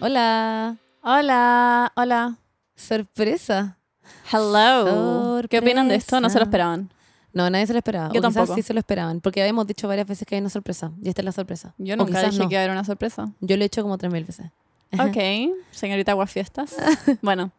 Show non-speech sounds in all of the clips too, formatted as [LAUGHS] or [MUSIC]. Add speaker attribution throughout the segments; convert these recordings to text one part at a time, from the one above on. Speaker 1: Hola.
Speaker 2: Hola, hola.
Speaker 1: Sorpresa.
Speaker 2: Hello. ¿Qué opinan de esto? No se
Speaker 1: Sorpresa.
Speaker 2: lo esperaban.
Speaker 1: No, nadie se lo esperaba.
Speaker 2: Yo
Speaker 1: o quizás
Speaker 2: tampoco.
Speaker 1: sí se lo esperaban. Porque habíamos dicho varias veces que hay una sorpresa. Y esta es la sorpresa.
Speaker 2: Yo
Speaker 1: O
Speaker 2: nunca
Speaker 1: quizás
Speaker 2: dije
Speaker 1: no.
Speaker 2: que iba a haber una sorpresa.
Speaker 1: Yo lo he hecho como tres mil veces.
Speaker 2: Ok, señorita
Speaker 1: [LAUGHS]
Speaker 2: Guafiestas. bueno,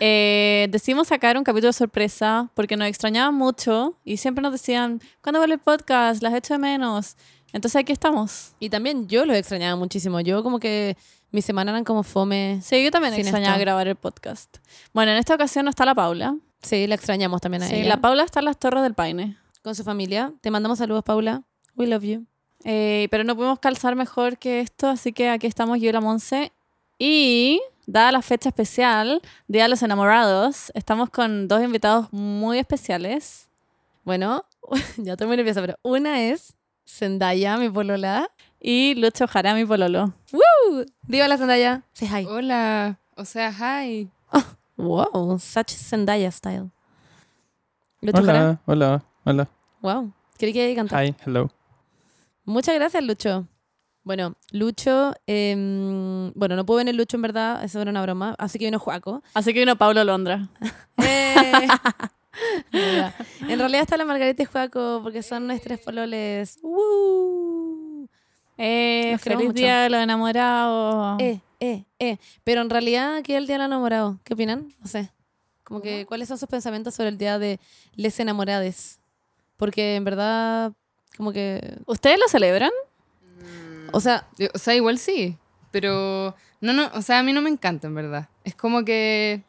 Speaker 2: eh, decidimos sacar un capítulo sorpresa porque nos extrañaban mucho y siempre nos decían, ¿cuándo vuelve el podcast? Las echo de menos. Entonces aquí estamos.
Speaker 1: Y también yo los extrañaba muchísimo. Yo como que mis semanas eran como fome.
Speaker 2: Sí, yo también
Speaker 1: Sin
Speaker 2: extrañaba
Speaker 1: esto.
Speaker 2: grabar el podcast. Bueno, en esta ocasión no está la Paula.
Speaker 1: Sí, la extrañamos también a
Speaker 2: Sí,
Speaker 1: ella.
Speaker 2: la Paula está en las Torres del Paine.
Speaker 1: Con su familia. Te mandamos saludos, Paula. We love you.
Speaker 2: Eh, pero no pudimos calzar mejor que esto, así que aquí estamos yo y la Monse. Y, dada la fecha especial, Día de los Enamorados, estamos con dos invitados muy especiales.
Speaker 1: Bueno, [LAUGHS] ya estoy muy nerviosa, pero una es Zendaya, mi polola. Uh,
Speaker 2: Y Lucho Jara, mi pololo.
Speaker 1: Diva la Zendaya. Sí, hi.
Speaker 3: Hola, o sea, hi.
Speaker 1: Wow, such Zendaya style. Lucho Jara.
Speaker 4: Hola, hola, hola.
Speaker 1: Wow. Creí que ella cantaba.
Speaker 4: Hi, hello.
Speaker 1: Muchas gracias, Lucho. Bueno, Lucho, em, bueno, no puedo venir Lucho en verdad, eso era una broma, así que vino Juaco.
Speaker 2: Así que vino Pablo Londra.
Speaker 1: Eh. [LAUGHS] Mira, en realidad está la Margarita y Juaco porque son nuestros pololes. ¡Woo!
Speaker 2: Eh,
Speaker 1: Los queremos
Speaker 2: feliz
Speaker 1: mucho.
Speaker 2: Día de los Enamorados.
Speaker 1: Eh, eh, eh. Pero en realidad, ¿qué es el Día del Enamorado? ¿Qué opinan? No sé. Como que, ¿cuáles son sus pensamientos sobre el Día de Les Enamorades? Porque en verdad, como que...
Speaker 2: ¿Ustedes lo celebran?
Speaker 1: O sea,
Speaker 3: Yo- Eh, O sea, igual sí, pero no, no, o sea, a mí no me encanta, en verdad. Es como que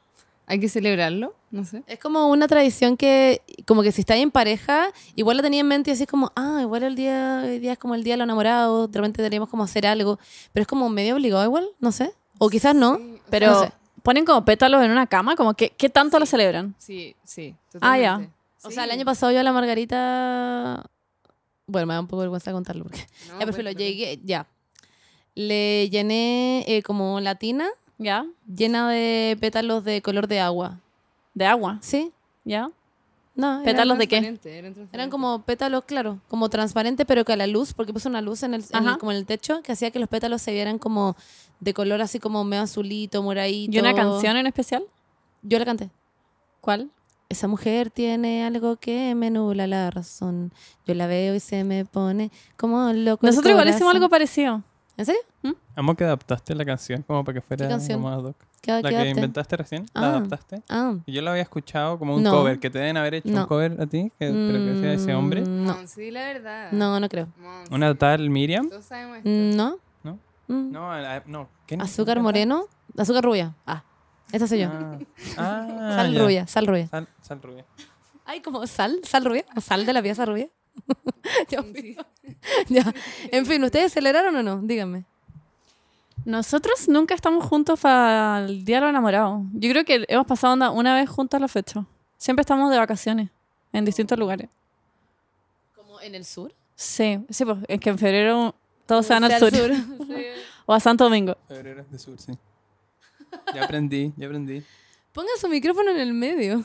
Speaker 3: hay que celebrarlo, no sé.
Speaker 1: Es como una tradición que, como que si estáis en pareja, igual la tenía en mente y así como, ah, igual el día, hoy día es como el día de los enamorados, de repente deberíamos como hacer algo, pero es como medio obligado igual, no sé, o quizás no,
Speaker 2: Pero
Speaker 1: No sé.
Speaker 2: ponen como pétalos en una cama, como que, ¿qué tanto lo celebran?
Speaker 3: Sí, sí.
Speaker 2: Ah, ya.
Speaker 3: totalmente.
Speaker 1: o
Speaker 3: Sí.
Speaker 1: sea, el año pasado yo a la Margarita, bueno, me da un poco de vergüenza contarlo porque,
Speaker 2: Ah,
Speaker 3: No,
Speaker 1: ya, prefiero,
Speaker 3: cuéntalo.
Speaker 1: llegué, ya, le llené eh, como la tina
Speaker 2: ¿Ya?
Speaker 1: llena de pétalos de color de agua,
Speaker 2: De agua.
Speaker 1: ¿sí?
Speaker 2: ¿Ya?
Speaker 1: No, era-
Speaker 2: Pétalos
Speaker 3: Eran
Speaker 2: de qué?
Speaker 3: transparentes, Eran,
Speaker 1: Eran
Speaker 3: transparentes.
Speaker 1: como pétalos, claro, como transparentes, pero que a la luz, porque puso una luz en el, en el-
Speaker 2: Ajá.
Speaker 1: como en el techo que hacía que los pétalos se vieran como de color así como medio azulito, moradito.
Speaker 2: ¿Y una canción en especial?
Speaker 1: Yo la canté.
Speaker 2: ¿Cuál?
Speaker 1: Esa mujer tiene algo que me nubla la razón. Yo la veo y se me pone como loco. el
Speaker 2: Nosotros igual hicimos
Speaker 1: corazón.
Speaker 2: algo parecido.
Speaker 1: ¿En serio?
Speaker 4: Amo que adaptaste la canción como para que fuera
Speaker 1: ¿Qué canción? Ah,
Speaker 4: como ad hoc.
Speaker 1: ¿Qué,
Speaker 4: La
Speaker 1: qué
Speaker 4: que
Speaker 1: arte?
Speaker 4: inventaste recién, la
Speaker 1: Ah.
Speaker 4: adaptaste.
Speaker 1: Ah.
Speaker 4: Y Yo la había escuchado como un
Speaker 1: No.
Speaker 4: cover, que te deben haber hecho
Speaker 1: No.
Speaker 4: un cover a ti, que, pero que hacía ese hombre.
Speaker 1: Mm, No,
Speaker 3: Monse, di la verdad.
Speaker 1: no, no creo.
Speaker 3: Monse,
Speaker 4: Una tal Miriam.
Speaker 3: Todos sabemos esto.
Speaker 1: ¿No?
Speaker 4: ¿No?
Speaker 1: Mm.
Speaker 4: No, la- no. ¿quién-
Speaker 1: Azúcar
Speaker 4: quién era?
Speaker 1: moreno. Azúcar rubia. Ah, esa soy yo. [LAUGHS]
Speaker 4: Ah, ah,
Speaker 1: sal
Speaker 4: ya.
Speaker 1: rubia, sal rubia.
Speaker 4: Sal, sal rubia.
Speaker 1: Ay, como sal, sal rubia, o sal de la pieza rubia. Ya,
Speaker 3: [LAUGHS] Sí.
Speaker 1: [LAUGHS] ya. En fin, ¿ustedes celebraron o no? Díganme.
Speaker 2: Nosotros nunca estamos juntos para el Día de los Enamorados. Yo creo que hemos pasado onda una vez juntos la fecha. Siempre estamos de vacaciones en distintos lugares.
Speaker 1: ¿Como en el sur?
Speaker 2: Sí, sí, pues es que en febrero todos se van al sur, o a Santo Domingo.
Speaker 4: Febrero es de sur, sí. Ya aprendí, ya aprendí.
Speaker 1: [LAUGHS] Pongan su micrófono en el medio.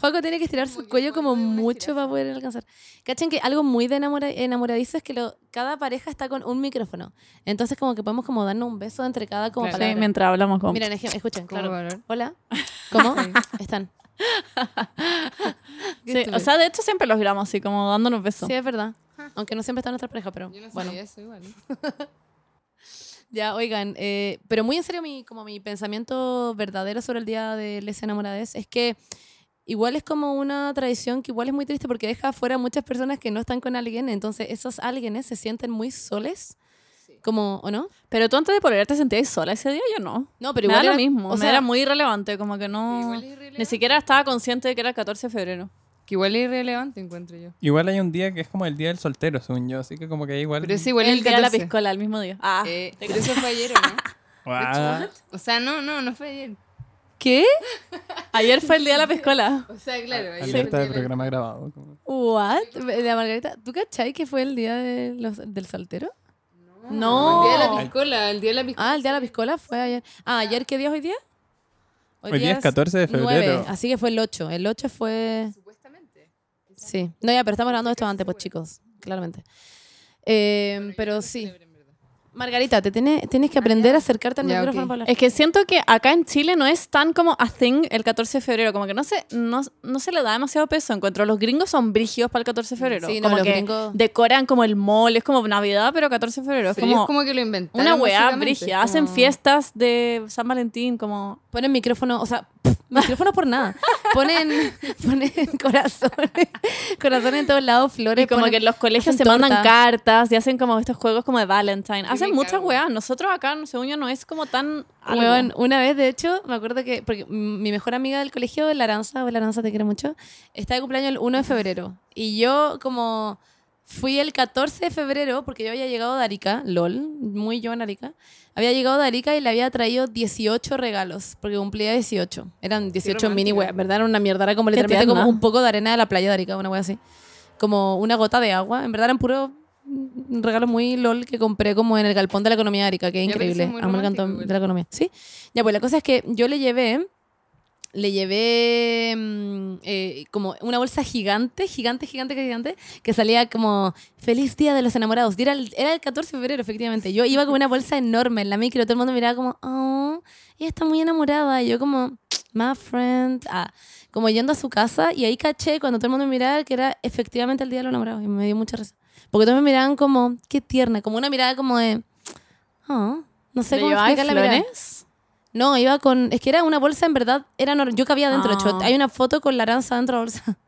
Speaker 1: Juaco tiene que estirar su
Speaker 3: Como que
Speaker 1: cuello como
Speaker 3: Juaco es una
Speaker 1: mucho
Speaker 3: jirafa.
Speaker 1: para poder alcanzar. Cachen que algo muy de enamora- enamoradizo es que lo- cada pareja está con un micrófono. Entonces como que podemos como darnos un beso entre cada como
Speaker 3: Claro.
Speaker 2: Sí,
Speaker 1: palabra.
Speaker 2: mientras hablamos con...
Speaker 1: Miren, ejem- escuchen,
Speaker 3: Claro.
Speaker 1: claro.
Speaker 3: valor.
Speaker 1: Hola. ¿Cómo
Speaker 2: [LAUGHS]
Speaker 1: están?
Speaker 2: Sí, o sea, de hecho siempre los grabamos así, como dándonos besos.
Speaker 1: Sí, es verdad. Aunque no siempre está nuestra pareja, pero
Speaker 3: Yo no sabía
Speaker 1: bueno.
Speaker 3: eso igual.
Speaker 1: Ya, oigan, eh, pero muy en serio, mi, como mi pensamiento verdadero sobre el Día de Les Enamorades es que igual es como una tradición que igual es muy triste porque deja afuera muchas personas que no están con alguien, entonces esos alguienes se sienten muy soles,
Speaker 3: Sí.
Speaker 1: como, ¿o no?
Speaker 2: Pero tú antes de volver te sentías sola ese día, yo no.
Speaker 1: No,
Speaker 2: Pero
Speaker 1: pero igual
Speaker 2: era lo
Speaker 1: era-
Speaker 2: mismo,
Speaker 1: O
Speaker 2: me
Speaker 1: sea,
Speaker 2: era muy irrelevante, como que
Speaker 1: Ah,
Speaker 3: Que
Speaker 2: no...
Speaker 3: igual es irrelevante.
Speaker 2: Ni siquiera estaba consciente de que era el 14 de febrero.
Speaker 3: Que igual es irrelevante, encuentro yo.
Speaker 4: Igual hay un día que es como el día del soltero, según yo, así que como que igual.
Speaker 3: Pero es igual
Speaker 2: el,
Speaker 3: el
Speaker 2: día de la
Speaker 3: 14.
Speaker 2: piscola, el mismo día. Ah,
Speaker 3: Eh, pero eso fue ayer,
Speaker 1: [LAUGHS]
Speaker 3: ¿o ¿no?
Speaker 4: Ah.
Speaker 3: O sea, no, no, no fue ayer.
Speaker 2: ¿qué? Ayer fue el día de la piscola.
Speaker 3: O sea, claro.
Speaker 1: [LAUGHS]
Speaker 3: ayer fue el
Speaker 4: Alerta
Speaker 3: día
Speaker 4: de
Speaker 3: de la-
Speaker 4: programa grabado. como-
Speaker 1: ¿what? La Margarita, ¿tú cachai que fue el Día de los- del soltero?
Speaker 2: No.
Speaker 3: El día de la piscola, el día de la piscola.
Speaker 1: Ah, el Día de la piscola fue ayer. Ah, ¿ayer qué día es hoy día?
Speaker 4: Hoy día es 14 de febrero.
Speaker 1: 9, así que fue el 8, el 8 fue...
Speaker 3: Supuestamente.
Speaker 1: Sí. No, ya, pero estamos hablando de esto antes, pues chicos, claramente. Eh, pero Em, sí, Margarita, te tiene- tienes que aprender a acercarte al
Speaker 3: Ya,
Speaker 1: micrófono
Speaker 3: ok.
Speaker 1: para hablar.
Speaker 2: Es que siento que acá en Chile no es tan como a thing el 14 de febrero, como que no se, no, no se le da demasiado peso. Encuentro, los gringos son brigios para el 14 de febrero.
Speaker 1: Sí, no,
Speaker 2: como
Speaker 1: los
Speaker 2: que
Speaker 1: gringos-
Speaker 2: decoran como el mall, es como Navidad, pero 14 de febrero.
Speaker 3: Sí,
Speaker 2: es como,
Speaker 3: es como que lo inventaron.
Speaker 2: una weá
Speaker 3: básicamente.
Speaker 2: brigia. Hacen
Speaker 1: como-
Speaker 2: fiestas de San Valentín, como
Speaker 1: Ponen micrófono, o sea, pff, micrófono por
Speaker 2: [LAUGHS]
Speaker 1: nada. Ponen, ponen [LAUGHS] corazones, corazones en todos lados, flores.
Speaker 2: Y como
Speaker 1: ponen-
Speaker 2: que en los colegios
Speaker 1: hacen
Speaker 2: se mandan
Speaker 1: torta.
Speaker 2: cartas y hacen como estos juegos como de Valentine.
Speaker 3: Sí,
Speaker 2: Hacen
Speaker 3: me
Speaker 2: muchas
Speaker 3: cago.
Speaker 2: weas. Nosotros acá, no- según yo, no es como tan. algo.
Speaker 1: Weón, una vez, de hecho, me acuerdo que porque mm, mi mejor amiga del colegio, la Aranza, la Aranza te quiere mucho, está de cumpleaños el 1 de febrero. Y yo como fui el 14 de febrero, porque yo había llegado de Arica, lol, muy yo en Arica, había llegado de Arica y le había traído 18 regalos, porque cumplía 18. Eran 18 mini
Speaker 3: romántica.
Speaker 1: weas, ¿verdad? Era una mierda, era como literalmente como
Speaker 2: tierna.
Speaker 1: un poco de arena de la playa de Arica, una wea así. Como una gota de agua, en verdad eran puro mm, regalo muy lol que compré como en el galpón de la economía de Arica, que es
Speaker 3: Ya, pero eso es
Speaker 1: increíble.
Speaker 3: muy
Speaker 1: Amo el
Speaker 3: romántico
Speaker 1: cantón
Speaker 3: igual.
Speaker 1: de la economía. Sí. Ya, pues la cosa es que yo le llevé, le llevé mm, eh, como una bolsa gigante, gigante, gigante, gigante, que salía como Feliz Día de los Enamorados. Y Era el, era el 14 de febrero, efectivamente. Yo iba con una bolsa enorme en la micro, todo el mundo miraba como, oh, ella está muy enamorada. Y yo como, my friend. Ah, como yendo a su casa y ahí caché cuando todo el mundo miraba que era efectivamente el Día de los Enamorados. Y me dio mucha risa. Porque todos me miraban como, qué tierna, como una mirada como de, oh, no sé
Speaker 2: ¿Le
Speaker 1: cómo
Speaker 2: lleváis
Speaker 1: explicar la mirada.
Speaker 2: flores?
Speaker 1: No, iba con. Es que era una bolsa, en verdad. Era nor- yo cabía dentro.
Speaker 2: Ah.
Speaker 1: chot. Hay una foto con la aranza dentro de la bolsa.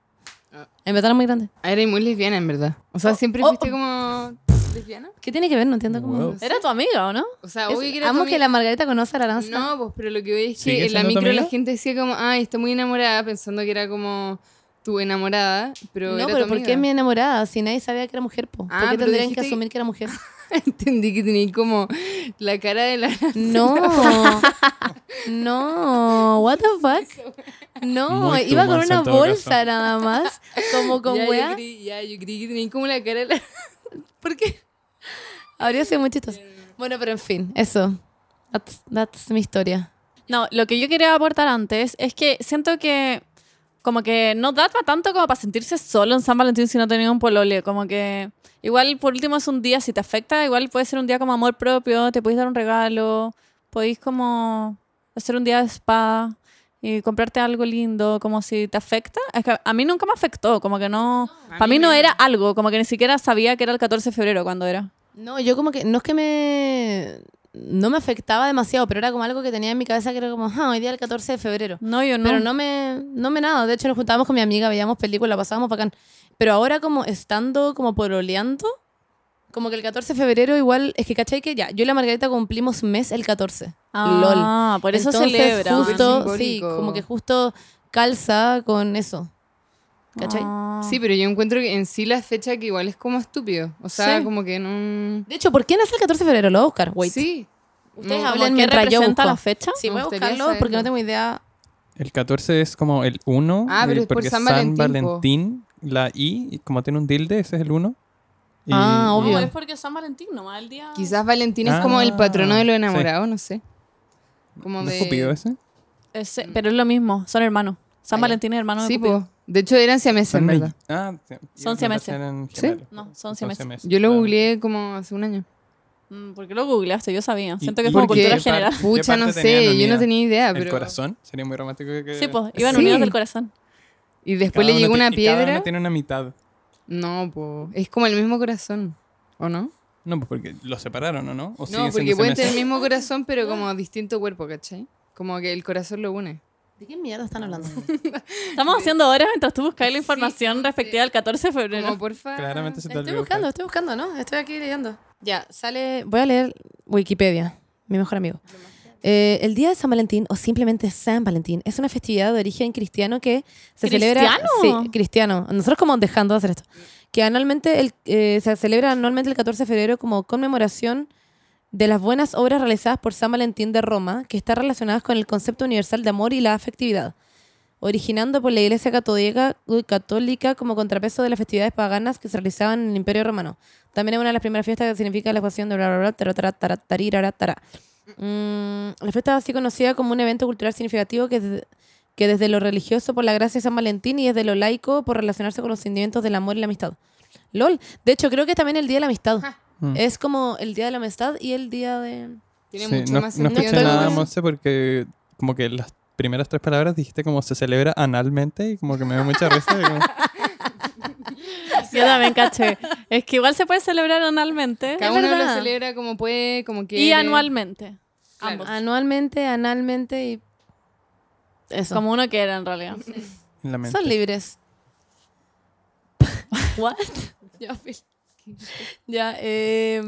Speaker 3: Ah.
Speaker 1: En verdad era muy grande.
Speaker 3: Ah, Eres muy lesbiana, en verdad. O sea, siempre
Speaker 1: oh,
Speaker 3: fuiste como. ¿Lesbiana?
Speaker 1: ¿Qué tiene que ver? No entiendo cómo.
Speaker 4: Wow.
Speaker 2: ¿Era tu amiga o no?
Speaker 3: O sea,
Speaker 1: Es-
Speaker 3: obvio que era tu
Speaker 1: amo que
Speaker 3: amiga.
Speaker 1: la Margarita conoce a la aranza.
Speaker 3: No, pues, pero lo que veis es
Speaker 4: ¿Sigue
Speaker 3: que en la
Speaker 4: siendo tu
Speaker 3: micro la
Speaker 4: amiga?
Speaker 3: gente decía como, ay, está muy enamorada, pensando que era como tu enamorada, pero
Speaker 1: No,
Speaker 3: era tu
Speaker 1: pero ¿por
Speaker 3: amiga.
Speaker 1: qué es mi enamorada? Si nadie sabía que era mujer, po.
Speaker 3: Ah,
Speaker 1: ¿por qué
Speaker 3: pero
Speaker 1: tendrían que
Speaker 3: dijiste que-
Speaker 1: asumir que era
Speaker 3: [LAUGHS]
Speaker 1: mujer?
Speaker 3: [LAUGHS] Entendí que tenía como la cara de la... [LAUGHS]
Speaker 1: No. no. What the fuck? No,
Speaker 4: Muy
Speaker 1: iba con
Speaker 4: tumaza en
Speaker 1: una
Speaker 4: todo caso.
Speaker 1: bolsa nada más. Como con
Speaker 3: ya, yo
Speaker 1: weá.
Speaker 3: creí- ya, yo creí que tenía como la cara de la...
Speaker 1: ¿Por qué? Habría sido muy chistoso. Bueno, pero en fin, eso. That's, that's mi historia.
Speaker 2: No, lo que yo quería aportar antes es que siento que como que no da pa' tanto como para sentirse solo en San Valentín si no tenía un pololeo, como que igual por último es un día, si te afecta, igual puede ser un día como amor propio, te podéis dar un regalo, podéis como hacer un día de spa y comprarte algo lindo, como si te afecta. Es que a mí nunca me afectó, como que no, para mí no era algo, como que ni siquiera sabía que era el 14 de febrero cuando era.
Speaker 1: No, yo como que, no es que me, no me afectaba demasiado, pero era como algo que tenía en mi cabeza que era como, ah, hoy día el 14 de febrero.
Speaker 2: No, yo no.
Speaker 1: Pero no me, no me nada. De hecho, nos juntábamos con mi amiga, veíamos películas, pasábamos bacán. Pero ahora como estando como pololeando, como que el 14 de febrero igual, es que cachai que ya, yo y la Margarita cumplimos mes el 14. LOL.
Speaker 2: Ah, por eso
Speaker 1: Entonces,
Speaker 2: celebra.
Speaker 1: Justo,
Speaker 3: Súper
Speaker 1: sí,
Speaker 3: simbólico.
Speaker 1: como que justo calza con eso. ¿Cachai?
Speaker 2: Ah.
Speaker 3: Sí, pero yo encuentro que en sí la fecha que igual es como estúpido. O sea,
Speaker 1: Sí.
Speaker 3: como que en un...
Speaker 1: De hecho, ¿por qué nace el 14 de febrero? Lo voy a buscar, wait.
Speaker 3: Sí.
Speaker 1: Ustedes
Speaker 3: No,
Speaker 1: hablan
Speaker 2: ¿Qué
Speaker 1: mientras yo
Speaker 2: representa
Speaker 1: busco.
Speaker 2: la fecha?
Speaker 1: Sí,
Speaker 3: Me
Speaker 1: voy a
Speaker 3: gustaría
Speaker 1: buscarlo porque
Speaker 3: saberlo.
Speaker 1: no tengo idea
Speaker 4: El 14 es como el 1.
Speaker 3: Ah, pero
Speaker 4: eh,
Speaker 3: es por
Speaker 4: porque
Speaker 3: San Valentín, po.
Speaker 4: Valentín, la I, y como tiene un dilde, ese es el 1. Y-
Speaker 1: Ah,
Speaker 4: y-
Speaker 1: obvio.
Speaker 2: No, es porque San Valentín, nomás el día.
Speaker 3: Quizás Valentín es como el
Speaker 4: Ah,
Speaker 3: patrono de los
Speaker 4: sí.
Speaker 3: enamorados, no sé. Como
Speaker 4: ¿No
Speaker 3: de...
Speaker 4: es Cupido ese?
Speaker 1: Mm.
Speaker 2: Ese- pero es lo mismo, son hermanos. San
Speaker 3: Ah, ya.
Speaker 2: Valentín es hermano de
Speaker 3: Sí,
Speaker 2: Cupido.
Speaker 3: po. De hecho, eran siameses, en
Speaker 4: May-
Speaker 3: verdad.
Speaker 4: Ah, sí.
Speaker 2: Son
Speaker 4: Iban a
Speaker 2: siameses.
Speaker 4: nacer en
Speaker 3: ¿Sí?
Speaker 4: gemelos.
Speaker 2: No, son siameses.
Speaker 3: Yo lo
Speaker 4: claro.
Speaker 3: googleé como hace un año.
Speaker 2: Mm, Porque lo googleaste, yo sabía.
Speaker 4: ¿Y-
Speaker 2: Siento que
Speaker 4: y
Speaker 2: es como
Speaker 4: por qué?
Speaker 2: cultura
Speaker 4: ¿Qué
Speaker 2: general.
Speaker 4: parte- qué
Speaker 3: Pucha,
Speaker 4: parte
Speaker 3: no
Speaker 4: tenían
Speaker 3: sé, yo no
Speaker 4: unida?
Speaker 3: tenía idea,
Speaker 4: El
Speaker 3: ah, pero...
Speaker 4: corazón, sería muy romántico que...
Speaker 2: Sí, pues, iban
Speaker 3: Sí.
Speaker 2: unidos del corazón.
Speaker 3: Y después le llegó una piedra.
Speaker 4: No tiene una mitad.
Speaker 3: No, po. Es como el mismo corazón, ¿o no?
Speaker 4: No, pues porque los separaron, ¿o no? ¿O
Speaker 3: No,
Speaker 4: siguen
Speaker 3: porque
Speaker 4: siendo
Speaker 3: pueden tener el
Speaker 4: siameses?
Speaker 1: [LAUGHS]
Speaker 3: mismo corazón, pero como distinto cuerpo, ¿cachai? Como que el corazón lo une.
Speaker 1: ¿De qué mierda están hablando?
Speaker 2: Estamos haciendo horas mientras tú buscas la información
Speaker 3: no
Speaker 2: respectiva al 14 de febrero.
Speaker 3: Como porfa.
Speaker 4: [LAUGHS] Claramente se te
Speaker 1: Estoy
Speaker 4: olvidó
Speaker 1: buscando, estoy
Speaker 4: buscar.
Speaker 1: buscando, ¿no? Estoy aquí leyendo. Ya, sale. Voy a leer Wikipedia, mi mejor amigo. Eh, el Día de San Valentín, o simplemente San Valentín, es una festividad de origen cristiano que se celebra.
Speaker 2: ¿Cristiano?
Speaker 1: Sí, cristiano. Nosotros, como dejando de hacer esto. Que anualmente el- eh, se celebra anualmente el 14 de febrero como conmemoración de las buenas obras realizadas por San Valentín de Roma, que está relacionadas con el concepto universal de amor y la afectividad originando por la Iglesia católica, uy, católica como contrapeso de las festividades paganas que se realizaban en el Imperio Romano. También es una de las primeras fiestas que significa la ecuación de bla bla bla, tará, tará, tará, tarí, rará, tará. Mm, la fiesta es así conocida como un evento cultural significativo que, desde- que desde lo religioso por la gracia de San Valentín y desde lo laico por relacionarse con los sentimientos del amor y la amistad. LOL, de hecho creo que es también el Día de la Amistad.
Speaker 4: Mm.
Speaker 1: Es como el día de la amistad y el día de...
Speaker 3: Tiene
Speaker 4: Sí,
Speaker 3: mucho
Speaker 4: no,
Speaker 3: más
Speaker 4: no
Speaker 3: sentido.
Speaker 4: escuché
Speaker 1: todo
Speaker 4: nada,
Speaker 1: eso.
Speaker 4: Monse, porque como que las primeras tres palabras dijiste como se celebra analmente y como que me dio mucha risa. y como-
Speaker 2: Yo también caché. Es que igual se puede celebrar anualmente
Speaker 3: Cada uno lo
Speaker 1: verdad.
Speaker 3: celebra como puede, como quiere.
Speaker 2: y anualmente.
Speaker 3: Claro. Ah.
Speaker 2: Ambos.
Speaker 1: Anualmente, analmente y... Eso.
Speaker 2: Como uno quiera, en realidad.
Speaker 4: en la mente.
Speaker 1: Son libres. What? ya, filo. Ya, eh,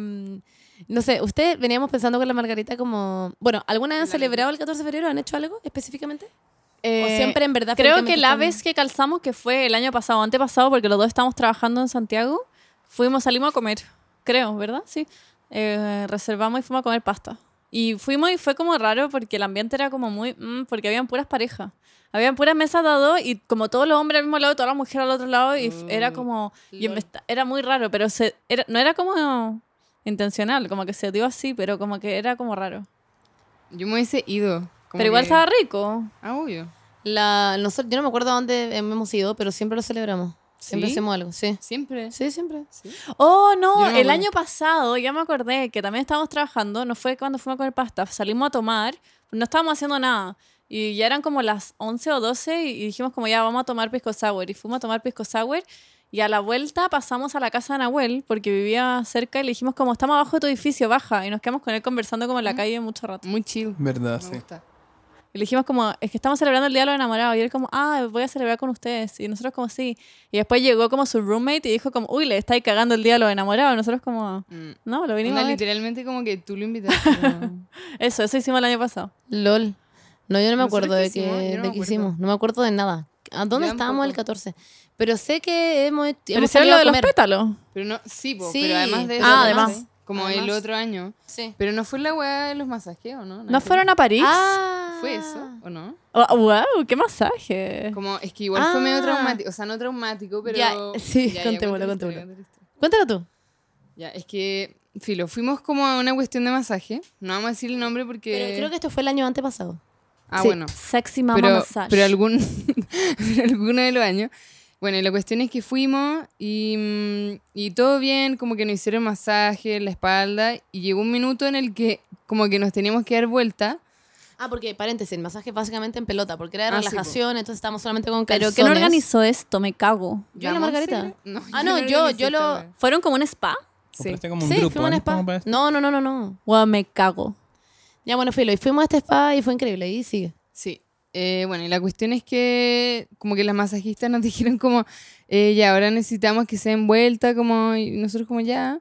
Speaker 1: no sé, ustedes veníamos pensando con la Margarita como... Bueno, ¿alguna vez han
Speaker 3: La
Speaker 1: celebrado el 14 de febrero? ¿Han hecho algo específicamente? ¿O
Speaker 2: Eh,
Speaker 1: siempre en verdad? fue
Speaker 2: Creo
Speaker 1: el
Speaker 2: que
Speaker 1: me
Speaker 2: la
Speaker 1: gustó?
Speaker 2: vez que calzamos, que fue el año pasado, antepasado, porque los dos estábamos trabajando en Santiago, fuimos, salimos a comer, creo, ¿verdad? Sí. Eh, reservamos y fuimos a comer pasta. Y fuimos y fue como raro porque el ambiente era como muy... mm, porque habían puras parejas. Habían puras mesas de a dos y como todos los hombres al mismo lado, todas las mujeres al otro lado y f- era
Speaker 3: Mm,
Speaker 2: como... y en
Speaker 3: lol.
Speaker 2: vez- era muy raro, pero se, era- no era como intencional, como que se dio así, pero como que era como raro.
Speaker 3: Yo me hubiese ido. como
Speaker 2: pero igual
Speaker 3: que-
Speaker 2: estaba rico.
Speaker 3: Ah, obvio.
Speaker 1: La, nosotros- yo no me acuerdo a dónde hemos ido, pero siempre lo celebramos. Siempre
Speaker 3: ¿Sí?
Speaker 1: hacemos algo, sí.
Speaker 3: Siempre.
Speaker 1: Sí, siempre.
Speaker 3: Sí.
Speaker 2: Oh,
Speaker 3: Yo no
Speaker 2: no,
Speaker 3: me
Speaker 2: el
Speaker 3: acuerdo.
Speaker 2: año pasado, ya me acordé que también estábamos trabajando, no fue cuando fuimos a comer pasta, salimos a tomar, no estábamos haciendo nada. Y ya eran como las 11 o 12 y y dijimos como ya vamos a tomar pisco sour. Y fuimos a tomar pisco sour y a la vuelta pasamos a la casa de Nahuel porque vivía cerca y le dijimos como estamos abajo de tu edificio, baja. Y nos quedamos con él conversando como en la calle mucho rato.
Speaker 3: Muy chill.
Speaker 4: Verdad,
Speaker 3: Me
Speaker 4: sí.
Speaker 3: gusta.
Speaker 2: Y le dijimos como es que estamos celebrando el día de los enamorados. Y él como, ah, voy a celebrar con ustedes. Y nosotros como sí. Y después llegó como su roommate y dijo como, uy, le estáis cagando el día de los enamorados. Y nosotros como...
Speaker 3: Mm.
Speaker 2: No, lo vinimos
Speaker 3: Onda,
Speaker 2: a ver.
Speaker 3: literalmente como que tú lo [LAUGHS] invitaste. ¿no?
Speaker 2: Eso, eso hicimos el año pasado.
Speaker 1: LOL. No, yo no me
Speaker 3: ¿Nosotros
Speaker 1: acuerdo
Speaker 3: qué
Speaker 1: de, que,
Speaker 3: hicimos? Yo no
Speaker 1: de
Speaker 3: me
Speaker 1: qué
Speaker 3: acuerdo.
Speaker 1: hicimos. No me acuerdo de nada. ¿A dónde
Speaker 3: Yo
Speaker 1: estábamos el
Speaker 3: tampoco.
Speaker 1: 14? Pero sé que hemos, hemos
Speaker 2: Pero hicieron
Speaker 1: salido
Speaker 2: lo
Speaker 1: a
Speaker 2: de los
Speaker 1: comer.
Speaker 2: pétalos.
Speaker 3: Pero no, sí, po,
Speaker 1: Sí,
Speaker 3: pero además de
Speaker 1: ah,
Speaker 3: eso,
Speaker 2: además.
Speaker 3: sí, como el
Speaker 1: Además.
Speaker 3: otro año.
Speaker 1: Sí.
Speaker 3: Pero no fue la weá de los masajeos, ¿no?
Speaker 2: ¿No fueron a París?
Speaker 1: Ah.
Speaker 3: ¿Fue eso o no?
Speaker 2: Oh, ¡Wow! ¡Qué masaje!
Speaker 3: Como, es que igual fue
Speaker 1: Ah.
Speaker 3: medio traumático, o sea, no traumático, pero...
Speaker 1: Ya, sí,
Speaker 3: cuéntame
Speaker 1: contémoslo,
Speaker 3: la
Speaker 1: contémoslo.
Speaker 3: historia, cuéntame la historia.
Speaker 1: Cuéntalo tú.
Speaker 3: Ya, es que, filo, fuimos como a una cuestión de masaje, no vamos a decir el nombre porque...
Speaker 1: Pero creo que esto fue el año antepasado.
Speaker 3: Ah,
Speaker 2: Sí,
Speaker 3: bueno,
Speaker 2: Sexy mama
Speaker 3: pero,
Speaker 2: massage.
Speaker 3: pero, algún, [LAUGHS] pero alguno de los años. Bueno, y la cuestión es que fuimos y, mm, y todo bien, como que nos hicieron masaje en la espalda y llegó un minuto en el que como que nos teníamos que dar vuelta.
Speaker 1: Ah, porque paréntesis, el masaje básicamente en pelota, porque era de
Speaker 3: Ah, sí,
Speaker 1: relajación, entonces estábamos solamente con
Speaker 2: Pero
Speaker 1: calzones.
Speaker 2: ¿quién organizó esto? Me cago.
Speaker 1: Yo y la
Speaker 3: ¿La
Speaker 1: Margarita.
Speaker 3: Monse? No,
Speaker 1: Ah, no,
Speaker 3: la
Speaker 1: yo-
Speaker 3: organicé
Speaker 1: yo
Speaker 3: esta
Speaker 1: lo-
Speaker 3: wea.
Speaker 2: ¿Fueron como un spa?
Speaker 3: Sí.
Speaker 4: Compraste como un
Speaker 1: Sí, fuimos a
Speaker 4: Groupon,
Speaker 1: un spa.
Speaker 4: como para esto.
Speaker 1: No, no, no, no, no.
Speaker 2: ¡Wow! Me cago.
Speaker 1: Ya bueno, filo, y fuimos a este spa y fue increíble, y sigue.
Speaker 3: Sí. Eh, bueno, y la cuestión es que como que las masajistas nos [LAUGHS] dijeron como, eh, ya, ahora necesitamos que se den vuelta, como, y nosotros como ya.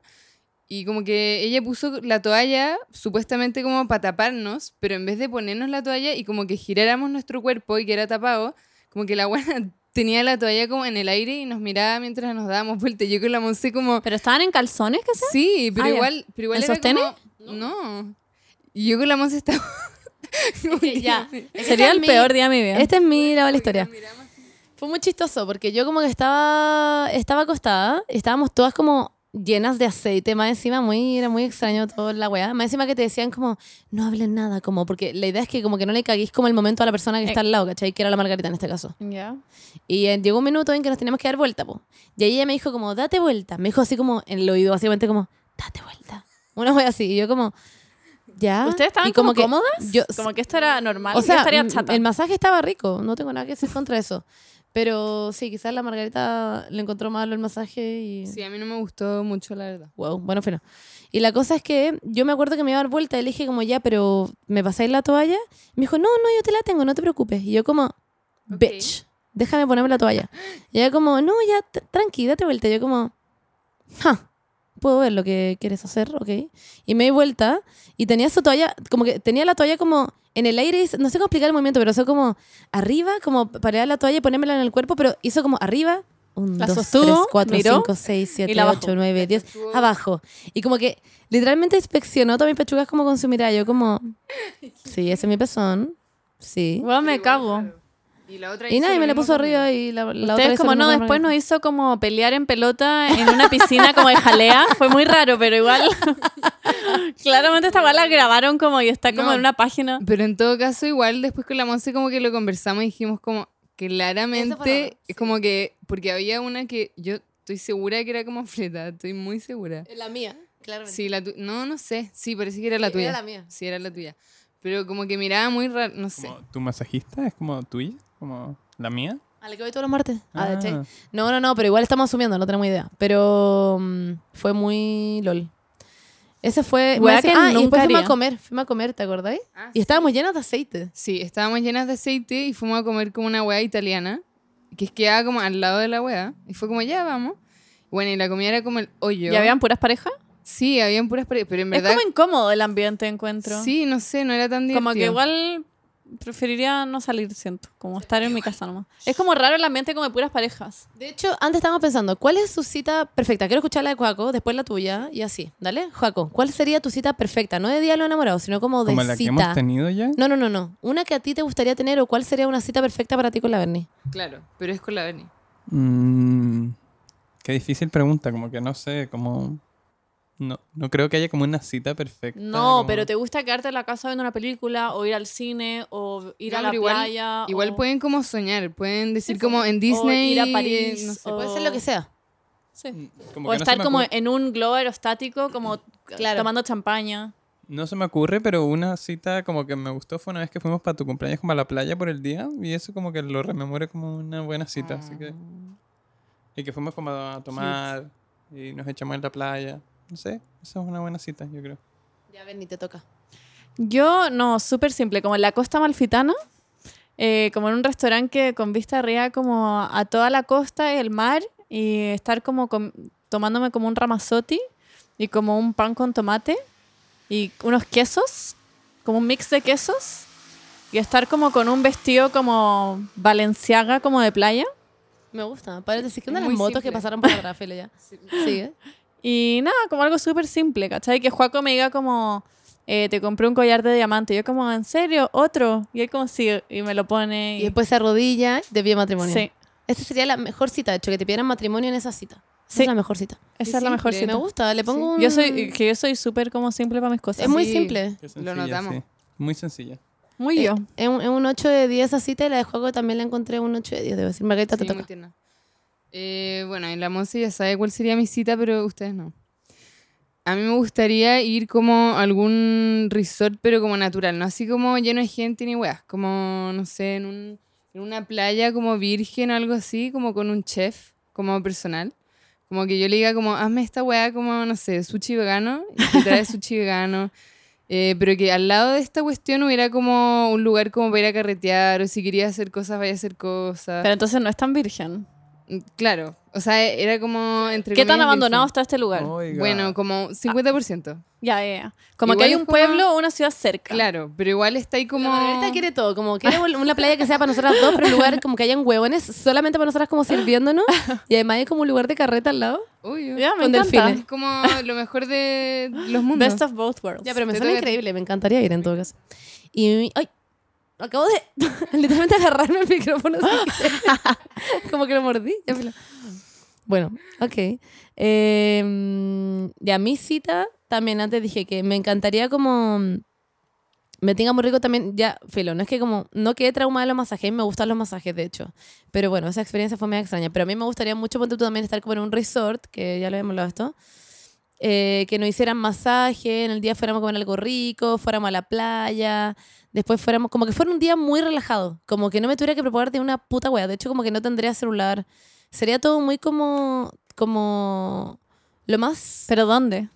Speaker 3: Y como que ella puso la toalla supuestamente como para taparnos, pero en vez de ponernos la toalla y como que giráramos nuestro cuerpo y que era tapado, como que la buena [LAUGHS] tenía la toalla como en el aire y nos miraba mientras nos dábamos vuelta. Y Yo con la Monse como,
Speaker 2: ¿Pero estaban en calzones? ¿Qué sé?
Speaker 3: sí, pero
Speaker 2: Ah, ya.
Speaker 3: igual, pero igual
Speaker 2: ¿En
Speaker 3: era
Speaker 2: sostenes?
Speaker 3: como, no. Y yo con la Monse estaba... [LAUGHS]
Speaker 2: [LAUGHS]
Speaker 3: como que-
Speaker 1: ya.
Speaker 2: Sería el peor día de mi vida.
Speaker 1: Este es mi lado de la historia.
Speaker 3: Miramos
Speaker 1: Fue muy chistoso porque yo como que estaba estaba acostada, estábamos todas como llenas de aceite, más encima muy era muy extraño todo la weá, más encima que te decían como no hablen nada, como porque la idea es que como que no le caguís como el momento a la persona que está al lado, ¿cachai? Que era la Margarita en este caso.
Speaker 2: Ya.
Speaker 1: Y eh, llegó un minuto en que nos teníamos que dar vuelta, po. Y ahí ella me dijo como, date vuelta. Me dijo así como en el oído, básicamente como, date vuelta. Una wea así. Y yo como, ya.
Speaker 2: ¿Ustedes estaban
Speaker 1: Y
Speaker 2: como,
Speaker 1: que
Speaker 2: cómodas?
Speaker 1: yo-
Speaker 2: como que esto era normal.
Speaker 1: o
Speaker 2: yo
Speaker 1: sea,
Speaker 2: estaría
Speaker 1: mm,
Speaker 2: chata.
Speaker 1: el masaje estaba rico. No tengo nada que decir contra eso. Pero sí, quizás la Margarita le encontró malo el masaje y...
Speaker 3: Sí, a mí no me gustó mucho, la verdad.
Speaker 1: Wow, bueno, fino. Y la cosa es que yo me acuerdo que me iba a dar vuelta y le dije como ya, pero ¿me pasáis la toalla? Me dijo, no, no, yo te la tengo, no te preocupes. Y yo como, bitch, déjame ponerme la toalla. Y ella como, no, ya, t- tranqui, date vuelta. Y yo como, ja, puedo ver lo que quieres hacer, ok. Y me di vuelta y tenía su toalla, como que tenía la toalla como en el aire, hizo- no sé cómo explicar el movimiento, pero hizo como arriba, como parar la toalla y ponérmela en el cuerpo, pero hizo como arriba. Un,
Speaker 2: La
Speaker 1: dos,
Speaker 2: sostuvo,
Speaker 1: tres, cuatro,
Speaker 2: miró,
Speaker 1: cinco, seis, siete,
Speaker 2: la bajó.
Speaker 1: ocho, nueve, diez
Speaker 3: Estuvo-
Speaker 1: abajo. Y como que literalmente inspeccionó todas mis pechugas como con su mirada. Yo como, sí, ese es mi pezón. Sí.
Speaker 2: Wow, me
Speaker 3: Igual,
Speaker 2: cago.
Speaker 3: claro. Y la otra
Speaker 1: Y nada, y
Speaker 3: hizo
Speaker 1: me la
Speaker 3: mismo
Speaker 1: puso
Speaker 3: conmigo.
Speaker 1: arriba y la, la otra
Speaker 2: Ustedes
Speaker 1: hizo
Speaker 2: como
Speaker 1: lo
Speaker 2: no,
Speaker 1: mismo
Speaker 2: después
Speaker 1: para
Speaker 2: nos
Speaker 1: mí.
Speaker 2: hizo como pelear en pelota en una piscina como de
Speaker 1: [LAUGHS]
Speaker 2: jalea. Fue muy raro, pero igual. Claramente esta weá la grabaron como y está como
Speaker 3: No.
Speaker 2: en una página.
Speaker 3: Pero en todo caso, igual después con la Monse como que lo conversamos y dijimos como
Speaker 1: Eso fue
Speaker 3: claramente,
Speaker 1: raro, sí.
Speaker 3: como que, porque había una que yo estoy segura que era como fleta, estoy muy segura.
Speaker 1: La mía. Claramente.
Speaker 3: Sí, la tu- No, no sé. Sí, parecía que era la tuya.
Speaker 1: Era la mía.
Speaker 3: Sí, era la tuya. Pero como que miraba muy raro, no sé.
Speaker 4: Como, ¿Tu masajista es como tuya? ¿Como la mía?
Speaker 1: A la que voy todos los martes. Ah,
Speaker 4: Ah,
Speaker 1: ¿cachai? No, no, no, pero igual estamos asumiendo, no tenemos idea. Pero mm, fue muy lol. Ese fue.
Speaker 2: Weá
Speaker 1: me hace-
Speaker 2: que
Speaker 1: ah, y
Speaker 2: nunca
Speaker 1: después fuimos
Speaker 2: haría.
Speaker 1: a comer, fuimos a comer, ¿te acordáis?
Speaker 3: Ah,
Speaker 1: Y estábamos llenas de aceite.
Speaker 3: Sí, estábamos llenas de aceite y fuimos a comer como una hueá italiana, que es quedaba como al lado de la hueá. Y fue como, ya vamos. Bueno, y la comida era como el hoyo.
Speaker 2: ¿Y habían puras parejas?
Speaker 3: Sí, habían puras paredes, pero en verdad...
Speaker 2: Es como incómodo el ambiente de encuentro.
Speaker 3: Sí, no sé, no era tan divertido.
Speaker 2: Como que igual preferiría no salir, siento. Como estar en mi casa nomás. Es como raro el ambiente como de puras parejas.
Speaker 1: De hecho, antes estábamos pensando, ¿cuál es su cita perfecta? Quiero escuchar la de Joaco, después la tuya y así, ¿dale? Joaco, ¿cuál sería tu cita perfecta? No de diálogo enamorado, sino como de
Speaker 4: ¿Como la que hemos
Speaker 1: cita.
Speaker 4: tenido ya?
Speaker 1: No, no, no, no. Una que a ti te gustaría tener o cuál sería una cita perfecta para ti con la Berni.
Speaker 3: Claro, pero es con la Berni.
Speaker 4: Mm, qué difícil pregunta, como que no sé, como... No, no creo que haya como una cita perfecta.
Speaker 2: No,
Speaker 4: como-
Speaker 2: pero ¿te gusta quedarte en la casa viendo una película o ir al cine o ir
Speaker 3: No,
Speaker 2: a la
Speaker 3: pero igual-
Speaker 2: playa?
Speaker 3: Igual
Speaker 2: o-
Speaker 3: pueden como soñar, pueden decir
Speaker 2: Ah, oh. Sí,
Speaker 3: como en Disney... eh,
Speaker 2: ir a París,
Speaker 3: no sé.
Speaker 2: o-
Speaker 1: Puede ser lo que sea.
Speaker 2: Sí.
Speaker 4: Como
Speaker 2: O
Speaker 4: que no se
Speaker 2: estar
Speaker 4: me
Speaker 2: como
Speaker 4: ocurre-
Speaker 2: en un globo aerostático, como
Speaker 1: Claro.
Speaker 2: tomando champaña.
Speaker 4: No se me ocurre, pero una cita como que me gustó fue una vez que fuimos para tu cumpleaños como a la playa por el día y eso como que lo rememoré como una buena cita, así que...
Speaker 1: Ah.
Speaker 4: Y que fuimos como a tomar y nos echamos en la playa. No sé, esa es una buena cita, yo creo.
Speaker 1: Ya, Berni, te toca.
Speaker 2: Yo, no, súper simple, como en la costa malfitana, como en un restaurante que con vista arriba como a toda la costa y el mar y estar como com- tomándome como un ramazotti y como un pan con tomate y unos quesos, como un mix de quesos y estar como con un vestido como valenciaga, como de playa.
Speaker 1: Me gusta. Parece que una de las
Speaker 3: Muy
Speaker 1: motos que
Speaker 3: simple.
Speaker 1: pasaron por la fila
Speaker 2: [LAUGHS]
Speaker 1: ya. ¿eh? Sigue.
Speaker 2: Y nada, como algo súper simple, ¿cachai? Que Juaco me diga como, eh, te compré un collar de diamante. Yo como, ¿en serio? ¿Otro? Y él como, sí, y me lo pone.
Speaker 1: Y después se arrodilla y te pide matrimonio.
Speaker 2: Sí,
Speaker 1: Esa sería la mejor cita, de hecho, que te pidieran matrimonio en esa cita. Esa
Speaker 2: Sí.
Speaker 1: es la mejor cita.
Speaker 2: esa
Speaker 3: Qué
Speaker 2: es la mejor
Speaker 3: simple.
Speaker 1: Me
Speaker 2: cita.
Speaker 1: gusta, le pongo un...
Speaker 2: Yo soy, eh, que yo soy súper como simple para mis cosas.
Speaker 1: Es muy
Speaker 3: Sí.
Speaker 1: simple.
Speaker 4: Qué
Speaker 3: Lo notamos.
Speaker 4: sí. Muy sencilla.
Speaker 2: Muy yo.
Speaker 1: Es Eh, un, es un 8 de 10 esa cita y la de juego también la encontré un 8 de 10, debo decir. Margarita,
Speaker 3: Sí,
Speaker 1: te
Speaker 3: muy
Speaker 1: toca.
Speaker 3: tierna. Eh, bueno, en la Monse ya sabe cuál sería mi cita, pero ustedes no. A mí me gustaría ir como a algún resort, pero como natural, no así como lleno de gente ni weas, como, no sé, en, un- en una playa como virgen o algo así, como con un chef, como personal. Como que yo le diga como, hazme esta wea como, no sé, sushi vegano, y que
Speaker 1: [LAUGHS]
Speaker 3: trae sushi vegano. Eh, pero que al lado de esta cuestión hubiera como un lugar como para ir a carretear, o si quería hacer cosas, vaya a hacer cosas.
Speaker 2: Pero entonces no es tan virgen.
Speaker 3: Mm, Claro, o sea, e- era como entre
Speaker 2: ¿Qué tan
Speaker 3: comillas,
Speaker 2: abandonado Ah,
Speaker 3: virgen.
Speaker 2: está este lugar?
Speaker 4: Oiga.
Speaker 3: Bueno, como 50%.
Speaker 2: Ya, ya, ya. Como
Speaker 3: Igual
Speaker 2: que hay
Speaker 3: es
Speaker 2: un
Speaker 3: como-
Speaker 2: pueblo o una ciudad cerca.
Speaker 3: Claro, pero igual está ahí como...
Speaker 1: La Margarita quiere todo, como quiere vol- una playa que sea para nosotras dos, pero un lugar como que hayan huevones solamente para nosotras como sirviéndonos y además hay como un lugar de carreta al lado.
Speaker 3: Obvio.
Speaker 2: Ya, me
Speaker 1: Con
Speaker 2: encanta.
Speaker 1: delfines.
Speaker 3: Es como lo mejor de los mundos.
Speaker 2: Best of both worlds.
Speaker 1: Ya, pero me
Speaker 3: Te
Speaker 1: suena
Speaker 3: toca-
Speaker 1: increíble, me encantaría ir en todo caso. Y. ¡Ay! Acabo de [LAUGHS] literalmente agarrarme el micrófono. sin querer. [LAUGHS] Como que lo mordí. Ya, filo. Bueno, ok. Eh, ya, mi cita también antes dije que me encantaría como. Me tenga muy rico también, ya, filo, no es que como, no quedé traumada de los masajes, me gustan los masajes, de hecho. Pero bueno, esa experiencia fue medio extraña. Pero a mí me gustaría mucho, ponte tú también, estar como en un resort, que ya lo hemos hablado esto, eh, que nos hicieran masaje, en el día fuéramos a comer algo rico, fuéramos a la playa, después fuéramos, como que fuera un día muy relajado, como que no me tuviera que preparar de una puta wea, de hecho como que no tendría celular, sería todo muy como, como, lo más,
Speaker 2: ¿Pero dónde?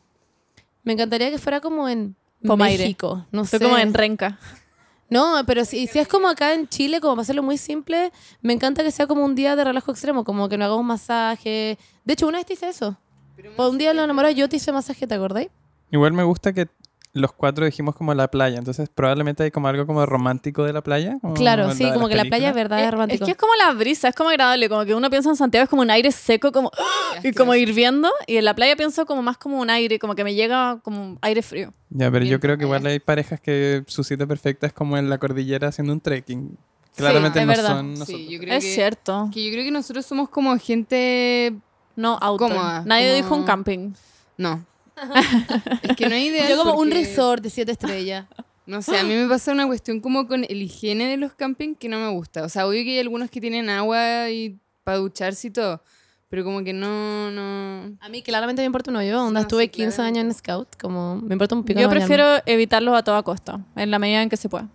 Speaker 1: me encantaría que fuera como en
Speaker 2: Pomaire.
Speaker 1: México, no sé.
Speaker 2: Estoy como en Renca.
Speaker 1: No, pero si, si es como acá en Chile, como para hacerlo muy simple, me encanta que sea como un día de relajo extremo, como que nos hagamos masaje. De hecho, una vez te hice eso. Por un día de los enamorados yo te hice masaje, ¿te acordáis?
Speaker 4: Igual me gusta que los cuatro dijimos como la playa, entonces probablemente hay como algo como romántico de la playa. como
Speaker 1: claro,
Speaker 4: Oh, la
Speaker 1: sí,
Speaker 4: de
Speaker 1: como
Speaker 4: las
Speaker 1: que la playa es
Speaker 4: películas.
Speaker 1: verdad
Speaker 2: Eh,
Speaker 1: es romántico.
Speaker 2: Es que es como la brisa, es como agradable, como que uno piensa en Santiago es como un aire seco, como ¡ah! y como hirviendo, y en la playa pienso como más como un aire, como que me llega como aire frío.
Speaker 4: Ya, pero yo
Speaker 3: Bien,
Speaker 4: creo que igual
Speaker 3: playa.
Speaker 4: hay parejas que su cita perfecta es como en la cordillera haciendo un trekking. Claramente
Speaker 1: es
Speaker 4: Mm, no
Speaker 1: verdad.
Speaker 4: son nosotros.
Speaker 3: Sí, yo creo
Speaker 2: Es
Speaker 3: que,
Speaker 2: cierto.
Speaker 3: que yo creo que nosotros somos como gente...
Speaker 2: No, outdoor.
Speaker 3: Cómoda,
Speaker 2: Nadie
Speaker 3: como-
Speaker 2: dijo un camping. [LAUGHS]
Speaker 3: No. es que no hay idea.
Speaker 1: Yo como un
Speaker 3: porque-
Speaker 1: resort de siete estrellas.
Speaker 3: No sé, a mí me pasa una cuestión como con el higiene de los campings que no me gusta. O sea, obvio que hay algunos que tienen agua y para ducharse y todo. Pero como que no, no...
Speaker 1: A mí claramente me importa un hoyo. Onda,
Speaker 3: No,
Speaker 1: estuve
Speaker 3: sí,
Speaker 1: 15 años en Scout. Como, me importa un pico
Speaker 2: Yo
Speaker 1: no bañarme.
Speaker 2: prefiero evitarlos a toda costa, en la medida en que se pueda.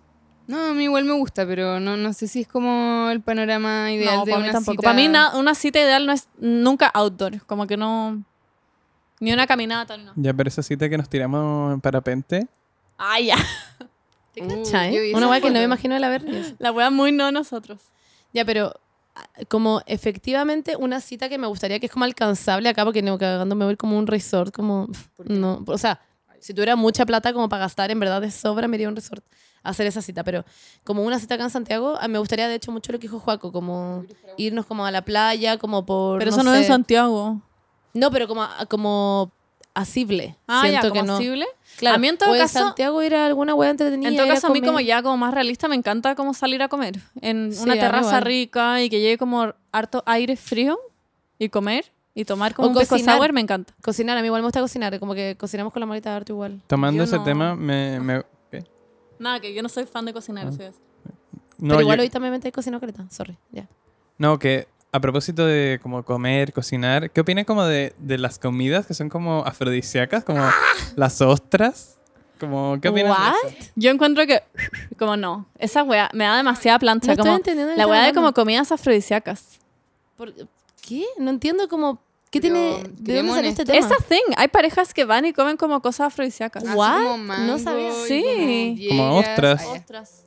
Speaker 3: No, a mí igual me gusta, pero no, no sé si es como el panorama ideal
Speaker 2: no,
Speaker 3: de
Speaker 2: para mí
Speaker 3: una
Speaker 2: tampoco.
Speaker 3: cita.
Speaker 2: Para mí na- una cita ideal no es nunca outdoor, como que no... Ni una caminata, ni nada.
Speaker 4: Ya, pero esa cita que nos tiramos en parapente.
Speaker 2: Ay, Ah, ya.
Speaker 1: ¿Te
Speaker 3: Uh,
Speaker 1: cachai?
Speaker 2: eh?
Speaker 3: yo vi
Speaker 1: Una
Speaker 3: esa
Speaker 1: weá que no me
Speaker 3: foto.
Speaker 1: imagino el haber. visto.
Speaker 2: La wea muy no nosotros.
Speaker 1: Ya, pero ah, como efectivamente una cita que me gustaría que es como alcanzable acá, porque no cagando me voy a ir como a un resort, como no, o sea, si tuviera mucha plata como para gastar, en verdad de sobra me iría a un resort a hacer esa cita, pero como una cita acá en Santiago, ah, me gustaría de hecho mucho lo que dijo Juaco, como irnos como a la playa, como por
Speaker 2: Pero eso no es en
Speaker 1: sé.
Speaker 2: Santiago.
Speaker 1: No, pero como a- como asible.
Speaker 2: Ah,
Speaker 1: Siento
Speaker 2: ya,
Speaker 1: que
Speaker 2: como
Speaker 1: no.
Speaker 2: posible.
Speaker 1: Claro,
Speaker 2: A mí en todo
Speaker 1: o
Speaker 2: caso-
Speaker 1: Santiago ir a alguna hueá entretenida.
Speaker 2: En todo
Speaker 1: ir a
Speaker 2: caso, a mí
Speaker 1: comer.
Speaker 2: como ya como más realista me encanta como salir a comer en
Speaker 1: Sí,
Speaker 2: una
Speaker 1: a mí
Speaker 2: terraza
Speaker 1: igual.
Speaker 2: rica y que llegue como harto aire frío y comer y tomar como
Speaker 1: O
Speaker 2: un pisco
Speaker 1: cocinar.
Speaker 2: sour me encanta.
Speaker 1: Cocinar, a mí igual me gusta cocinar, como que cocinamos con la maleta de arte igual.
Speaker 4: Tomando
Speaker 2: Yo
Speaker 4: ese
Speaker 2: no.
Speaker 4: tema, me. me- ¿qué?
Speaker 2: Nada, que yo no soy fan de
Speaker 1: Ah.
Speaker 2: cocinar, así es.
Speaker 4: No,
Speaker 1: pero igual
Speaker 4: yo-
Speaker 1: hoy también me cocinado caleta, sorry, ya.
Speaker 4: No, que a propósito de como comer, cocinar, ¿qué opinan como de, de las comidas que son como afrodisíacas, como
Speaker 1: [LAUGHS]
Speaker 4: las ostras? Como, ¿qué opinan? de eso?
Speaker 2: Yo encuentro que como no, esa weá me da demasiada plancha
Speaker 1: No estoy
Speaker 2: como
Speaker 1: entendiendo de
Speaker 2: la
Speaker 1: qué
Speaker 2: weá de
Speaker 1: están
Speaker 2: como
Speaker 1: hablando.
Speaker 2: comidas afrodisíacas.
Speaker 1: Por- ¿Qué? No entiendo como qué
Speaker 3: Pero,
Speaker 1: tiene de dónde
Speaker 3: queremos
Speaker 1: salió este
Speaker 3: honesto.
Speaker 1: tema.
Speaker 2: Esa thing, hay parejas que van y comen como cosas afrodisíacas.
Speaker 3: Así
Speaker 1: ¿What?
Speaker 3: como mango
Speaker 1: No sabía.
Speaker 3: y
Speaker 2: Sí.
Speaker 4: Como
Speaker 3: hierbas.
Speaker 4: ostras.
Speaker 3: Ah, ya.
Speaker 1: Ostras.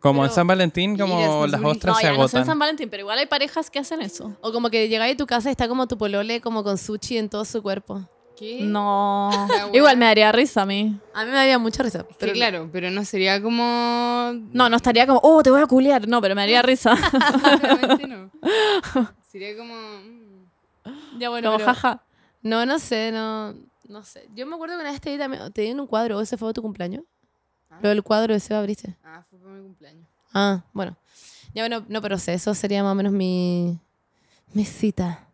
Speaker 4: Como en
Speaker 1: Pero-
Speaker 4: San Valentín,
Speaker 3: Mira,
Speaker 4: como
Speaker 3: es
Speaker 4: las
Speaker 3: muy-
Speaker 4: ostras
Speaker 2: No,
Speaker 4: se
Speaker 2: ya no sé en
Speaker 4: agotan.
Speaker 2: San Valentín, pero igual hay parejas que hacen eso.
Speaker 1: O como que llegáis a tu casa y está como tu polole como con sushi en todo su cuerpo.
Speaker 3: ¿Qué?
Speaker 2: No.
Speaker 3: La weá.
Speaker 2: Igual me daría risa a mí.
Speaker 1: A mí me daría mucha risa.
Speaker 3: Pero
Speaker 1: Pero
Speaker 3: claro, pero no sería como...
Speaker 2: [LAUGHS] No, no estaría como, oh, te voy a culiar. No, pero me [LAUGHS] haría risa.
Speaker 3: Claramente no. Sería como... mm.
Speaker 1: ya bueno,
Speaker 2: como,
Speaker 1: pero-
Speaker 2: jaja.
Speaker 1: No, no sé, no no sé. Yo me acuerdo que una vez te di también te di en un cuadro, ese fue tu cumpleaños.
Speaker 3: Ah.
Speaker 1: Lo del cuadro ese abriste.
Speaker 3: Ah, fue por mi cumpleaños.
Speaker 1: Ah, bueno. Ya bueno, no, pero sé, eso sería más o menos mi, mi cita.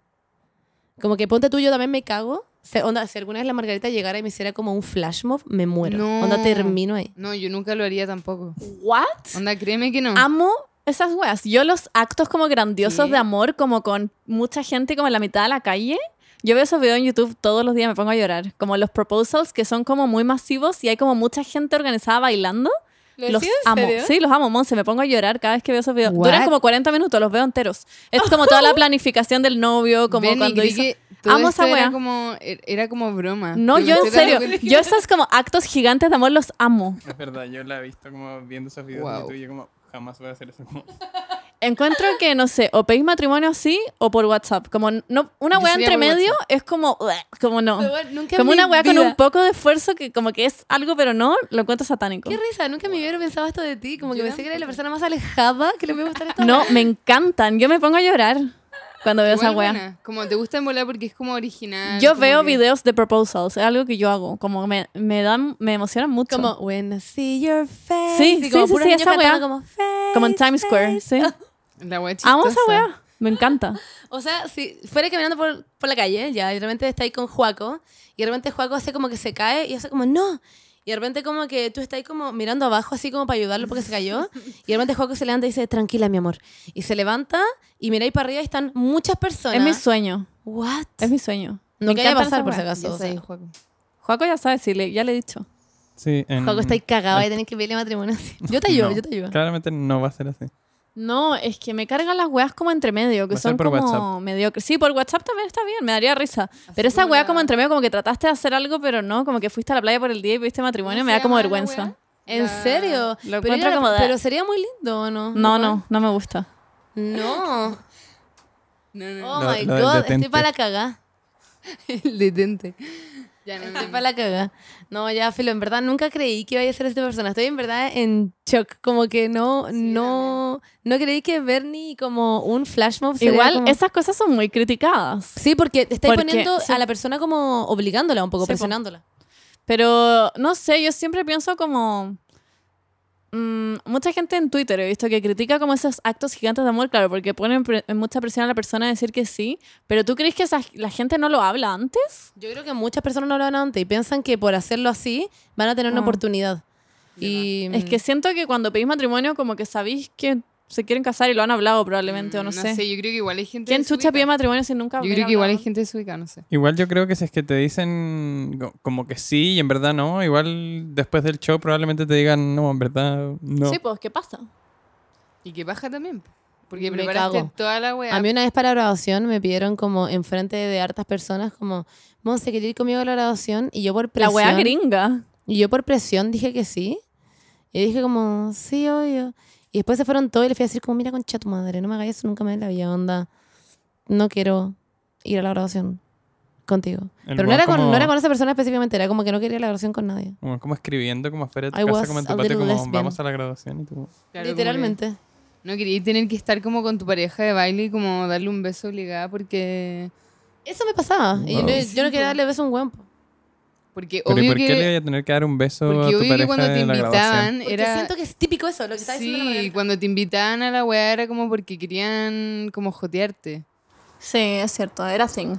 Speaker 1: Como que ponte tú, yo también me cago. Se- onda, si alguna vez la Margarita llegara y me hiciera como un flash mob, me muero.
Speaker 3: No.
Speaker 1: Onda, termino ahí.
Speaker 3: No, yo nunca lo haría tampoco.
Speaker 2: ¿What?
Speaker 3: Onda, créeme que no.
Speaker 2: Amo esas weas. Yo los actos como grandiosos
Speaker 3: Sí.
Speaker 2: de amor, como con mucha gente como en la mitad de la calle. Yo veo esos videos en YouTube todos los días, me pongo a llorar. Como los proposals que son como muy masivos y hay como mucha gente organizada bailando. los amo. Sí, los amo, Monse. Me pongo a llorar cada vez que veo esos videos.
Speaker 1: What?
Speaker 2: Duran como 40 minutos, los veo enteros. Es como toda [LAUGHS] la planificación del novio, como
Speaker 3: Ven, y
Speaker 2: cuando
Speaker 3: creí
Speaker 2: hizo...
Speaker 3: que todo
Speaker 2: Amo
Speaker 3: esto
Speaker 2: esa wea.
Speaker 3: era como, er- era como broma.
Speaker 2: No,
Speaker 3: Pero
Speaker 2: yo en
Speaker 3: usted era
Speaker 2: serio.
Speaker 3: lo que-
Speaker 2: Yo esos como actos gigantes de amor los amo.
Speaker 4: Es verdad, yo la he visto como viendo esos videos
Speaker 3: Wow.
Speaker 4: de YouTube y yo como jamás voy a hacer eso. Como,
Speaker 2: Encuentro que, no sé, o pedís matrimonio así o por WhatsApp. Como no, una
Speaker 3: Yo
Speaker 2: weá
Speaker 3: sería
Speaker 2: entre
Speaker 3: por
Speaker 2: medio es como, "Ueh", como no.
Speaker 1: Nunca en
Speaker 2: Como
Speaker 1: mi
Speaker 2: una weá con
Speaker 1: vida-
Speaker 2: un poco de esfuerzo que como que es algo pero no, lo encuentro satánico.
Speaker 1: Qué risa, nunca en mi vida hubiera pensado esto de ti. Como que
Speaker 3: Yo
Speaker 1: pensé que eres la persona más alejada que le voy a gustar esto.
Speaker 2: No, me encantan. Yo me pongo a llorar cuando veo esa
Speaker 3: Igual
Speaker 2: weá.
Speaker 3: buena. Como te gusta volar porque es como original.
Speaker 2: Yo
Speaker 3: como
Speaker 2: veo
Speaker 3: que-
Speaker 2: videos de proposals, es algo que yo hago. Como me, me dan, me emocionan mucho.
Speaker 1: Como,
Speaker 2: Como,
Speaker 1: when I see your face.
Speaker 2: Sí,
Speaker 1: y como
Speaker 2: sí, sí,
Speaker 1: puros
Speaker 2: sí,
Speaker 1: niños
Speaker 2: esa
Speaker 1: cantando
Speaker 2: weá.
Speaker 1: como, face,
Speaker 2: en Times Square, sí.
Speaker 3: La wea
Speaker 2: Amo esa
Speaker 3: oh, chistosa.
Speaker 2: weá. Me encanta.
Speaker 1: O sea, si fuera caminando por, por la calle, ya, y de repente está ahí con Juaco, y de repente Juaco hace como que se cae, y hace como, no. Y de repente como que tú estás ahí como mirando abajo, así como para ayudarlo porque se
Speaker 2: [LAUGHS]
Speaker 1: cayó, y de repente Juaco se levanta y dice, tranquila, mi amor. Y se levanta, y mira ahí para arriba y están muchas personas.
Speaker 2: Es mi sueño.
Speaker 1: What?
Speaker 2: Es mi sueño.
Speaker 1: No
Speaker 2: me
Speaker 1: que vaya a pasar,
Speaker 2: encantan esas
Speaker 1: por si
Speaker 2: weas.
Speaker 1: acaso.
Speaker 3: Ya
Speaker 1: o sea.
Speaker 3: sabes, Joaco.
Speaker 2: Juaco ya sabe, sí, le- ya le he dicho.
Speaker 4: sí, en-
Speaker 1: Juaco está ahí cagado, ahí tenés que pedirle matrimonio.
Speaker 2: [LAUGHS]
Speaker 1: así. Yo te ayudo,
Speaker 4: no,
Speaker 1: yo te ayudo.
Speaker 4: Claramente no va a ser así.
Speaker 2: No, es que me cargan las weas como entre medio, que
Speaker 4: Va a ser
Speaker 2: son
Speaker 4: por
Speaker 2: como
Speaker 4: WhatsApp.
Speaker 2: mediocres. Sí, por WhatsApp también está bien, me daría risa. pero esa
Speaker 3: como
Speaker 2: wea
Speaker 3: la-
Speaker 2: como entre medio, como que trataste de hacer algo, pero no, como que fuiste a la playa por el día y viste matrimonio,
Speaker 3: ¿Cómo
Speaker 2: me
Speaker 3: se
Speaker 2: da como
Speaker 3: llama la
Speaker 2: vergüenza.
Speaker 3: wea?
Speaker 1: ¿En
Speaker 3: La-
Speaker 1: serio?
Speaker 2: Lo
Speaker 1: pero,
Speaker 2: encuentro
Speaker 1: era-
Speaker 2: como de-
Speaker 1: pero sería muy lindo, ¿o no?
Speaker 2: No, no, no me gusta.
Speaker 1: No.
Speaker 3: No,
Speaker 2: [LAUGHS]
Speaker 3: no.
Speaker 1: Oh,
Speaker 4: Lo-
Speaker 1: my
Speaker 4: lo del
Speaker 1: God, estoy
Speaker 4: detente.
Speaker 1: para la cagada.
Speaker 3: El detente.
Speaker 2: [LAUGHS]
Speaker 3: Ya, no, no,
Speaker 1: Estoy
Speaker 3: no.
Speaker 1: para la caga. No, ya, Filo, en verdad nunca creí que iba a ser esta persona. Estoy en verdad en shock. Como que no, no, no creí que ver ni como un flash mob sería
Speaker 2: Igual,
Speaker 1: como-
Speaker 2: esas cosas son muy criticadas.
Speaker 1: Sí, porque te estáis
Speaker 2: Porque-
Speaker 1: poniendo
Speaker 2: sí.
Speaker 1: a la persona como obligándola un poco,
Speaker 2: Sí, po.
Speaker 1: presionándola.
Speaker 2: Pero no sé, yo siempre pienso como. mm, mucha gente en Twitter he visto que critica como esos actos gigantes de amor, claro, porque ponen pre- mucha presión a la persona a decir que sí, pero ¿tú crees que esa- la gente no lo habla antes?
Speaker 1: Yo creo que muchas personas no lo han antes y piensan que por hacerlo así van a tener una
Speaker 2: Ah.
Speaker 1: oportunidad. Y
Speaker 3: Mm.
Speaker 2: Es que siento que cuando pedís matrimonio como que sabéis que se quieren casar y lo han hablado probablemente, o no, sé.
Speaker 3: Mm, yo creo que igual hay gente.
Speaker 2: ¿Quién chucha pide
Speaker 3: desubicada.
Speaker 2: matrimonio si nunca
Speaker 3: Yo
Speaker 2: habían
Speaker 3: creo que igual hay
Speaker 2: hablado?
Speaker 3: gente desubicada, no sé.
Speaker 4: Igual yo creo que si es que te dicen co- como que sí y en verdad no, igual después del show probablemente te digan no, en verdad no.
Speaker 2: Sí, pues, ¿qué pasa?
Speaker 3: Y que baja también. po. Porque
Speaker 1: Me
Speaker 3: preparaste
Speaker 1: cago.
Speaker 3: toda la weá.
Speaker 1: mm, A mí una vez para la graduación me pidieron como enfrente de hartas personas como, Monse, ¿quería ir conmigo a la graduación? Y yo por
Speaker 2: La
Speaker 1: presión...
Speaker 2: weá gringa.
Speaker 1: Y yo por presión dije que sí. Y dije como, sí, obvio. Y después se fueron todos y le fui a decir como, mira concha tu madre, no me hagas eso nunca más en la vida, onda. No quiero ir a la graduación contigo.
Speaker 4: El
Speaker 1: Pero no
Speaker 4: weón
Speaker 1: era, con,
Speaker 4: como-
Speaker 1: no era con esa persona específicamente, era como que no quería la graduación con nadie.
Speaker 4: Como, como escribiendo como afuera de tu
Speaker 1: I
Speaker 4: casa,
Speaker 1: was
Speaker 4: como en
Speaker 1: a
Speaker 4: tu patio,
Speaker 1: little
Speaker 4: como
Speaker 1: lesbian.
Speaker 4: vamos a la graduación y tú...
Speaker 3: Claro, como
Speaker 1: Literalmente.
Speaker 3: que No quería tener que estar como con tu pareja de baile y como darle un beso obligada porque.
Speaker 1: Eso me pasaba. Y yo,
Speaker 4: Wow.
Speaker 1: no- yo no quería darle beso a un guampo.
Speaker 3: Porque
Speaker 4: Pero ¿y
Speaker 3: obvio
Speaker 4: por qué le
Speaker 3: que.
Speaker 4: voy a tener que dar un beso a
Speaker 3: Porque
Speaker 4: tu
Speaker 3: obvio que
Speaker 4: pareja
Speaker 3: cuando te
Speaker 4: en la graduación?
Speaker 3: invitaban
Speaker 1: Porque
Speaker 3: era.
Speaker 1: siento que es típico eso, lo que está Pues diciendo la
Speaker 3: Sí,
Speaker 1: Mariana.
Speaker 3: cuando te invitaban a la weá era como porque querían como jotearte.
Speaker 2: Sí, es cierto, era thing.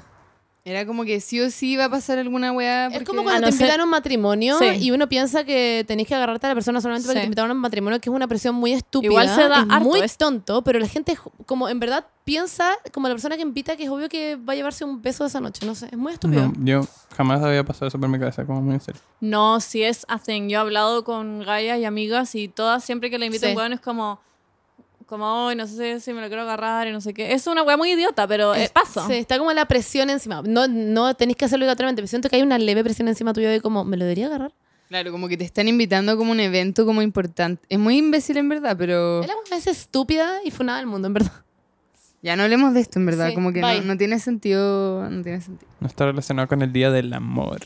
Speaker 3: Era como que sí o sí iba a pasar alguna weá.
Speaker 1: Es
Speaker 3: porque- Ah,
Speaker 1: como
Speaker 2: A
Speaker 1: cuando
Speaker 2: no
Speaker 1: te
Speaker 2: ser-
Speaker 1: invitan a un matrimonio
Speaker 2: Sí.
Speaker 1: y uno piensa que tenés que agarrarte a la persona solamente porque
Speaker 2: Sí.
Speaker 1: te invitaron a un matrimonio, que es una presión muy estúpida.
Speaker 2: Igual se da
Speaker 1: es
Speaker 2: harto
Speaker 1: muy
Speaker 2: esto.
Speaker 1: tonto, pero la gente, ju- como en verdad, piensa como la persona que invita que es obvio que va a llevarse un beso esa noche. No sé, es muy estúpido.
Speaker 4: No, yo jamás había pasado eso por mi cabeza, como muy en serio.
Speaker 2: No, sí es a thing. Yo he hablado con gallas y amigas y todas siempre que le invitan
Speaker 1: Sí.
Speaker 2: weón es como, como, hoy no sé si me lo quiero agarrar y no sé qué. Es una weá muy idiota, pero eh,
Speaker 1: Es-
Speaker 2: pasa.
Speaker 1: Sí, está como la presión encima. No, no tenés que hacerlo obligatoriamente, pero siento que hay una leve presión encima tuya de como, ¿me lo debería agarrar?
Speaker 3: Claro, como que te están invitando como un evento como importante. Es muy imbécil en verdad, pero
Speaker 1: Es la cosa más estúpida y funada del mundo, en verdad. [LAUGHS]
Speaker 3: ya no hablemos de esto en verdad.
Speaker 1: Sí,
Speaker 3: como que no,
Speaker 1: bye.
Speaker 3: no tiene sentido, no tiene sentido.
Speaker 4: No está relacionado con el día del amor.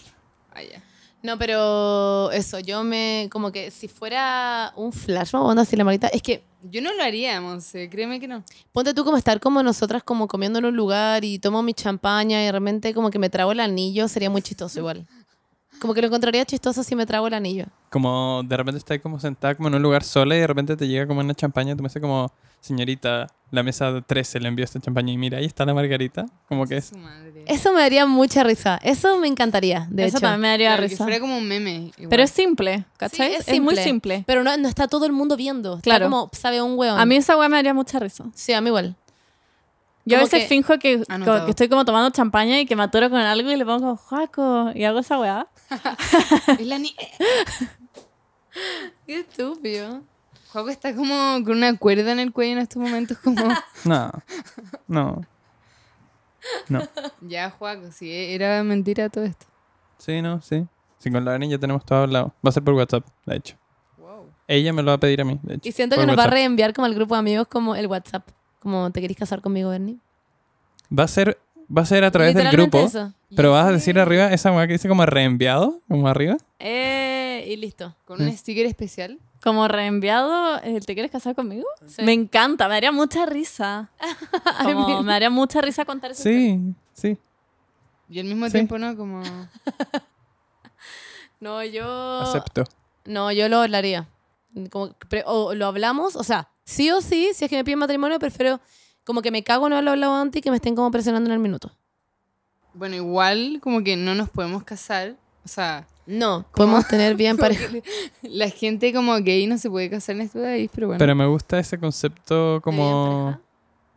Speaker 3: Ah, ya.
Speaker 1: No, pero eso, yo me, como que si fuera un flash, onda así la marita, es que
Speaker 3: Yo no lo haría, Monse, créeme que no.
Speaker 1: Ponte tú como estar como nosotras, como comiendo en un lugar y tomo mi champaña y de repente como que me trago el anillo, sería muy chistoso igual. Como que lo encontraría chistoso si me trago el anillo.
Speaker 4: Como de repente estás como sentada como en un lugar sola y de repente te llega como una champaña y tú me dices como, señorita, la mesa 13 le envió esta champaña y mira, ahí está la margarita. Como que es...
Speaker 3: Su madre.
Speaker 1: Eso me daría mucha risa. Eso me encantaría, de
Speaker 2: Eso
Speaker 1: hecho.
Speaker 2: también me daría
Speaker 3: Claro, que
Speaker 2: risa.
Speaker 3: fuera como un meme. igual.
Speaker 2: Pero es simple, ¿cachai?
Speaker 1: Sí,
Speaker 2: es, muy simple.
Speaker 1: Pero no, no está todo el mundo viendo. Está
Speaker 2: Claro.
Speaker 1: como, sabe un hueón.
Speaker 2: A mí esa weá me daría mucha risa.
Speaker 1: Sí, a mí igual.
Speaker 2: Yo a
Speaker 1: Como
Speaker 2: veces
Speaker 1: que-
Speaker 2: finjo que,
Speaker 3: Anotado.
Speaker 2: co- que estoy como tomando champaña y que me atoro con algo y le pongo como, Juaco y hago esa weá.
Speaker 3: Es la ni-
Speaker 1: Qué estúpido.
Speaker 3: Juaco está como con una cuerda en el cuello en estos momentos,
Speaker 1: [LAUGHS]
Speaker 3: como.
Speaker 4: No, no. No.
Speaker 3: ya, Juaco, sí, era mentira todo esto.
Speaker 4: Sí, no, sí. Sí, con la Ani ya tenemos todo hablado. Va a ser por WhatsApp, de hecho.
Speaker 3: Wow.
Speaker 4: Ella me lo va a pedir a mí, de hecho.
Speaker 1: Y siento
Speaker 4: por
Speaker 1: que nos va a
Speaker 4: WhatsApp.
Speaker 1: reenviar como al grupo de amigos como el WhatsApp. Como, ¿te querés casar conmigo, Bernie?
Speaker 4: Va a ser, va a ser a través del
Speaker 1: Literalmente
Speaker 4: grupo.
Speaker 1: eso.
Speaker 4: Pero vas a decir arriba esa weá que dice como reenviado, como arriba.
Speaker 1: Eh, y listo.
Speaker 3: Con un sticker especial.
Speaker 2: Como reenviado, eh, ¿te quieres casar conmigo?
Speaker 1: Sí.
Speaker 2: Me encanta, me daría
Speaker 1: [LAUGHS]
Speaker 2: mucha risa. Como, me daría mucha risa contar eso.
Speaker 4: Sí, sí.
Speaker 3: Y al mismo
Speaker 4: Sí.
Speaker 3: tiempo, ¿no? Como.
Speaker 1: No, yo...
Speaker 4: Acepto.
Speaker 1: No, yo lo hablaría. Como que pre- o lo hablamos, o sea, sí o sí, si es que me piden matrimonio, prefiero como que me cago en no haberlo hablado antes y que me estén como presionando en el minuto.
Speaker 3: Bueno, igual, como que no nos podemos casar. O sea,
Speaker 1: No, podemos tener
Speaker 3: [LAUGHS]
Speaker 1: bien pareja.
Speaker 3: la gente como gay no se puede casar en este país, pero bueno.
Speaker 4: Pero me gusta ese concepto como...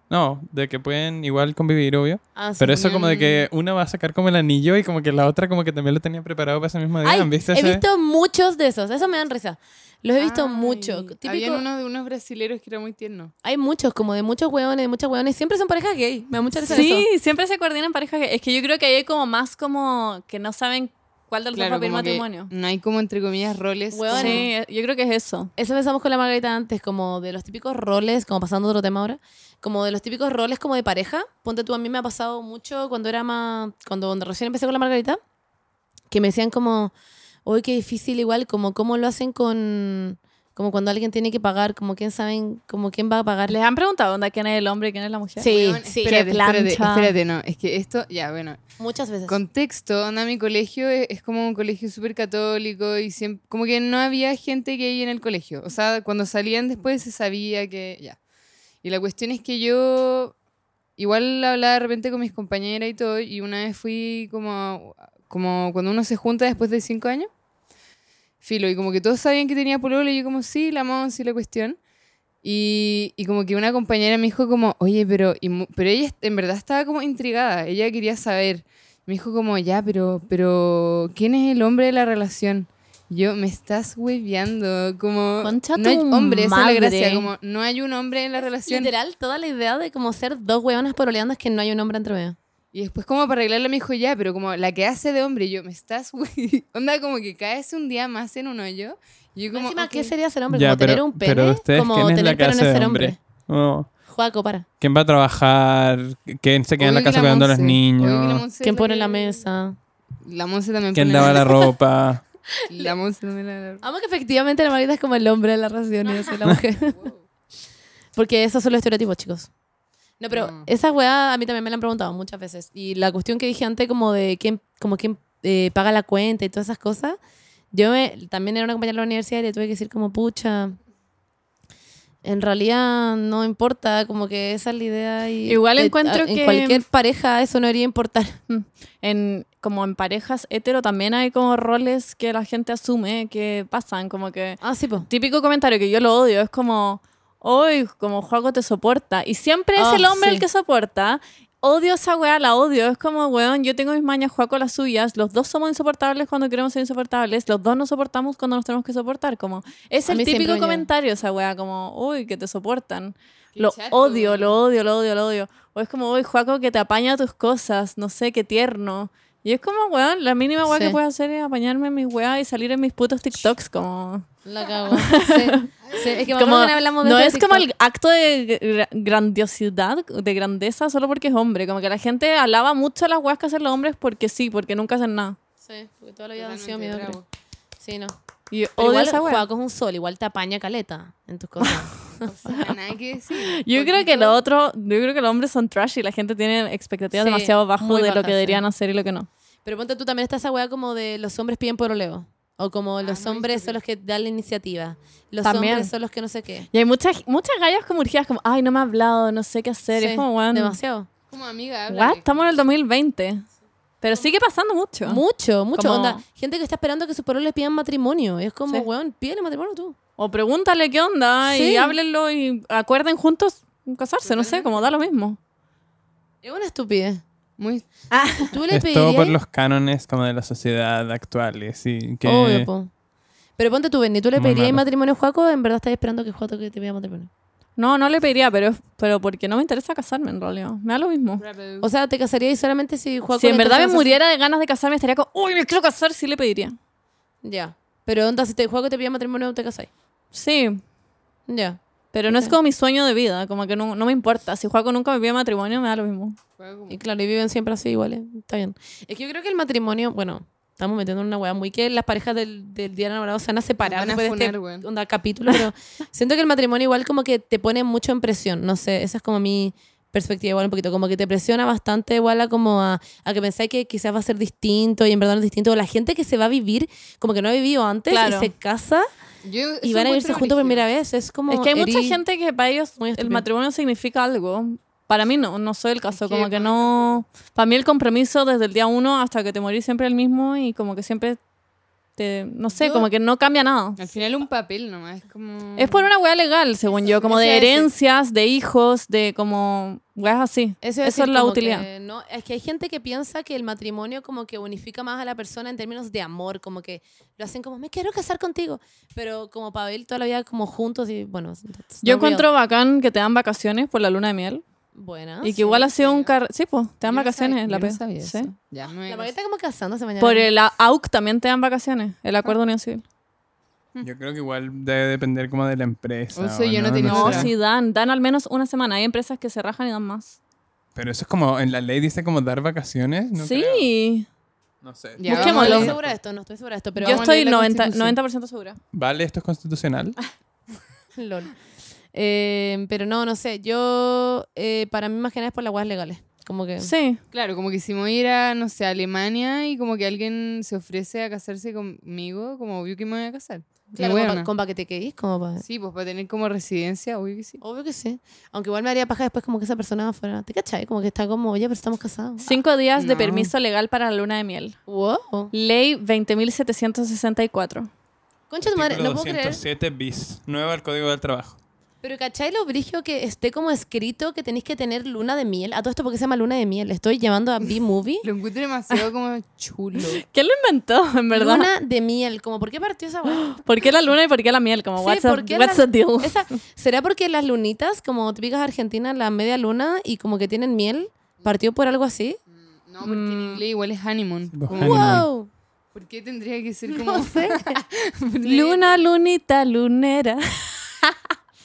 Speaker 4: No, de que pueden igual convivir, obvio.
Speaker 1: Ah, sí.
Speaker 4: Pero eso como de que una va a sacar como el anillo y como que la otra como que también lo tenía preparado para ese mismo día.
Speaker 1: Ay,
Speaker 4: ¿Han visto
Speaker 1: he
Speaker 4: ese?
Speaker 1: visto muchos de esos, eso me dan risa. Los he visto
Speaker 3: Ay,
Speaker 1: mucho.
Speaker 3: Habían
Speaker 1: Típico,
Speaker 3: uno de unos brasileros que era muy tierno.
Speaker 1: Hay muchos, como de muchos hueones, de muchas hueones. Siempre son parejas gay. Me da mucha risa
Speaker 2: Sí,
Speaker 1: eso.
Speaker 2: siempre se coordinan parejas. que- Es que yo creo que ahí hay como más como que no saben cuál de los dos va a pedir
Speaker 3: como que
Speaker 2: matrimonio.
Speaker 3: no hay como entre comillas roles.
Speaker 1: Hueones.
Speaker 3: como-
Speaker 2: Sí, yo creo que es eso.
Speaker 1: Eso pensamos con la Margarita antes, como de los típicos roles, como pasando a otro tema ahora, como de los típicos roles como de pareja. Ponte tú, a mí me ha pasado mucho cuando era más, cuando, cuando recién empecé con la Margarita, que me decían como, uy, qué difícil igual, como cómo lo hacen con, como cuando alguien tiene que pagar, como quién saben, como quién va a pagar.
Speaker 2: ¿Les han preguntado onda, quién es el hombre y quién es la mujer?
Speaker 1: Sí,
Speaker 3: Weón,
Speaker 1: sí,
Speaker 3: espérate, espérate,
Speaker 2: plancha.
Speaker 3: espérate, no. Es que esto, ya, bueno.
Speaker 1: muchas veces.
Speaker 3: Contexto, onda, mi colegio es, es como un colegio súper católico y siempre, como que no había gente gay en el colegio. O sea, cuando salían después se sabía que, ya. Y la cuestión es que yo igual hablaba de repente con mis compañeras y todo, y una vez fui como, como cuando uno se junta después de cinco años, filo, y como que todos sabían que tenía pololo, y yo como, sí, la monza y la cuestión. Y, y como que una compañera me dijo como, oye, pero, y mu- pero ella en verdad estaba como intrigada, ella quería saber. Me dijo como, ya, pero, pero, ¿quién es el hombre de la relación? Y Yo, me estás hueveando, como,
Speaker 2: Concha
Speaker 3: no hay
Speaker 2: tu
Speaker 3: hombre, esa es la gracia,
Speaker 2: madre.
Speaker 3: como, no hay un hombre en la relación.
Speaker 1: Literal, toda la idea de como ser dos hueonas poroleando es que no hay un hombre entre medio.
Speaker 3: Y después como para arreglarlo me dijo, ya, pero como la que hace de hombre, y yo, me estás, hue- [LAUGHS] onda, como que caes un día más en un hoyo. Y yo como,
Speaker 1: Encima,
Speaker 3: ok.
Speaker 1: ¿qué sería ser hombre?
Speaker 4: Ya,
Speaker 1: ¿Como
Speaker 4: pero-
Speaker 1: tener un pene?
Speaker 4: pero ustedes,
Speaker 1: como
Speaker 4: ¿quién es
Speaker 1: tener
Speaker 4: la que
Speaker 1: pene no
Speaker 4: hace
Speaker 1: es
Speaker 4: de
Speaker 1: ser
Speaker 4: hombre? Oh,
Speaker 1: Juaco, para.
Speaker 4: ¿Quién va a trabajar? ¿Quién se queda en la
Speaker 3: Obvio que
Speaker 4: casa cuidando a los
Speaker 3: Monse. Obvio que la
Speaker 4: niños?
Speaker 3: Monse es
Speaker 1: ¿Quién pone
Speaker 3: que-
Speaker 1: la mesa?
Speaker 3: La Monse también
Speaker 4: ¿Quién
Speaker 3: pone
Speaker 1: [LAUGHS]
Speaker 4: lava la ropa?
Speaker 3: La Monse también lava la ropa.
Speaker 1: Amo que efectivamente la Margarita es como el hombre de la relación y yo soy la
Speaker 2: [LAUGHS]
Speaker 1: mujer. Porque esos son los estereotipos, chicos. No, pero
Speaker 2: Mm.
Speaker 3: No.
Speaker 1: esa weá a mí también me la han preguntado muchas veces. Y la cuestión que dije antes, como de quién, como quién eh, paga la cuenta y todas esas cosas, yo me- también era una compañera de la universidad y le tuve que decir como, pucha, en realidad no importa, como que esa es la idea. Y
Speaker 2: Igual
Speaker 1: de-
Speaker 2: encuentro
Speaker 1: en
Speaker 2: que-
Speaker 1: cualquier pareja eso no debería importar.
Speaker 2: en como en parejas hetero también hay como roles que la gente asume que pasan como que
Speaker 1: Ah, sí, pues.
Speaker 2: típico comentario que yo lo odio es como hoy como Juaco te soporta y siempre
Speaker 1: Ah,
Speaker 2: es el hombre
Speaker 1: sí.
Speaker 2: el que soporta odio esa weá la odio es como weón yo tengo mis mañas Juaco las suyas los dos somos insoportables cuando queremos ser insoportables los dos nos soportamos cuando nos tenemos que soportar como es
Speaker 1: A
Speaker 2: el
Speaker 1: mí siempre
Speaker 2: típico
Speaker 1: me llega.
Speaker 2: comentario esa weá como uy que te soportan
Speaker 3: Qué
Speaker 2: lo
Speaker 3: chato.
Speaker 2: odio, lo odio, lo odio, lo odio. O es como, uy, Juaco, que te apaña tus cosas, no sé, qué tierno. Y es como, weón, la mínima weá
Speaker 1: Sí.
Speaker 2: que puedo hacer es apañarme en mis weá y salir en mis putos TikToks, como...
Speaker 1: La cago. Sí. Sí, es que me
Speaker 2: como
Speaker 1: acuerdo que hablamos de
Speaker 2: no
Speaker 1: esto
Speaker 2: es
Speaker 1: en
Speaker 2: como
Speaker 1: TikTok.
Speaker 2: el acto de gra- grandiosidad, de grandeza, solo porque es hombre. Como que la gente alaba mucho a las weas que hacen los hombres porque sí, porque nunca hacen nada.
Speaker 1: Sí, porque toda la vida han sido mi
Speaker 3: Totalmente,
Speaker 1: hombre.
Speaker 3: bravo.
Speaker 1: Sí, no.
Speaker 2: Y yo
Speaker 1: Pero
Speaker 2: odio
Speaker 1: igual
Speaker 2: esa wea.
Speaker 1: Juaco es un sol, igual te apaña caleta en tus
Speaker 2: [LAUGHS]
Speaker 1: cosas.
Speaker 3: O sea, nada que decir.
Speaker 2: Yo creo que
Speaker 3: Poquito.
Speaker 2: lo otro, yo creo que los hombres son trash y la gente tiene expectativas
Speaker 1: Sí,
Speaker 2: demasiado bajas
Speaker 1: muy
Speaker 2: de lo
Speaker 1: bajas,
Speaker 2: que
Speaker 1: sí.
Speaker 2: deberían hacer y lo que no.
Speaker 1: Pero ponte tú también está esa weá como de los hombres piden poroleo. O como los
Speaker 3: no he
Speaker 1: hombres
Speaker 3: visto
Speaker 1: son los que dan la iniciativa. Los
Speaker 2: También.
Speaker 1: hombres son los que no sé qué.
Speaker 2: Y hay muchas, muchas gallas como urgidas, como, ay, no me ha hablado, no sé qué hacer.
Speaker 1: Sí,
Speaker 2: es como, weón,
Speaker 1: Demasiado.
Speaker 3: Como amiga,
Speaker 2: what?
Speaker 3: háblale.
Speaker 2: Estamos en el 2020. Pero sigue pasando mucho.
Speaker 1: Mucho, mucho.
Speaker 2: Como-
Speaker 1: Onda, gente que está esperando que sus poroles pidan matrimonio. Es como,
Speaker 2: Sí.
Speaker 1: weón, pídele matrimonio tú.
Speaker 2: O pregúntale qué onda
Speaker 1: Sí.
Speaker 2: y háblenlo y acuerden juntos casarse, no sé,
Speaker 3: Totalmente.
Speaker 2: como da lo mismo.
Speaker 1: Es una
Speaker 2: [LAUGHS]
Speaker 1: estupidez.
Speaker 3: Muy
Speaker 1: Tú le
Speaker 4: Es todo por
Speaker 1: pedirías...
Speaker 4: los cánones como de la sociedad actuales. Y que...
Speaker 1: Obvio, po. Pero ponte tú, Benny, ¿tú le
Speaker 4: Muy
Speaker 1: pedirías
Speaker 4: malo.
Speaker 1: matrimonio a Juaco? En verdad estás esperando que Juaco que te pida matrimonio.
Speaker 2: No, no le pediría, pero, pero porque no me interesa casarme en realidad. Me da lo mismo.
Speaker 3: bravo.
Speaker 1: O sea, te casarías y solamente si Juaco...
Speaker 2: Si en
Speaker 1: le
Speaker 2: verdad me
Speaker 1: interesa-
Speaker 2: muriera de ganas de casarme, estaría como, uy, me quiero casar, sí le pediría.
Speaker 1: Ya. Pero onda, si te Juaco te pide matrimonio, te casáis.
Speaker 2: Sí,
Speaker 1: Ya.
Speaker 2: pero no es como mi sueño de vida, como que no, no me importa. Si Juaco nunca me pide matrimonio, me da lo mismo.
Speaker 3: Fue como-
Speaker 1: Y claro, y viven siempre así iguales. Está bien. Es que yo creo que el matrimonio, bueno, estamos metiendo en una weá muy que las parejas del, del día de enamorado se van a separar
Speaker 3: Van a
Speaker 1: después de
Speaker 3: funar,
Speaker 1: este
Speaker 3: weón.
Speaker 1: onda, capítulo,
Speaker 3: [LAUGHS]
Speaker 1: pero siento que el matrimonio igual como que te pone mucho en presión. No sé, esa es como mi perspectiva igual un poquito, como que te presiona bastante igual a como a, a que pensáis que quizás va a ser distinto y en verdad no es distinto. O La gente que se va a vivir como que no ha vivido antes
Speaker 2: Claro.
Speaker 1: y se casa
Speaker 3: Yo eso
Speaker 1: y van a irse
Speaker 3: encuentro
Speaker 1: juntos por
Speaker 3: brígido.
Speaker 1: primera vez. Es como...
Speaker 2: Es que hay mucha
Speaker 1: herí-
Speaker 2: gente que para ellos
Speaker 1: Muy
Speaker 2: el
Speaker 1: estúpido.
Speaker 2: matrimonio significa algo. Para mí no, no soy el caso.
Speaker 3: que
Speaker 2: como que
Speaker 3: para mí
Speaker 2: no. Para mí el compromiso desde el día uno hasta que te morís siempre el mismo y como que siempre te. No sé,
Speaker 3: Yo-
Speaker 2: como que no cambia nada.
Speaker 3: Al final un papel nomás, es como...
Speaker 2: Es por una weá legal, según yo, como
Speaker 1: ese
Speaker 2: de
Speaker 1: es el-
Speaker 2: herencias, de hijos, de como. weas así.
Speaker 1: Eso,
Speaker 2: Eso,
Speaker 1: iba a
Speaker 2: es
Speaker 1: decir,
Speaker 2: la
Speaker 1: como
Speaker 2: utilidad.
Speaker 1: que no, es que hay gente que piensa que el matrimonio como que unifica más a la persona en términos de amor, como que lo hacen como, me quiero casar contigo, pero como para vivir toda la vida como juntos y bueno. that's
Speaker 2: Yo
Speaker 1: not real.
Speaker 2: encuentro bacán que te dan vacaciones por la luna de miel.
Speaker 1: Buena.
Speaker 2: y que
Speaker 1: sí.
Speaker 2: igual ha
Speaker 3: ¿en
Speaker 2: sido un
Speaker 3: serio?
Speaker 2: car. Sí, pues, te
Speaker 3: Ah, Yo
Speaker 2: dan
Speaker 3: no
Speaker 2: vacaciones,
Speaker 3: sabía-
Speaker 2: la
Speaker 3: yo
Speaker 2: pe-
Speaker 3: no sabía
Speaker 2: sí.
Speaker 3: eso. Ya, me voy a
Speaker 1: La
Speaker 3: casar.
Speaker 1: Margarita como casándose mañana.
Speaker 2: Por el a- AUC también te dan vacaciones, el
Speaker 3: Ah.
Speaker 2: acuerdo unión civil.
Speaker 4: Yo creo que igual debe depender como de la empresa.
Speaker 3: O sea,
Speaker 4: ¿o
Speaker 3: yo no tenía
Speaker 2: No,
Speaker 3: será.
Speaker 2: sí dan, dan al menos una semana. Hay empresas que se rajan y dan más.
Speaker 4: Pero eso es como, en la ley dice como dar vacaciones. No creo.
Speaker 2: sí,
Speaker 4: No sé.
Speaker 3: Ya,
Speaker 1: No
Speaker 2: Busquémoslo.
Speaker 1: estoy
Speaker 3: vamos a
Speaker 1: segura de
Speaker 4: leer.
Speaker 1: esto, no estoy segura de esto, pero
Speaker 2: yo
Speaker 1: vamos
Speaker 3: a
Speaker 2: estoy
Speaker 3: leer la
Speaker 2: 90%,
Speaker 3: Constitución.
Speaker 2: 90% segura.
Speaker 4: ¿Vale? ¿Esto es constitucional?
Speaker 1: a- Lol. Eh, pero no, no sé, yo eh, para mí más que nada es por las guas legales, como que...
Speaker 2: Sí,
Speaker 3: Claro, como que si me voy a ir a, no sé, a Alemania y como que alguien se ofrece a casarse conmigo, como obvio que me voy a casar. Qué
Speaker 1: Claro, como
Speaker 3: hueona.
Speaker 1: pa- como para que te quedís, como para...
Speaker 3: Sí, pues para tener como residencia, obvio que sí.
Speaker 1: Obvio que sí. Aunque igual me haría paja después como que esa persona fuera... ¿Te cachai? Como que está como, oye, pero estamos casados.
Speaker 2: cinco días de
Speaker 3: No.
Speaker 2: permiso legal para la luna de miel.
Speaker 1: Wow.
Speaker 2: Ley 20.764.
Speaker 1: Concha tu madre, no puedo
Speaker 4: Artículo
Speaker 1: creer.
Speaker 4: 207 bis. Nuevo al Código del Trabajo.
Speaker 1: Pero ¿cachai lo brigio que esté como escrito que tenéis que tener luna de miel? A todo esto porque se llama luna de miel. Estoy llamando a [LAUGHS] B-Movie.
Speaker 3: Lo encuentro demasiado como
Speaker 4: [LAUGHS]
Speaker 3: chulo.
Speaker 2: ¿Quién lo inventó, en verdad?
Speaker 1: Luna de miel. Como, ¿por qué partió esa [GASPS] weá?
Speaker 2: ¿Por qué la luna y por qué la miel? Como,
Speaker 1: Sí,
Speaker 2: what's, the-
Speaker 1: ¿por qué
Speaker 2: what's
Speaker 1: la-
Speaker 2: the [LAUGHS] deal?
Speaker 1: Esa- ¿Será porque las lunitas, como típicas argentinas, la media luna y como que tienen miel, partió por algo así?
Speaker 3: Mm, No, porque en inglés igual es honeymoon.
Speaker 4: Sí, pues,
Speaker 3: Como-
Speaker 4: honeymoon.
Speaker 1: ¡Wow!
Speaker 3: ¿Por qué tendría que ser como
Speaker 1: No
Speaker 3: [LAUGHS]
Speaker 1: sé.
Speaker 2: Luna, lunita, lunera.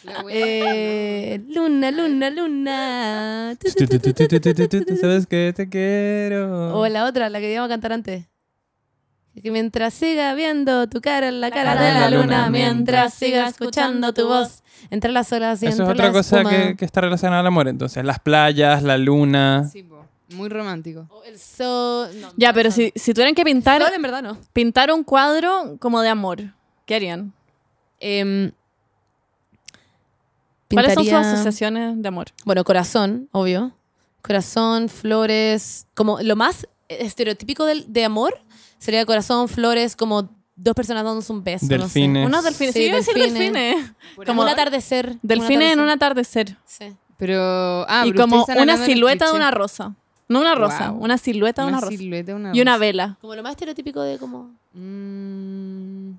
Speaker 3: la wea?
Speaker 1: Eh, luna, luna, luna. [LAUGHS] Tu, tu,
Speaker 4: Tu,
Speaker 1: tu,
Speaker 4: tu,
Speaker 1: tu, tu,
Speaker 4: tu, tu,
Speaker 1: tu, tu, tu,
Speaker 4: tu, tu, tu, tu,
Speaker 1: tu.
Speaker 4: Sabes que te quiero.
Speaker 1: O la otra, la que íbamos a cantar antes. Que mientras siga viendo tu cara en la cara de la luna, mientras siga escuchando tu voz, entre las olas y
Speaker 4: Eso
Speaker 1: entre
Speaker 4: es otra
Speaker 1: la
Speaker 4: cosa
Speaker 1: espuma.
Speaker 4: que, que está relacionada al amor. Entonces, las playas, la luna.
Speaker 3: Sí, po. Muy romántico.
Speaker 1: O el sol... no,
Speaker 2: Ya,
Speaker 1: no,
Speaker 2: pero
Speaker 1: no.
Speaker 2: si, si tuvieran que pintar,
Speaker 1: Sol en verdad no.
Speaker 2: pintar un cuadro como de amor, ¿qué harían?
Speaker 1: Em,
Speaker 2: ¿Cuáles son sus
Speaker 1: pintaría-
Speaker 2: asociaciones de amor?
Speaker 1: Bueno, corazón, obvio. Corazón, flores. Como lo más estereotípico del- de, amor sería corazón, flores, como dos personas dándose un beso.
Speaker 4: Delfines.
Speaker 2: Unos delfines.
Speaker 1: Sí,
Speaker 2: Sí, yo iba a decir
Speaker 1: delfines.
Speaker 2: delfines.
Speaker 1: No sé. Como
Speaker 2: Como
Speaker 1: un atardecer.
Speaker 2: delfines en un
Speaker 1: atardecer.
Speaker 2: atardecer.
Speaker 1: Sí.
Speaker 3: Pero. Ah,
Speaker 2: y
Speaker 3: pero
Speaker 2: como
Speaker 3: ustedes están
Speaker 2: una
Speaker 3: hablando de los
Speaker 2: silueta de
Speaker 3: clichés.
Speaker 2: una rosa. No una rosa,
Speaker 3: Wow.
Speaker 2: una silueta de una,
Speaker 3: Una
Speaker 2: rosa.
Speaker 3: silueta, de una
Speaker 2: Y una
Speaker 3: rosa.
Speaker 2: vela.
Speaker 1: Como lo más estereotípico de como...
Speaker 3: Mm,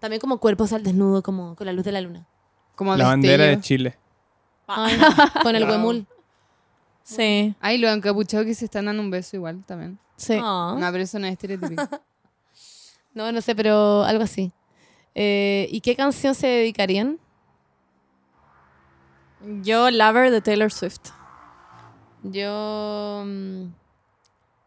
Speaker 1: También como cuerpos al desnudo, como con la luz de la luna.
Speaker 3: como
Speaker 4: La bandera de
Speaker 3: destello.
Speaker 4: Chile.
Speaker 1: Ay, no, con el
Speaker 3: Wow.
Speaker 1: huemul.
Speaker 2: Sí,
Speaker 3: Ay, los encapuchados que se están dando un beso igual también.
Speaker 2: sí.
Speaker 1: Ah.
Speaker 3: No, pero eso no es estereotípico.
Speaker 1: No, no sé, pero algo así. Eh, ¿Y qué canción se dedicarían?
Speaker 2: Mm. Yo, Lover de Taylor Swift.
Speaker 1: Yo... mm,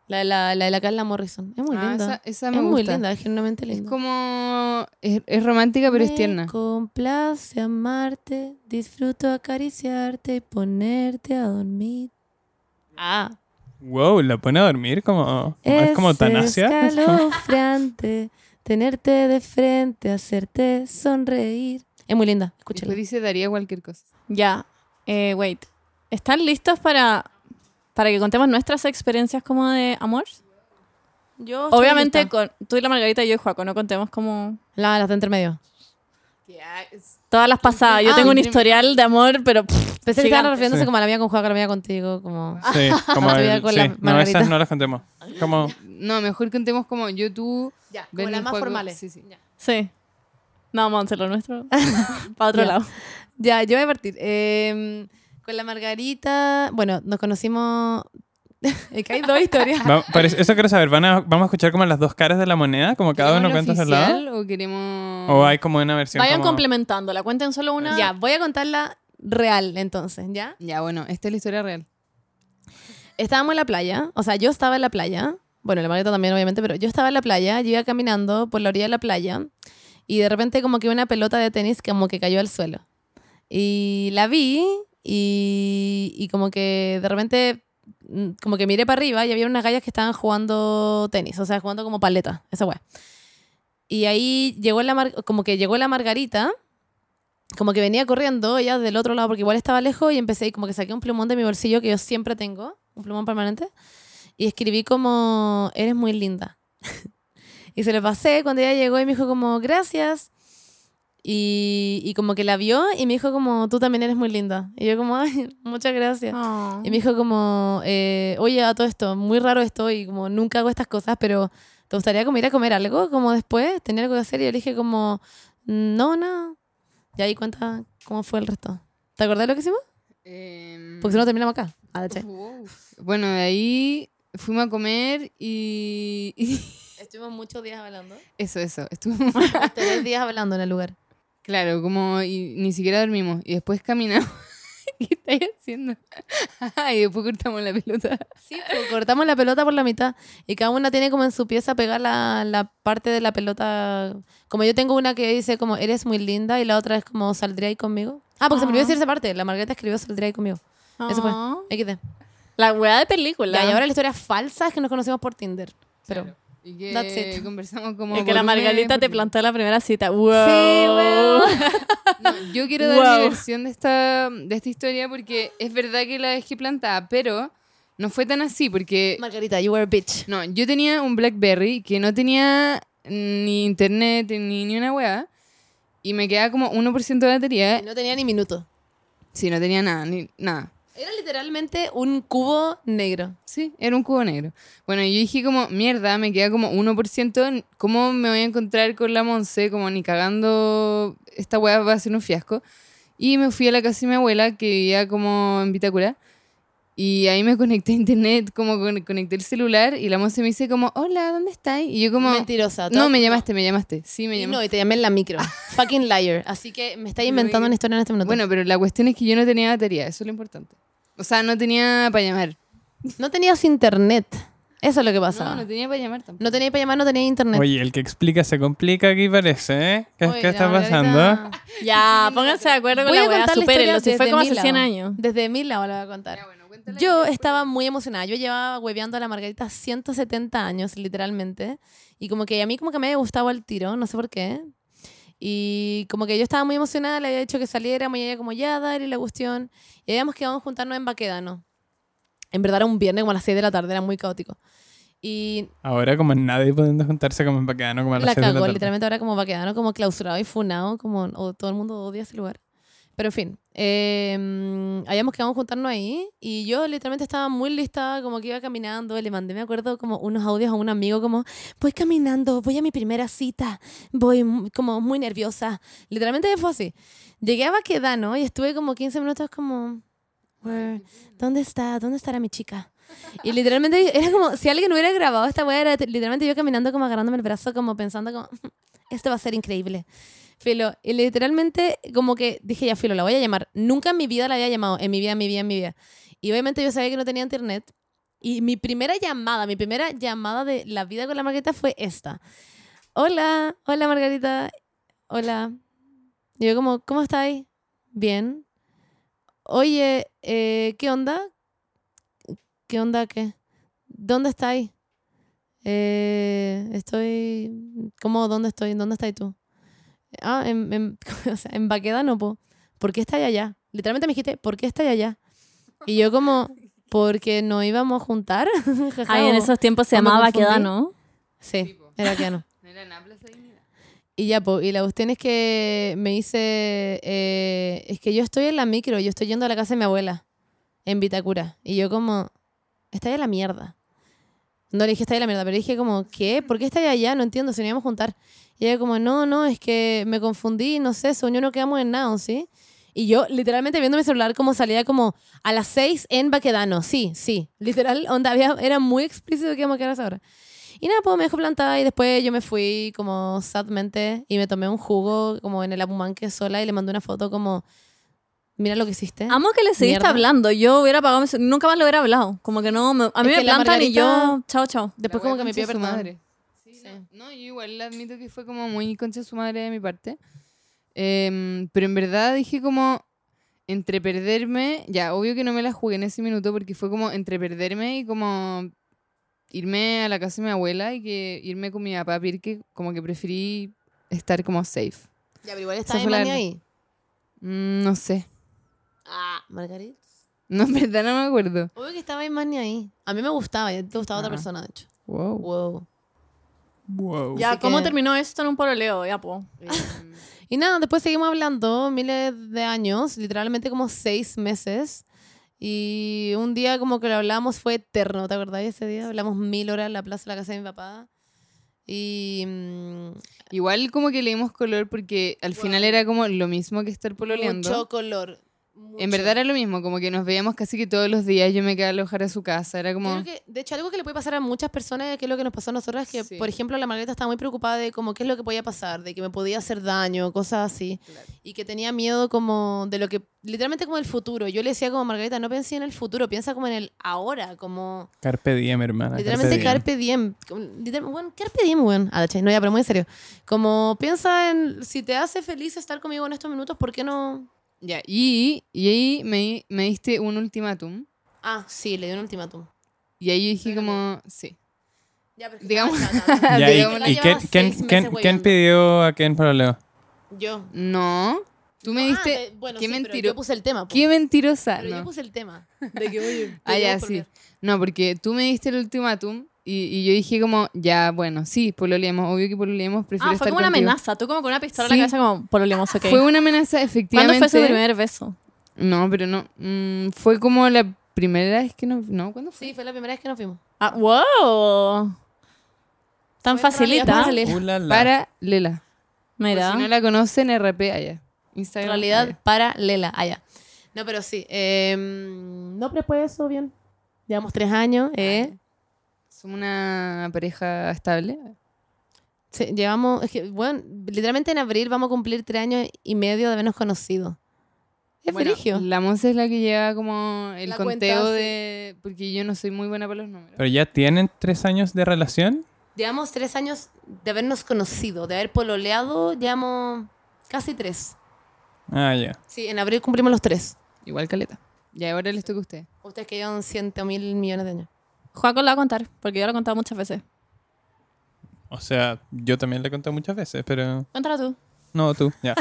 Speaker 1: La de la, la, de la Carla Morrison. Es muy
Speaker 3: Ah,
Speaker 1: linda.
Speaker 3: esa, esa me
Speaker 1: Es muy
Speaker 3: gusta.
Speaker 1: linda, es genuinamente linda.
Speaker 3: Es como. Es, es romántica, pero es
Speaker 1: Me
Speaker 3: tierna.
Speaker 1: complace amarte, disfruto acariciarte y ponerte a dormir. Ah,
Speaker 4: Wow, la pone a dormir como. es como eutanasia.
Speaker 1: escalofriante, [LAUGHS] tenerte de frente, hacerte sonreír. Es muy linda, escúchala.
Speaker 3: Después dice daría cualquier cosa.
Speaker 2: Ya. Eh, wait. ¿Están listos para, para que contemos nuestras experiencias como de amor?
Speaker 1: Yo estoy
Speaker 2: Obviamente,
Speaker 1: lista.
Speaker 2: con, tú y la Margarita y yo y Juaco, no contemos como
Speaker 1: La, las de intermedio.
Speaker 2: todas las pasadas. Yo
Speaker 1: Ah,
Speaker 2: tengo un
Speaker 1: entre-
Speaker 2: historial de amor, pero. pff,
Speaker 1: Pensé que estaban
Speaker 2: gigante.
Speaker 1: refiriéndose
Speaker 4: Sí.
Speaker 1: como a la mía con Juan, a la mía contigo, como... [LAUGHS]
Speaker 4: Sí, como.
Speaker 1: No, estuviera
Speaker 4: el-
Speaker 1: con
Speaker 4: sí.
Speaker 1: la
Speaker 4: No,
Speaker 1: Margarita.
Speaker 4: esas no las contemos. Como.
Speaker 3: No, mejor contemos como yo, tú.
Speaker 1: Ya,
Speaker 3: como las más formales.
Speaker 2: Sí. No, vamos a hacer
Speaker 1: [LAUGHS]
Speaker 2: lo nuestro. para otro
Speaker 1: Ya.
Speaker 2: lado.
Speaker 1: Ya, yo voy a partir. Eh, con la Margarita, bueno, nos conocimos... [LAUGHS] es que hay dos [LAUGHS] historias.
Speaker 4: Va- parece- eso quiero saber. ¿van a- ¿Vamos a escuchar como las dos caras de la moneda? Como cada uno
Speaker 3: ¿Queremos
Speaker 4: cuenta su
Speaker 3: lo
Speaker 4: lado.
Speaker 3: oficial ¿O queremos.?
Speaker 4: ¿O hay como una versión?
Speaker 2: Vayan
Speaker 4: como-
Speaker 2: complementándola. Cuenten solo una.
Speaker 1: Ya, voy a contarla real entonces, ¿ya?
Speaker 3: Ya, bueno, esta es la historia real.
Speaker 1: Estábamos en la playa, o sea, yo estaba en la playa, bueno, la Margarita también obviamente, pero yo estaba en la playa, yo iba caminando por la orilla de la playa y de repente como que una pelota de tenis como que cayó al suelo. Y la vi y, y como que de repente mm, como que miré para arriba y había unas gallas que estaban jugando tenis, o sea, jugando como paleta, esa weá. Y ahí llegó la mar- como que llegó la Margarita, como que venía corriendo ella del otro lado porque igual estaba lejos y empecé y como que saqué un plumón de mi bolsillo que yo siempre tengo, un plumón permanente, y escribí como eres muy linda. [LAUGHS] y se lo pasé cuando ella llegó y me dijo como gracias. Y, y como que la vio y me dijo como tú también eres muy linda. Y yo como ay, muchas gracias.
Speaker 2: Oh.
Speaker 1: Y me dijo como, eh, oye, a todo esto, muy raro esto y como nunca hago estas cosas, pero ¿te gustaría como ir a comer algo como después? ¿Tener algo que hacer? Y yo le dije como, "Mm, no, no. Y ahí cuenta cómo fue el resto. ¿Te acordás lo que hicimos?
Speaker 3: Em,
Speaker 1: Porque si no terminamos acá. A la Mm. Ah, che.
Speaker 3: wow. Bueno, de ahí fuimos a comer y.
Speaker 1: [LAUGHS]
Speaker 3: [LAUGHS]
Speaker 1: Estuvimos muchos días hablando. Este,
Speaker 3: eso, eso. [LAUGHS] Estuvimos.
Speaker 1: Tres días hablando en el lugar.
Speaker 3: Claro, como y ni siquiera dormimos. Y después caminamos. [LAUGHS] ¿Qué estáis haciendo? [LAUGHS] y después cortamos la pelota.
Speaker 1: [LAUGHS] Sí, pues, cortamos la pelota por la mitad y cada una tiene como en su pieza pegar la, la parte de la pelota. Como yo tengo una que dice como eres muy linda y la otra es como saldría ahí conmigo. Ah, porque se me olvidó
Speaker 2: Ah.
Speaker 1: decir esa parte. La Margarita escribió saldría ahí conmigo. Eso fue. XD.
Speaker 2: La weá de película.
Speaker 1: Ah. Ya, y ahora la historia falsa es que nos conocimos por Tinder. Pero
Speaker 3: Y
Speaker 1: That's
Speaker 3: que
Speaker 1: it.
Speaker 3: conversamos como.
Speaker 2: Es que
Speaker 3: por
Speaker 2: la
Speaker 3: un
Speaker 2: Margarita
Speaker 3: mes,
Speaker 2: te
Speaker 3: porque-
Speaker 2: plantó en la primera cita. Wow.
Speaker 1: weón.
Speaker 3: No, yo quiero dar mi
Speaker 2: Wow.
Speaker 3: versión de esta, de esta historia porque es verdad que la dejé plantada, pero no fue tan así porque.
Speaker 1: Margarita, you were a bitch.
Speaker 3: No, yo tenía un Blackberry que no tenía ni internet ni, ni una weá. Y me quedaba como 1% de batería.
Speaker 1: No tenía ni minuto.
Speaker 3: Sí, no tenía nada, ni nada.
Speaker 1: Era literalmente un cubo negro.
Speaker 3: Sí, era un cubo negro. Bueno, yo dije como, mierda, me queda como 1%. ¿Cómo me voy a encontrar con la Monse? Como ni cagando, esta weá va a ser un fiasco. Y me fui a la casa de mi abuela, que vivía como en Vitacura. Y ahí me conecté a internet, como con- conecté el celular. Y la Monse me dice como, hola, ¿dónde estás? Y yo como,
Speaker 1: Mentirosa.
Speaker 3: no, me
Speaker 1: todo-
Speaker 3: llamaste, me llamaste. Sí, me
Speaker 1: Y
Speaker 3: llamaste.
Speaker 1: no, y te llamé en la [LAUGHS] micro. Fucking liar. Así que me está inventando una historia en este minuto.
Speaker 3: Bueno, pero la cuestión es que yo no tenía batería, eso es lo importante. O sea, no tenía para llamar.
Speaker 1: no tenías internet. Eso es lo que
Speaker 3: No,
Speaker 1: pasaba.
Speaker 3: no
Speaker 1: No,
Speaker 3: tenía para llamar tampoco.
Speaker 1: tenías para llamar, no tenías internet.
Speaker 4: Oye, el que explica se complica aquí parece, ¿eh? ¿Qué,
Speaker 1: Oye,
Speaker 4: qué
Speaker 1: la
Speaker 4: está
Speaker 1: Margarita-
Speaker 4: pasando?
Speaker 2: Ya, pónganse de acuerdo con
Speaker 1: Voy
Speaker 2: la
Speaker 1: a
Speaker 2: weá,
Speaker 1: contar la
Speaker 2: supérenlo.
Speaker 1: historia
Speaker 2: Si fue
Speaker 1: desde
Speaker 2: como hace
Speaker 1: mi
Speaker 2: 100
Speaker 1: lado.
Speaker 2: años.
Speaker 1: Desde mil la voy a contar.
Speaker 3: bueno, cuéntala.
Speaker 1: Yo estaba muy emocionada. Yo llevaba hueveando a la Margarita 170 años, literalmente. Y como que a mí como que me había gustado el tiro, no sé por qué. Y como que yo estaba muy emocionada, le había dicho que saliéramos y ella como, ya, dale la cuestión. Y habíamos quedado en juntarnos en Baquedano. En verdad era un viernes como a las 6 de la tarde, era muy caótico. Y
Speaker 4: Ahora como nadie pudiendo juntarse como en Baquedano, como a las
Speaker 1: la
Speaker 4: seis de
Speaker 1: cagó,
Speaker 4: tarde.
Speaker 1: literalmente ahora como Baquedano, como clausurado y funado, como o todo el mundo odia ese lugar. Pero en fin, eh, mm, habíamos quedado en juntarnos ahí y yo literalmente estaba muy lista, como que iba caminando, le mandé, me acuerdo, como unos audios a un amigo como, voy caminando, voy a mi primera cita, voy mu- como muy nerviosa. Literalmente fue así. Llegué a Baquedano y estuve como 15 minutos como, "Where- ¿dónde está? ¿Dónde estará mi chica? Y literalmente era como, si alguien hubiera grabado esta weá, era literalmente yo caminando como agarrándome el brazo, como pensando como, "Mm, esto va a ser increíble. Filo, y literalmente como que dije, ya Filo, la voy a llamar. Nunca en mi vida la había llamado, en mi vida, en mi vida, en mi vida. Y obviamente yo sabía que no tenía internet. Y mi primera llamada, mi primera llamada de la vida con la Margarita fue esta. Hola, hola Margarita, hola. Y yo como, ¿cómo estáis? Bien. Oye, eh, ¿qué onda? ¿Qué onda? ¿Qué? ¿Dónde estáis? Eh, estoy. ¿Cómo? ¿Dónde estoy? ¿Dónde estáis tú? Ah, en, en, [LAUGHS] o sea, en Baquedano, po. ¿Por qué estáis allá? Literalmente me dijiste, ¿por qué estáis allá? Y yo,
Speaker 2: [LAUGHS]
Speaker 1: como, porque no íbamos a juntar. [LAUGHS] Jaja,
Speaker 2: Ay, en
Speaker 1: o-
Speaker 2: esos tiempos se
Speaker 1: o me
Speaker 2: llamaba
Speaker 1: confundí.
Speaker 2: Baquedano.
Speaker 1: Sí, era que no.
Speaker 3: No era nada Plaza Dignidad.
Speaker 1: Y ya, po, y la cuestión es que me dice, eh, es que yo estoy en la micro, yo estoy yendo a la casa de mi abuela, en Vitacura. Y yo como, está de la mierda. No le dije, está de la mierda, pero dije como, ¿qué? ¿Por qué está allá? No entiendo, si no íbamos a juntar. Y ella como, no, no, es que me confundí, no sé, según yo no quedamos en nada, ¿o ¿sí? Y yo literalmente viendo mi celular como salía como a las 6 en Baquedano, sí, sí. Literal, onda, había, era muy explícito que íbamos a quedar a esa hora. Y nada, pues me dejó plantada y después yo me fui como sadmente y me tomé un jugo como en el abumanque sola y le mandé una foto como, mira lo que hiciste.
Speaker 2: Amo que le seguiste
Speaker 1: Mierda.
Speaker 2: hablando. Yo hubiera pagado, mi cel- nunca más lo hubiera hablado. Como que no, me- a mí
Speaker 1: Es que
Speaker 2: me
Speaker 1: la
Speaker 2: plantan y
Speaker 1: Margarita-
Speaker 2: yo, chao, chao.
Speaker 1: después como que me pidió perdón.
Speaker 3: Sí, No, no, yo igual le admito que fue como muy concha de su madre de mi parte. Em, pero en verdad dije como entre perderme, ya, obvio que no me la jugué en ese minuto porque fue como entre perderme y como irme a la casa de mi abuela y que irme con mi papá a pedir que como que preferí estar como safe.
Speaker 1: Ya, pero igual estaba
Speaker 3: estaba Esa fue la-
Speaker 1: Imani
Speaker 3: Imani
Speaker 1: ahí.
Speaker 3: Mm, no sé. [LAUGHS]
Speaker 1: Ah, Margarit.
Speaker 3: No, en verdad no me acuerdo.
Speaker 1: Obvio que estaba Imani ahí. A mí me gustaba, y te gustaba otra
Speaker 4: Ajá.
Speaker 1: persona, de hecho.
Speaker 3: Wow.
Speaker 1: Wow.
Speaker 4: Wow.
Speaker 2: Ya,
Speaker 1: Así
Speaker 2: ¿cómo
Speaker 1: que-
Speaker 2: terminó esto en un pololeo? Ya, po.
Speaker 1: [LAUGHS]
Speaker 3: Em,
Speaker 1: Y nada, después seguimos hablando miles de años, literalmente como seis meses. Y un día como que lo hablamos fue eterno, ¿te acordás de ese día? Hablamos mil horas en la plaza de la casa de mi papá. Y... mm,
Speaker 3: Igual como que le dimos color porque al final era como lo mismo que estar pololeando.
Speaker 1: Mucho color.
Speaker 3: En
Speaker 1: mucho.
Speaker 3: verdad era lo mismo, como que nos veíamos casi que todos los días, yo me quedaba a alojar a su casa, era como...
Speaker 1: Creo que, de hecho, algo que le puede pasar a muchas personas, que es lo que nos pasó a nosotras, que,
Speaker 3: Sí.
Speaker 1: por ejemplo, la Margarita estaba muy preocupada de como qué es lo que podía pasar, de que me podía hacer daño, cosas así.
Speaker 3: Claro.
Speaker 1: Y que tenía miedo como de lo que, literalmente como el futuro. Yo le decía como, Margarita, no pensé en el futuro, piensa como en el ahora, como...
Speaker 4: Ah, Carpe diem, hermana.
Speaker 1: Literalmente
Speaker 4: carpe
Speaker 1: carpe diem. Como, literal- weón, carpe diem, weón. Ah, la chay, no, ya, pero muy en serio. Como piensa en si te hace feliz estar conmigo en estos minutos, ¿por qué no?
Speaker 3: Ya, y, y ahí me, di- me diste un ultimátum,
Speaker 1: Ah, sí, le di un ultimátum.
Speaker 3: y ahí yo dije
Speaker 1: Espérame.
Speaker 3: como, sí.
Speaker 1: Ya, pero es que
Speaker 3: Digamos-
Speaker 1: estaba cansada. [LAUGHS]
Speaker 4: Ya,
Speaker 3: Digamos, la
Speaker 4: ¿Y, y quién,
Speaker 1: llevaba
Speaker 4: quién-
Speaker 1: seis meses
Speaker 4: quién- quién
Speaker 1: hueveando.
Speaker 4: pidió a quién para Leo?
Speaker 1: Yo.
Speaker 3: No, tú me
Speaker 1: Ah,
Speaker 3: diste...
Speaker 1: de- bueno,
Speaker 3: qué
Speaker 1: sí, pero
Speaker 3: mentiro-
Speaker 1: Yo puse el tema. po.
Speaker 3: ¡Qué mentirosa!
Speaker 1: Pero yo
Speaker 3: No.
Speaker 1: puse el tema. De que, oye,
Speaker 3: [LAUGHS]
Speaker 1: te
Speaker 3: Ah, ya,
Speaker 1: llevo por
Speaker 3: sí.
Speaker 1: ver.
Speaker 3: No, porque tú me diste el ultimátum y, y yo dije como, ya, bueno, sí, pololeamos, obvio que pololeamos, prefiero
Speaker 2: Ah, fue
Speaker 3: estar
Speaker 2: como una
Speaker 3: contigo.
Speaker 2: amenaza. Tú como con una pistola en
Speaker 3: Sí.
Speaker 2: la cabeza como pololeamos, ok.
Speaker 3: Fue una amenaza,
Speaker 2: ¿Cuándo
Speaker 3: efectivamente.
Speaker 2: fue su primer beso?
Speaker 3: No, pero no. mm, fue como la primera vez que nos... No, ¿cuándo fue?
Speaker 1: Sí, fue la primera vez que nos vimos.
Speaker 2: Ah, ¡Wow! Tan
Speaker 1: Fue en realidad
Speaker 2: facilita.
Speaker 1: paralelo.
Speaker 4: Uh, la, la.
Speaker 3: Paralela. Por
Speaker 2: Mira.
Speaker 3: si no la conocen, RP allá.
Speaker 1: En
Speaker 3: Instagram.
Speaker 1: realidad,
Speaker 3: allá.
Speaker 1: paralela, allá. No, pero sí. eh, no, pero después de eso, bien. Llevamos tres años.
Speaker 3: Ah,
Speaker 1: Eh.
Speaker 3: Somos una pareja estable.
Speaker 1: Sí, llevamos, es que, bueno, literalmente en abril vamos a cumplir tres años y medio de habernos conocido. Es
Speaker 3: Bueno,
Speaker 1: frigio.
Speaker 3: La Monse es la que lleva como el
Speaker 1: La
Speaker 3: conteo
Speaker 1: cuenta, sí.
Speaker 3: de... Porque yo no soy muy buena para los números.
Speaker 4: Pero ya tienen tres años de relación.
Speaker 1: Llevamos tres años de habernos conocido, de haber pololeado, llevamos casi tres.
Speaker 4: Ah, ya.
Speaker 1: Sí, en abril cumplimos los tres.
Speaker 3: Igual caleta. Y ahora les toca a ustedes.
Speaker 1: Ustedes que llevan ciento mil millones de años.
Speaker 2: Juaco lo va a contar, porque yo lo he contado muchas veces.
Speaker 4: O sea, yo también le he contado muchas veces, pero...
Speaker 2: Cuéntalo tú.
Speaker 4: No, tú,
Speaker 1: [LAUGHS]
Speaker 4: ya.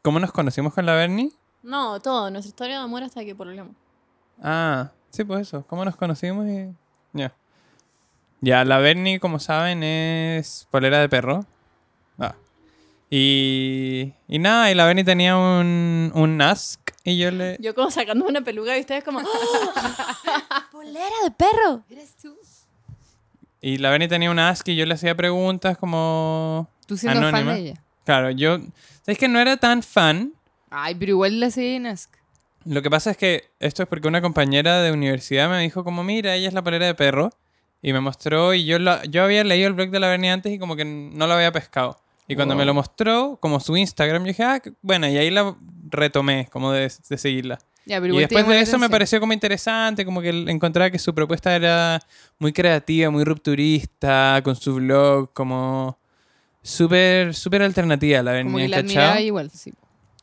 Speaker 4: ¿Cómo nos conocimos con la Bernie?
Speaker 2: No, todo. Nuestra historia de amor hasta que problema.
Speaker 4: Ah, sí, pues eso. ¿Cómo nos conocimos? Y... Ya. Ya, la Bernie, como saben, es polera de perro. Ah. Y, y nada, y la Bernie tenía un, un ask y yo le...
Speaker 2: Yo como sacando una peluca y ustedes [LAUGHS] como... "Ah".
Speaker 1: ¡Polera de perro! ¿Eres tú?
Speaker 4: Y la Bernie tenía un ask y yo le hacía preguntas como...
Speaker 3: Tú siendo
Speaker 4: Anónima.
Speaker 3: fan de ella.
Speaker 4: Claro, yo... ¿Sabes que no era tan fan?
Speaker 3: Ay, pero igual la seguí en Ask.
Speaker 4: Lo que pasa es que esto es porque una compañera de universidad me dijo como, mira, ella es la polera de perro. Y me mostró y yo, la- yo había leído el blog de la Bernie antes y como que no lo había pescado. Y cuando me lo mostró, como su Instagram, yo dije, ah, qué- bueno, y ahí la retomé, como de, de seguirla.
Speaker 3: Ya, pero
Speaker 4: Y
Speaker 3: igual te
Speaker 4: después
Speaker 3: llamó
Speaker 4: de
Speaker 3: la
Speaker 4: eso me
Speaker 3: atención.
Speaker 4: pareció como interesante, como que encontraba que su propuesta era muy creativa, muy rupturista, con su blog, como súper, súper alternativa la
Speaker 3: Como que
Speaker 4: Bernie,
Speaker 3: la
Speaker 4: ¿cachao?
Speaker 3: admiraba igual, sí.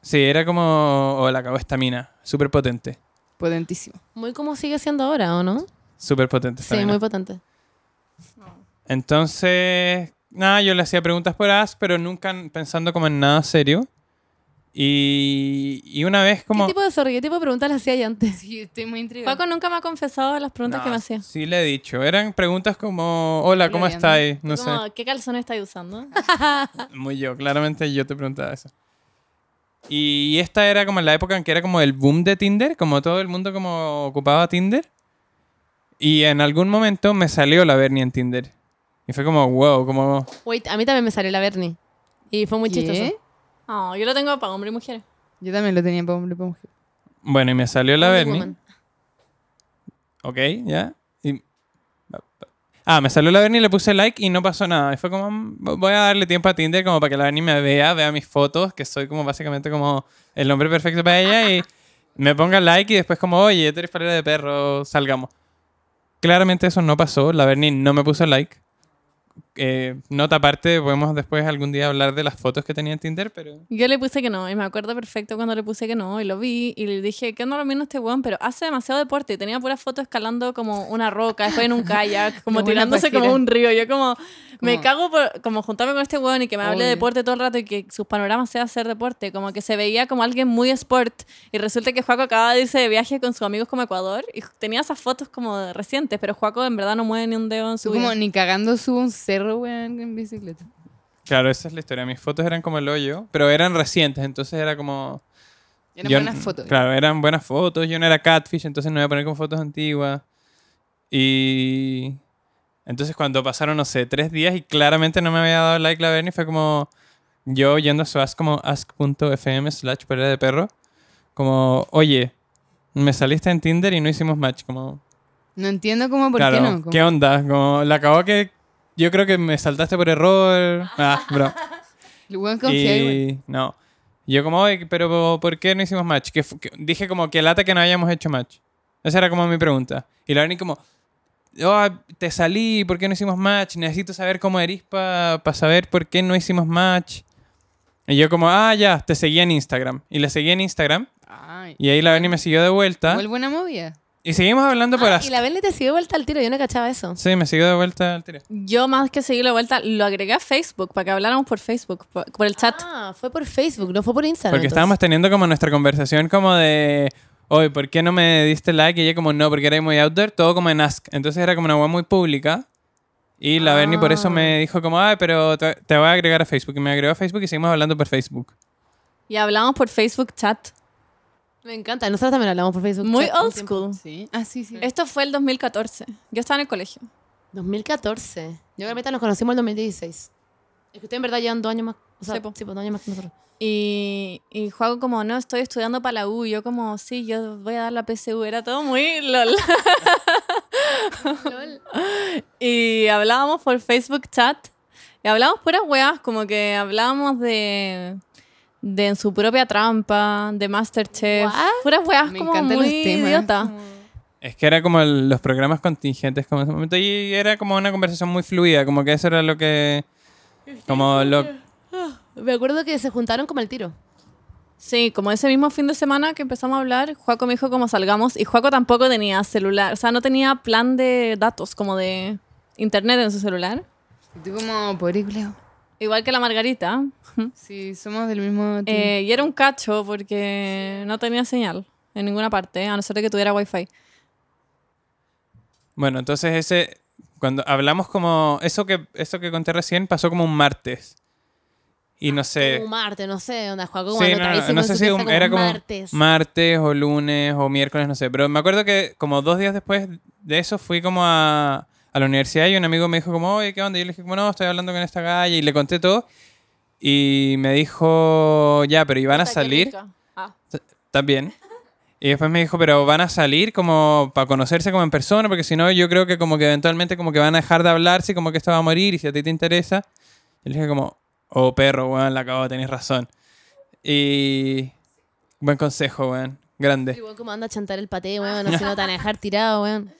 Speaker 4: Sí, era como, o la acabó esta mina, súper potente.
Speaker 3: Potentísimo.
Speaker 1: Muy como sigue siendo ahora, ¿o no?
Speaker 4: Súper potente. esta
Speaker 1: Sí,
Speaker 4: mina.
Speaker 1: muy potente.
Speaker 4: Entonces, nada, yo le hacía preguntas por as, pero nunca n- pensando como en nada serio. Y, y una vez como...
Speaker 1: ¿Qué tipo de sorry, qué tipo de preguntas le hacía ahí antes?
Speaker 3: Sí, estoy muy intrigada.
Speaker 2: Juaco nunca me ha confesado las preguntas que
Speaker 4: No,
Speaker 2: me hacía.
Speaker 4: Sí, le he dicho. Eran preguntas como, hola, ¿cómo
Speaker 3: Gloria,
Speaker 4: estáis? No sé.
Speaker 2: Como, ¿qué calzón estáis usando? [LAUGHS]
Speaker 4: Muy yo, claramente yo te preguntaba eso. Y esta era como la época en que era como el boom de Tinder, como todo el mundo como ocupaba Tinder. Y en algún momento me salió la Bernie en Tinder. Y fue como, wow, como...
Speaker 1: [LAUGHS] Wait, a mí también me salió la Bernie. Y fue muy
Speaker 3: ¿Qué?
Speaker 1: chistoso.
Speaker 2: No, yo lo tengo para hombre y mujer.
Speaker 3: Yo también lo tenía para hombre y para mujer.
Speaker 4: Bueno, y me salió la
Speaker 1: Wonder
Speaker 4: Bernie.
Speaker 1: Woman.
Speaker 4: Ok, ya. Y- Ah, me salió la Bernie, le puse like y no pasó nada. Y fue como, mm, voy a darle tiempo a Tinder como para que la Bernie me vea, vea mis fotos, que soy como básicamente como el hombre perfecto para ella y me ponga like y después como, oye, tú eres palera de perro, salgamos. Claramente eso no pasó, la Bernie no me puso like. Eh, nota aparte, podemos después algún día hablar de las fotos que tenía en Tinder, pero...
Speaker 2: Yo le puse que no, y me acuerdo perfecto cuando le puse que no, y lo vi, y le dije, que no lo vino este weón, pero hace demasiado deporte, y tenía pura foto escalando como una roca, después en
Speaker 3: [LAUGHS]
Speaker 2: un kayak, como
Speaker 3: Qué buena
Speaker 2: tirándose como
Speaker 3: pajera.
Speaker 2: un río. Yo como, me
Speaker 3: Como-
Speaker 2: cago por como juntarme con este weón y que me hable de
Speaker 3: Obvio.
Speaker 2: deporte todo el rato y que sus panoramas sea hacer deporte, como que se veía como alguien muy sport, y resulta que Juaco acaba de irse de viaje con sus amigos como a Ecuador, y tenía esas fotos como recientes, pero Juaco en verdad no mueve ni un dedo en su
Speaker 3: Tú
Speaker 2: vida.
Speaker 3: como ni cagando subo un cerro, weón, en bicicleta.
Speaker 4: Claro, esa es la historia. Mis fotos eran como el hoyo, pero eran recientes, entonces era como...
Speaker 3: Eran
Speaker 4: Yo-
Speaker 3: buenas fotos.
Speaker 4: Claro, eran buenas fotos. Yo no era catfish, entonces no me voy a poner con fotos antiguas. Y. Entonces, cuando pasaron, no sé, tres días y claramente no me había dado like la Bernie, fue como. Yo yendo a su ask como ask.fm slash pelea de perro. Como, oye, me saliste en Tinder y no hicimos match. Como,
Speaker 3: No entiendo cómo, por
Speaker 4: claro,
Speaker 3: qué no. Como-
Speaker 4: ¿qué onda? Como, la acabó que. Yo creo que me saltaste
Speaker 3: [LAUGHS]
Speaker 4: por error. Ah, bro.
Speaker 3: El weón confía igual.
Speaker 4: Y no. Yo como, "Oye, pero ¿por qué no hicimos match? Que, fu- que- dije como que lata que no hayamos hecho match. Esa era como mi pregunta. Y la Berni como, "Oh, te salí, ¿por qué no hicimos match? Necesito saber cómo eres para saber por qué no hicimos match. Y yo como, ah, ya, te seguí en Instagram. Y la seguí en Instagram.
Speaker 3: Ay.
Speaker 4: Y ahí la Berni me siguió de vuelta.
Speaker 3: Igual buena movida.
Speaker 4: Y seguimos hablando por
Speaker 1: Ah,
Speaker 4: as-
Speaker 1: y la Bernie te siguió vuelta al tiro, yo no cachaba eso.
Speaker 4: Sí, me siguió de vuelta al tiro.
Speaker 2: Yo más que seguir la vuelta, lo agregué a Facebook para que habláramos por Facebook, por, por el chat.
Speaker 1: Ah, fue por Facebook, no fue por Instagram.
Speaker 4: Porque
Speaker 1: entonces.
Speaker 4: estábamos teniendo como nuestra conversación como de, oye, ¿por qué no me diste like? Y ella como, no, porque era muy outdoor, todo como en Ask. Entonces era como una web muy pública. Y la Bernie por eso me dijo como, ay, pero te, te voy a agregar a Facebook. Y me agregó a Facebook y seguimos hablando por Facebook.
Speaker 2: Y hablamos por Facebook Chat.
Speaker 1: Me encanta. Nosotros también hablamos por Facebook.
Speaker 2: Muy
Speaker 1: chat un
Speaker 2: old
Speaker 1: tiempo.
Speaker 2: school.
Speaker 3: Sí. Ah, sí, sí.
Speaker 2: Esto fue el 2014. Yo estaba en el colegio.
Speaker 1: 2014. Yo creo que ahorita nos conocimos en 2016. Es que ustedes en verdad llevan dos años más. O sea,
Speaker 2: Sí,
Speaker 1: sí,
Speaker 2: po.
Speaker 1: pues dos años más que nosotros.
Speaker 2: Y, y Juaco como, no, estoy estudiando para la U. Y Yo como, sí, yo voy a dar la PSU. Era todo muy lol. [LAUGHS] Y hablábamos por Facebook Chat. Y hablábamos puras weas, como que hablábamos de, de en su propia trampa, de Masterchef.
Speaker 1: What?
Speaker 2: Puras weas
Speaker 3: Me
Speaker 2: como
Speaker 3: encantan los
Speaker 2: muy
Speaker 3: temas,
Speaker 2: idiota.
Speaker 4: Es que era como el- los programas contingentes como en ese momento y era como una conversación muy fluida, como que eso era lo que... Como lo...
Speaker 1: Me acuerdo que se juntaron como el tiro.
Speaker 2: Sí, como ese mismo fin de semana que empezamos a hablar, Juaco me dijo como salgamos. Y Juaco tampoco tenía celular. O sea, no tenía plan de datos, como de internet en su celular.
Speaker 3: Y tú como, pobre culeo.
Speaker 2: Igual que la Margarita.
Speaker 3: Sí, somos del mismo team.
Speaker 2: ¿Mm? Eh, y era un cacho porque no tenía señal en ninguna parte, a no ser de que tuviera wifi.
Speaker 4: Bueno, entonces ese... Cuando hablamos como... Eso que, eso que conté recién pasó como un martes. Y no sé...
Speaker 1: Como un martes, no sé, onda, Juaco
Speaker 4: Eh, Sí,
Speaker 1: cuando
Speaker 4: no,
Speaker 1: traísimo
Speaker 4: no,
Speaker 1: en
Speaker 4: no
Speaker 1: su
Speaker 4: sé si
Speaker 1: pieza
Speaker 4: un- era como
Speaker 1: martes.
Speaker 4: martes o lunes o miércoles, no sé. Pero me acuerdo que como dos días después de eso fui como a, a la universidad y un amigo me dijo como, oye, ¿qué onda? Y yo le dije como, no, estoy hablando con esta calle y le conté todo. Y me dijo, ya, pero ¿y van a salir?
Speaker 2: Ah.
Speaker 4: También. Y después me dijo, pero van a salir como para conocerse como en persona, porque si no, yo creo que como que eventualmente como que van a dejar de hablarse, como que esto va a morir, y si a ti te interesa. Y le dije como, oh perro, weón, la acabo, tenés razón. Y buen consejo, weón, grande.
Speaker 1: Igual como anda a chantar el paté, weón, no se no te van a dejar tirado, weón.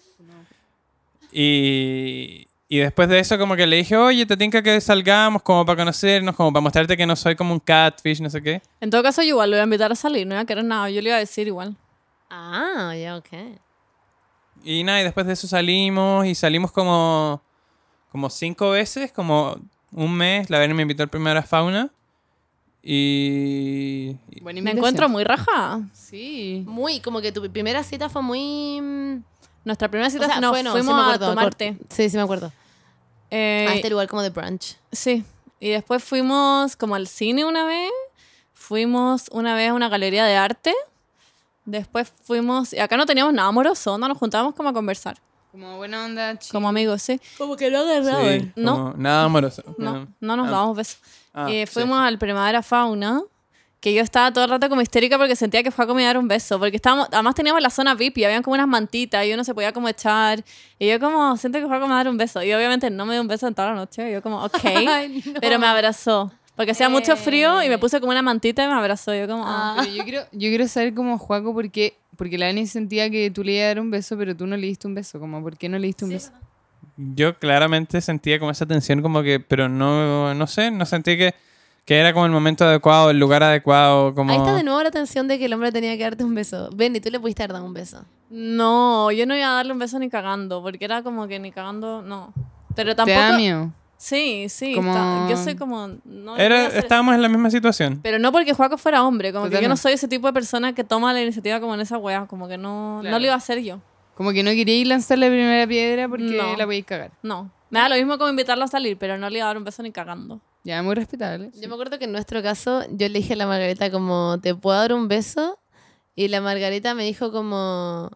Speaker 4: Y, y después de eso como que le dije, oye, te tinca que salgamos como para conocernos, como para mostrarte que no soy como un catfish, no sé qué.
Speaker 2: En todo caso, yo igual lo iba a invitar a salir, no iba a querer nada, yo le iba a decir igual.
Speaker 1: Ah, ya, ok.
Speaker 4: Y nada, y después de eso salimos y salimos como, como cinco veces, como un mes. La Verne me invitó al primero a Fauna. Y. y-
Speaker 3: Buena
Speaker 2: Me
Speaker 3: invitación.
Speaker 2: encuentro muy raja.
Speaker 3: Sí.
Speaker 1: Muy, como que tu primera cita fue muy... mm,
Speaker 2: Nuestra primera
Speaker 1: o
Speaker 2: cita
Speaker 1: sea,
Speaker 2: nos
Speaker 1: fue, no, sí
Speaker 2: fuimos
Speaker 1: me
Speaker 2: a
Speaker 1: acuerdo,
Speaker 2: tomar
Speaker 1: corte.
Speaker 2: té.
Speaker 1: Sí, sí me acuerdo.
Speaker 2: Eh,
Speaker 1: a este lugar como de brunch.
Speaker 2: Sí. Y después fuimos como al cine una vez, fuimos una vez a una galería de arte, después fuimos, y acá no teníamos nada amoroso, no nos juntábamos como a conversar,
Speaker 3: Como buena onda, chica.
Speaker 2: como amigos, sí.
Speaker 1: Como que lo agarraba.
Speaker 4: sí,
Speaker 2: no.
Speaker 4: como Nada amoroso.
Speaker 2: No, no nos
Speaker 4: Ah,
Speaker 2: dábamos besos.
Speaker 4: ah,
Speaker 2: Eh,
Speaker 4: sí.
Speaker 2: fuimos al Primavera Fauna, que yo estaba todo el rato como histérica porque sentía que Juaco me iba a dar un beso, porque estábamos, además teníamos la zona VIP y habían como unas mantitas y uno se podía como echar, y yo como, siento que Juaco me va a dar un beso, y obviamente no me dio un beso en toda la noche, y yo como, ok, pero me abrazó, porque hacía mucho frío y me puse como una mantita y me abrazó, y yo como, ah.
Speaker 3: Pero yo quiero, yo quiero saber como Juaco, porque, porque la Ani sentía que tú le ibas a dar un beso, pero tú no le diste un beso. Como, ¿por qué no le diste un beso?
Speaker 4: Yo claramente sentía como esa tensión, como que. Pero no, no sé, no sentí que, que era como el momento adecuado, el lugar adecuado. Como...
Speaker 1: Ahí está de nuevo la tensión de que el hombre tenía que darte un beso. Benny, tú le pudiste haber dado un beso.
Speaker 2: no, yo no iba a darle un beso ni cagando, porque era como que ni cagando, no. Pero
Speaker 3: ¿Te da
Speaker 2: tampoco...
Speaker 3: miedo?
Speaker 2: Sí, sí,
Speaker 3: Como-
Speaker 2: ta- yo soy como... No,
Speaker 4: Era-
Speaker 2: no voy a hacer-
Speaker 4: estábamos en la misma situación.
Speaker 2: Pero no porque Juaco fuera hombre, como que yo no
Speaker 3: Totalmente.
Speaker 2: soy ese tipo de persona que toma la iniciativa como en esa weá, como que no, no
Speaker 3: Claro.
Speaker 2: lo iba a hacer yo.
Speaker 3: Como que no quería ir a lanzar la primera piedra porque
Speaker 2: No.
Speaker 3: la voy a cagar.
Speaker 2: No. Me da lo mismo como invitarlo a salir, pero no le iba a dar un beso ni cagando.
Speaker 3: Ya, muy respetable.
Speaker 1: Yo me acuerdo que en nuestro caso yo le dije a la Margarita como, ¿te puedo dar un beso? Y la Margarita me dijo como,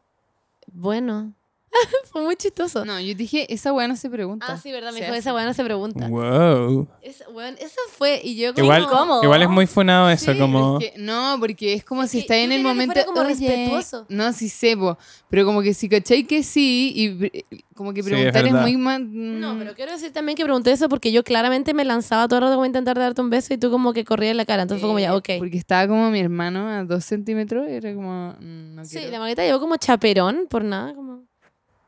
Speaker 1: bueno. [LAUGHS] Fue muy chistoso.
Speaker 3: No, yo dije, esa weá no se pregunta.
Speaker 1: Ah, sí, verdad, me
Speaker 3: Se
Speaker 1: dijo,
Speaker 3: hace.
Speaker 1: esa weá no se pregunta.
Speaker 4: Wow.
Speaker 1: Esa- weón, eso fue, y yo como...
Speaker 4: Igual,
Speaker 2: incómodo.
Speaker 4: igual es muy funado eso,
Speaker 3: Sí,
Speaker 4: como.
Speaker 3: es que- no, porque es como
Speaker 1: Es
Speaker 3: si
Speaker 1: que
Speaker 3: está
Speaker 1: yo
Speaker 3: en el
Speaker 1: quería que
Speaker 3: momento.
Speaker 1: fuera como
Speaker 3: "Oye",
Speaker 1: respetuoso.
Speaker 3: No, sí sebo. Pero como que si cachai que sí, y pre- como que
Speaker 4: Sí,
Speaker 3: preguntar
Speaker 4: es
Speaker 3: es,
Speaker 4: verdad.
Speaker 3: muy más. mm, eh,
Speaker 1: No, pero quiero decir también que pregunté eso porque yo claramente me lanzaba todo el rato como a intentar darte un beso y tú como que corrías en la cara. Entonces fue como ya, ok.
Speaker 3: Eh, Porque estaba como mi hermano a dos centímetros, era como. "Mm, no
Speaker 1: Sí,
Speaker 3: quiero".
Speaker 1: la Margarita llevó como chaperón por nada, como...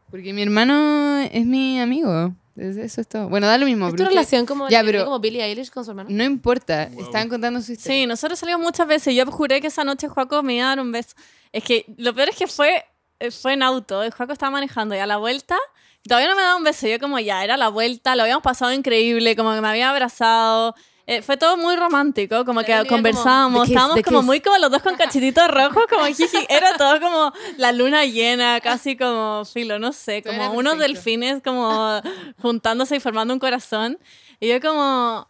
Speaker 3: Porque mi hermano es mi amigo. Es- Eso es todo. Bueno, da lo mismo.
Speaker 1: ¿Es tu
Speaker 3: pero que-
Speaker 1: relación como,
Speaker 3: Ya,
Speaker 1: la que
Speaker 3: pero-
Speaker 1: tiene como Billie Eilish con su hermano?
Speaker 3: No importa.
Speaker 4: Wow.
Speaker 3: Estaban contando su historia.
Speaker 2: Sí, nosotros salimos muchas veces. Yo juré que esa noche Juaco me iba a dar un beso. Es que lo peor es que fue, eh, fue en auto. El Juaco estaba manejando y a la vuelta todavía no me daba un beso. Yo como ya, era la vuelta, lo habíamos pasado increíble, como que me había abrazado. Eh, fue todo muy romántico, como
Speaker 1: La
Speaker 2: que
Speaker 1: Belén era
Speaker 2: conversábamos,
Speaker 1: como, "The kiss,
Speaker 2: estábamos
Speaker 1: the
Speaker 2: como
Speaker 1: kiss".
Speaker 2: muy como los
Speaker 3: [LAUGHS]
Speaker 2: dos con cachetitos rojos, como jiji, era todo como la luna llena, casi como filo, no sé,
Speaker 3: Todo
Speaker 2: como
Speaker 3: era
Speaker 2: unos
Speaker 3: perfecto.
Speaker 2: delfines como juntándose y formando un corazón. Y yo como,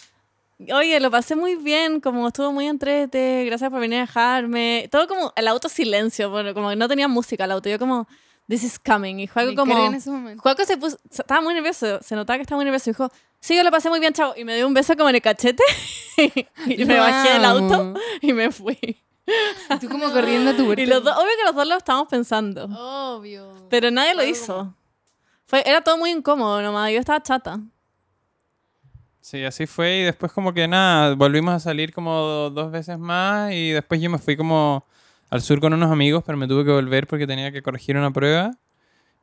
Speaker 2: Oye, lo pasé muy bien, como estuvo muy entrete, gracias por venir a dejarme. Todo como el auto silencio, bueno, como que no tenía música el auto. Yo como, this is coming. Y Juaco
Speaker 3: Me
Speaker 2: como...
Speaker 3: carga en ese momento.
Speaker 2: Juaco se puso, se- estaba muy nervioso, se notaba que estaba muy nervioso. Dijo, sí, yo lo pasé muy bien, chao. Y me dio un beso como en el cachete. [LAUGHS] y me bajé del auto
Speaker 3: Wow.
Speaker 2: [LAUGHS] y me fui.
Speaker 3: Y tú como corriendo a
Speaker 1: [LAUGHS]
Speaker 3: tu puerta.
Speaker 2: Y los dos, obvio que los dos lo estábamos pensando.
Speaker 3: Oh.
Speaker 1: Obvio.
Speaker 2: Pero nadie lo
Speaker 1: Algo
Speaker 2: hizo. Fue, era todo muy incómodo nomás. Yo estaba chata.
Speaker 4: Sí, así fue y después como que nada, volvimos a salir como do- dos veces más y después yo me fui como al sur con unos amigos, pero me tuve que volver porque tenía que corregir una prueba.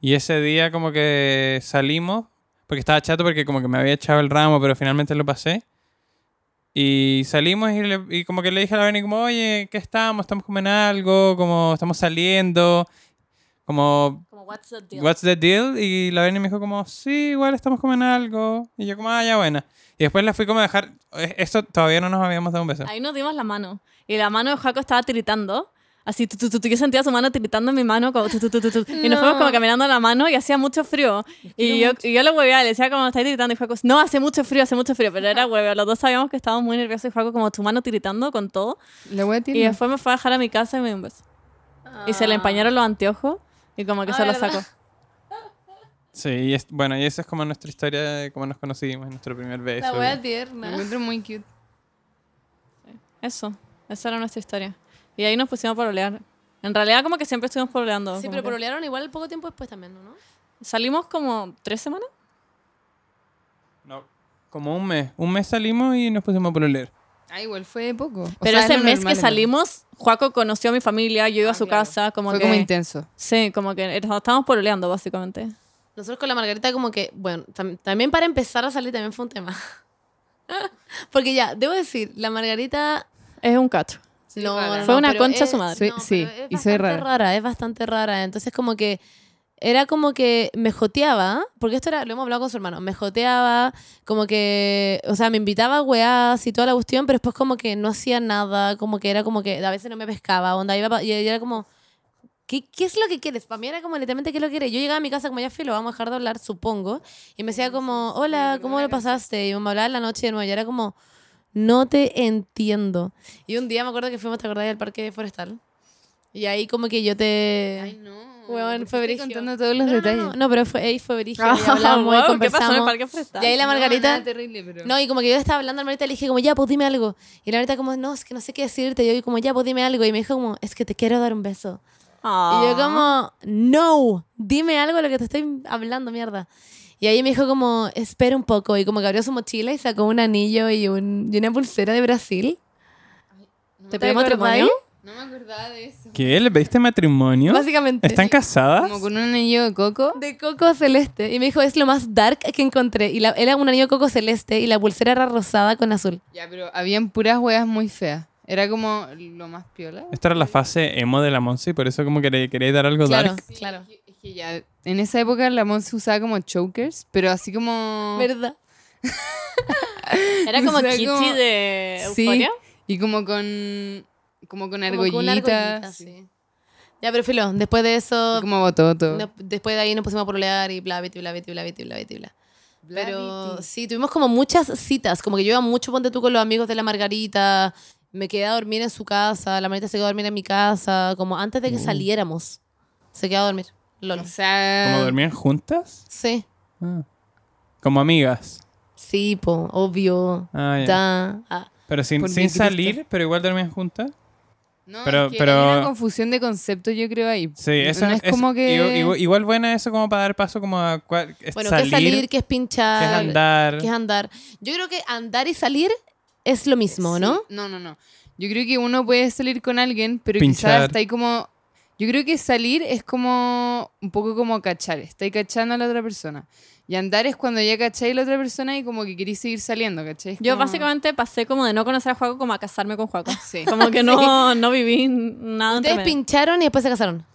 Speaker 4: Y ese día como que salimos, porque estaba chato porque como que me había echado el ramo, pero finalmente lo pasé. Y salimos y, le- y como que le dije a la Benny como, oye, ¿qué estamos? ¿Estamos comiendo algo? Como estamos saliendo, como
Speaker 2: Como, what's the
Speaker 4: What's the deal? Y la Bernie me dijo como, sí, igual estamos comiendo algo. Y yo como, ah, ya buena. Y después la fui como a dejar, eh, esto todavía no nos habíamos dado un beso.
Speaker 2: [LAUGHS] Ahí nos dimos la mano. Y la mano de Jaco estaba tiritando. Así, tu, tu, tu, tu. yo sentía su mano tiritando en mi mano. Como, tu, tu, tu, tu, tu. Y nos fuimos como caminando la mano y hacía mucho frío. Y yo, y yo lo hueveaba, le decía como, está tiritando. Y Jaco, no, hace mucho frío, hace mucho frío. Pero era hueveo. Los dos sabíamos que estábamos muy nerviosos. Y Jaco como, tu mano tiritando con todo.
Speaker 3: La wea
Speaker 2: Y
Speaker 3: tiene.
Speaker 2: después me fue a dejar a mi casa y me dio un beso. Y se le empañaron los anteojos. Y como que
Speaker 1: Ah,
Speaker 2: se los
Speaker 1: ¿verdad?
Speaker 2: sacó.
Speaker 4: Sí, y es- bueno, y esa es como nuestra historia de cómo nos conocimos, nuestro primer beso.
Speaker 1: La wea
Speaker 3: Me
Speaker 1: tierna.
Speaker 3: encuentro muy cute.
Speaker 2: Eso, esa era nuestra historia. Y ahí nos pusimos a pololear. En realidad como que siempre estuvimos pololeando.
Speaker 1: Sí,
Speaker 2: como
Speaker 1: pero
Speaker 2: que-
Speaker 1: pololearon igual poco tiempo después también, ¿no?
Speaker 2: Salimos como tres semanas.
Speaker 4: No, como un mes. Un mes salimos y nos pusimos por leer.
Speaker 3: Ah, igual fue poco. O
Speaker 2: Pero
Speaker 3: sea,
Speaker 2: ese
Speaker 3: es lo
Speaker 2: mes
Speaker 3: normal,
Speaker 2: que
Speaker 3: ¿no?
Speaker 2: salimos, Juaco conoció a mi familia, yo iba
Speaker 3: Ah,
Speaker 2: a su
Speaker 3: claro.
Speaker 2: casa, como
Speaker 3: Fue
Speaker 2: que...
Speaker 3: como intenso.
Speaker 2: sí, como que era- estábamos pololeando básicamente.
Speaker 1: Nosotros con la Margarita como que, bueno, tam- también para empezar a salir también fue un tema. [LAUGHS] Porque ya, debo decir, la Margarita...
Speaker 2: Es un cacho.
Speaker 1: no,
Speaker 3: rara.
Speaker 1: no,
Speaker 2: Fue una
Speaker 1: pero
Speaker 2: concha
Speaker 1: es-
Speaker 2: su madre.
Speaker 3: Soy-
Speaker 1: no,
Speaker 3: sí,
Speaker 1: pero es
Speaker 3: y soy
Speaker 1: bastante
Speaker 3: rara.
Speaker 1: Es bastante rara. Entonces como que era como que me joteaba, porque esto era, lo hemos hablado con su hermano, me joteaba, como que, o sea, me invitaba a weás y toda la cuestión, pero después como que no hacía nada, como que era como que a veces no me pescaba, onda, iba pa- y ella era como... ¿Qué, ¿Qué es lo que quieres? Para mí era como literalmente qué es lo que quieres. Yo llegaba a mi casa como ya filo, vamos a dejar de hablar, supongo. Y me decía como, hola, ¿cómo lo pasaste? Y me hablaba en la noche de nuevo. Y era como, no te entiendo. Y un día me acuerdo que fuimos, ¿te acordás? Al parque forestal. Y ahí como que yo te...
Speaker 3: no.
Speaker 1: Weón, fue
Speaker 3: estoy
Speaker 1: brigio.
Speaker 3: contando todos los
Speaker 1: No, no, no,
Speaker 3: detalles.
Speaker 1: No, pero fue, ahí fue brígido,
Speaker 2: [LAUGHS]
Speaker 1: y hablamos y
Speaker 2: Ah, Wow, ¿Qué pasó en
Speaker 1: conversamos.
Speaker 2: el parque forestal?
Speaker 1: Y ahí la Margarita...
Speaker 3: nada terrible, pero...
Speaker 1: No, y como que yo estaba hablando a la Margarita le dije como, ya, pues dime algo. Y la Margarita como, no, es que no sé qué decirte. Y yo como, ya, pues dime algo. Y me dijo como, es que te quiero dar un beso.
Speaker 2: Ah.
Speaker 1: Y yo como, no, dime algo de lo que te estoy hablando, mierda. Y ahí me dijo como, espera un poco. Y como que abrió su mochila y sacó un anillo y, un- y una pulsera de Brasil.
Speaker 3: no
Speaker 1: ¿Te
Speaker 3: me-
Speaker 1: pedí matrimonio?
Speaker 3: No me acordaba de eso.
Speaker 4: ¿Qué? ¿Le pediste matrimonio?
Speaker 1: Básicamente.
Speaker 4: ¿Están casadas?
Speaker 3: Como con un anillo de coco.
Speaker 1: De coco celeste. Y me dijo, es lo más dark que encontré. Y la- era un anillo de coco celeste y la pulsera era rosada con azul.
Speaker 3: Ya, pero habían puras weas muy feas. Era como lo más piola.
Speaker 4: Esta era la fase emo de la Monse y por eso como que le quería dar algo
Speaker 1: Claro,
Speaker 4: dark.
Speaker 1: claro.
Speaker 3: Es que- es que ya, en esa época la Monse usaba como chokers, pero así como...
Speaker 1: ¿Verdad?
Speaker 2: Era
Speaker 3: [LAUGHS]
Speaker 2: como
Speaker 3: O sea,
Speaker 2: Kitty
Speaker 3: como-
Speaker 2: de
Speaker 3: Sí,
Speaker 2: Euforia.
Speaker 3: y como con... Como con
Speaker 1: Como
Speaker 3: argollitas.
Speaker 1: con una argollita, sí. Ya, pero filo, después de eso,
Speaker 3: y como bototo.
Speaker 1: no- después de ahí nos pusimos a pololear y bla, bla, bla, bla, bla, bla, bla, bla, bla.
Speaker 3: Bla,
Speaker 1: Pero
Speaker 3: biti.
Speaker 1: sí, tuvimos como muchas citas, como que yo iba mucho, ponte tú, con los amigos de la Margarita, me quedé a dormir en su casa, la Margarita se quedó a dormir en mi casa, como antes de que saliéramos, se quedó a dormir. Lol.
Speaker 3: O sea...
Speaker 4: ¿Como dormían juntas?
Speaker 1: Sí,
Speaker 4: Ah. Como amigas.
Speaker 1: sí, po, obvio.
Speaker 4: Ah, ya.
Speaker 1: Da. Ah.
Speaker 4: Pero sin,
Speaker 3: Por
Speaker 4: sin
Speaker 3: Jesucristo.
Speaker 4: salir, pero igual dormían juntas.
Speaker 3: No,
Speaker 4: Pero-
Speaker 3: es que
Speaker 4: pero-
Speaker 3: hay una confusión de conceptos, yo creo, ahí.
Speaker 4: Sí, eso
Speaker 3: no es,
Speaker 4: eso-
Speaker 3: como que...
Speaker 4: igu- igu- Igual, buena eso como para dar paso como a... cuál- es
Speaker 1: Bueno,
Speaker 4: salir,
Speaker 1: ¿qué es salir?
Speaker 4: qué
Speaker 1: ¿Qué es pinchar?
Speaker 4: es andar?
Speaker 1: ¿Qué es andar? Yo creo que andar y salir es lo mismo,
Speaker 3: Sí,
Speaker 1: ¿no?
Speaker 3: No, no, no. Yo creo que uno puede salir con alguien, pero
Speaker 4: Pinchar.
Speaker 3: quizás está ahí como... Yo creo que salir es como un poco como cachar, está ahí cachando a la otra persona. Y andar es cuando ya cacháis a la otra persona y como que queréis seguir saliendo, ¿cachai? Es
Speaker 2: Yo
Speaker 3: como-
Speaker 2: básicamente pasé como de no conocer a Juaco como a casarme con Juaco.
Speaker 3: Sí.
Speaker 2: [LAUGHS] Como que no, no viví nada entre
Speaker 1: Ustedes
Speaker 2: medio.
Speaker 1: pincharon y después se casaron.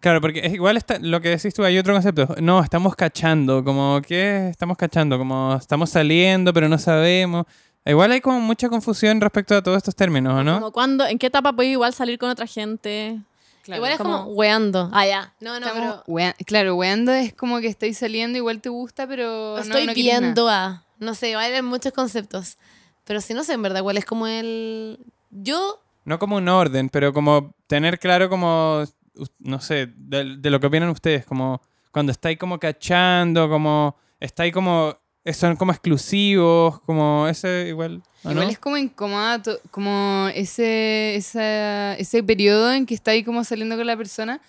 Speaker 4: Claro, porque es igual está, lo que decís tú, hay otro concepto. No, estamos cachando, como que estamos cachando, como estamos saliendo, pero no sabemos. Igual hay como mucha confusión respecto a todos estos términos, ¿o no?
Speaker 2: Como cuando, ¿en qué etapa puedes igual salir con otra gente?
Speaker 3: Claro,
Speaker 1: Igual es como,
Speaker 2: como-
Speaker 1: weando. Ah, ya. No, no,
Speaker 3: estamos
Speaker 1: pero
Speaker 3: wea- claro, weando es como que estáis saliendo, igual te gusta, pero no-
Speaker 1: estoy
Speaker 3: no querís nada.
Speaker 1: viendo a... No sé, bailan muchos conceptos. Pero si no sé, en verdad, cuál es como el... Yo,
Speaker 4: No como un orden, pero como tener claro como, u- no sé, de, de lo que opinan ustedes, como cuando estáis como cachando, como estáis como, eh, son como exclusivos, como ese igual. ¿o
Speaker 3: Igual
Speaker 4: ¿Ah, no?
Speaker 3: es como incómoda, to- como ese, esa- ese periodo en que está ahí como saliendo con la persona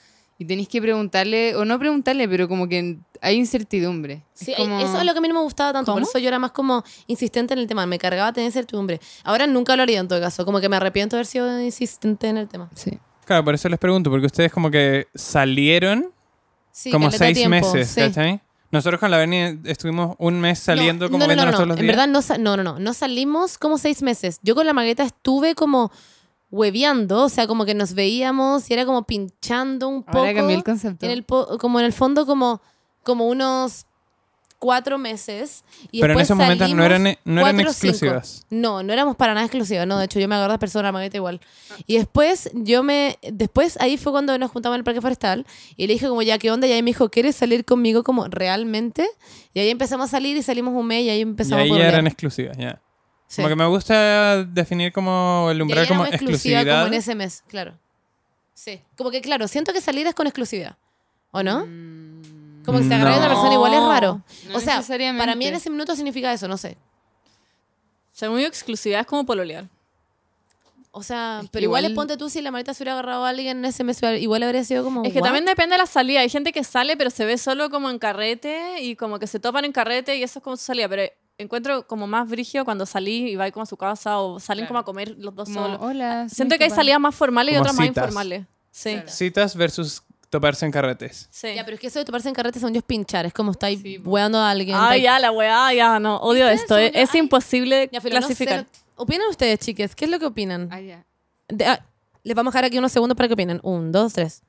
Speaker 3: y tenéis que preguntarle, o no preguntarle, pero como que hay incertidumbre.
Speaker 1: sí,
Speaker 3: es
Speaker 1: hay-
Speaker 3: como-
Speaker 1: eso es lo que a mí no me gustaba tanto. Por
Speaker 2: ¿Cómo?
Speaker 1: eso yo era más como insistente en el tema. Me cargaba tener certidumbre. Ahora nunca lo haría en todo caso. Como que me arrepiento de haber sido insistente en el tema.
Speaker 3: Sí.
Speaker 4: Claro, por eso les pregunto, porque ustedes como que salieron
Speaker 1: Sí,
Speaker 4: como
Speaker 1: caleta de
Speaker 4: seis
Speaker 1: tiempo,
Speaker 4: meses,
Speaker 1: sí.
Speaker 4: ¿cachai? Nosotros con la Berni estuvimos un mes saliendo
Speaker 1: No,
Speaker 4: como
Speaker 1: no, no,
Speaker 4: viéndonos
Speaker 1: no,
Speaker 4: todos
Speaker 1: no.
Speaker 4: los
Speaker 1: En
Speaker 4: días.
Speaker 1: verdad, no, sa- no, no, no. No salimos como seis meses. Yo con la Margarita estuve como hueveando, o sea, como que nos veíamos y era como pinchando un poco.
Speaker 3: Ahora cambié el concepto.
Speaker 1: en el po- como en el fondo, como, como unos cuatro meses. Y
Speaker 4: pero en
Speaker 1: después
Speaker 4: esos momentos no
Speaker 1: salimos
Speaker 4: eran, e, no eran
Speaker 1: cuatro o cinco.
Speaker 4: exclusivas.
Speaker 1: No, no éramos para nada exclusivas, no, de hecho yo me agarro de persona, Margarita igual. Y después yo me, después ahí fue cuando nos juntamos en el parque forestal y le dije como ya, ¿qué onda? Y ahí me dijo, ¿quieres salir conmigo como realmente? Y ahí empezamos a salir y salimos un mes y ahí
Speaker 4: Y
Speaker 1: empezamos a
Speaker 4: ahí ya
Speaker 1: pololear.
Speaker 4: eran exclusivas, ya.
Speaker 1: Sí.
Speaker 4: Como que me gusta definir como el
Speaker 1: Y ahí
Speaker 4: umbral como
Speaker 1: éramos exclusiva
Speaker 4: exclusividad.
Speaker 1: como en ese mes, claro. Sí, como que claro, siento que salir es con exclusividad, ¿o no?
Speaker 3: Mm,
Speaker 1: Como que se agarra
Speaker 4: No.
Speaker 1: a una persona igual es raro.
Speaker 3: no
Speaker 1: o sea,
Speaker 3: necesariamente.
Speaker 1: para mí en ese minuto significa eso, no sé.
Speaker 2: Según yo, exclusividad es como pololear.
Speaker 1: O sea,
Speaker 3: Es que
Speaker 1: pero igual,
Speaker 3: igual-
Speaker 1: ponte tú si la Margarita se hubiera agarrado a alguien en ese mes, igual habría sido como...
Speaker 2: Es que
Speaker 1: Oh, "What?".
Speaker 2: también depende de la salida. Hay gente que sale, pero se ve solo como en carrete y como que se topan en carrete y eso es como su salida. Pero encuentro como más brigio cuando salí y va como a su casa o salen
Speaker 3: Claro.
Speaker 2: como a comer los dos
Speaker 3: Como,
Speaker 1: oh,
Speaker 2: solos.
Speaker 3: hola.
Speaker 1: Ah,
Speaker 3: soy
Speaker 2: Siento que hay
Speaker 3: Juan".
Speaker 2: salidas más formales y
Speaker 4: Como
Speaker 2: otras más
Speaker 4: citas.
Speaker 2: informales. Sí.
Speaker 3: Claro.
Speaker 4: Citas versus toparse en carretes.
Speaker 2: sí.
Speaker 1: Ya, pero es que eso de toparse en carrete son yo es pinchar, es como estáis
Speaker 3: Sí, po.
Speaker 1: weando a alguien.
Speaker 2: Ah,
Speaker 1: estáis-
Speaker 2: ya, la weá, ya, no, odio
Speaker 1: ¿Ustedes
Speaker 2: esto.
Speaker 1: son
Speaker 2: Es,
Speaker 1: ya?
Speaker 2: es
Speaker 1: Ay.
Speaker 2: imposible
Speaker 1: Ya, pero no sé
Speaker 2: clasificar.
Speaker 1: lo- ¿Opinan ustedes, chiques? ¿Qué es lo que opinan?
Speaker 3: Ah, ya.
Speaker 1: De- ah, les vamos a dejar aquí unos segundos para que opinen. Un, dos, tres.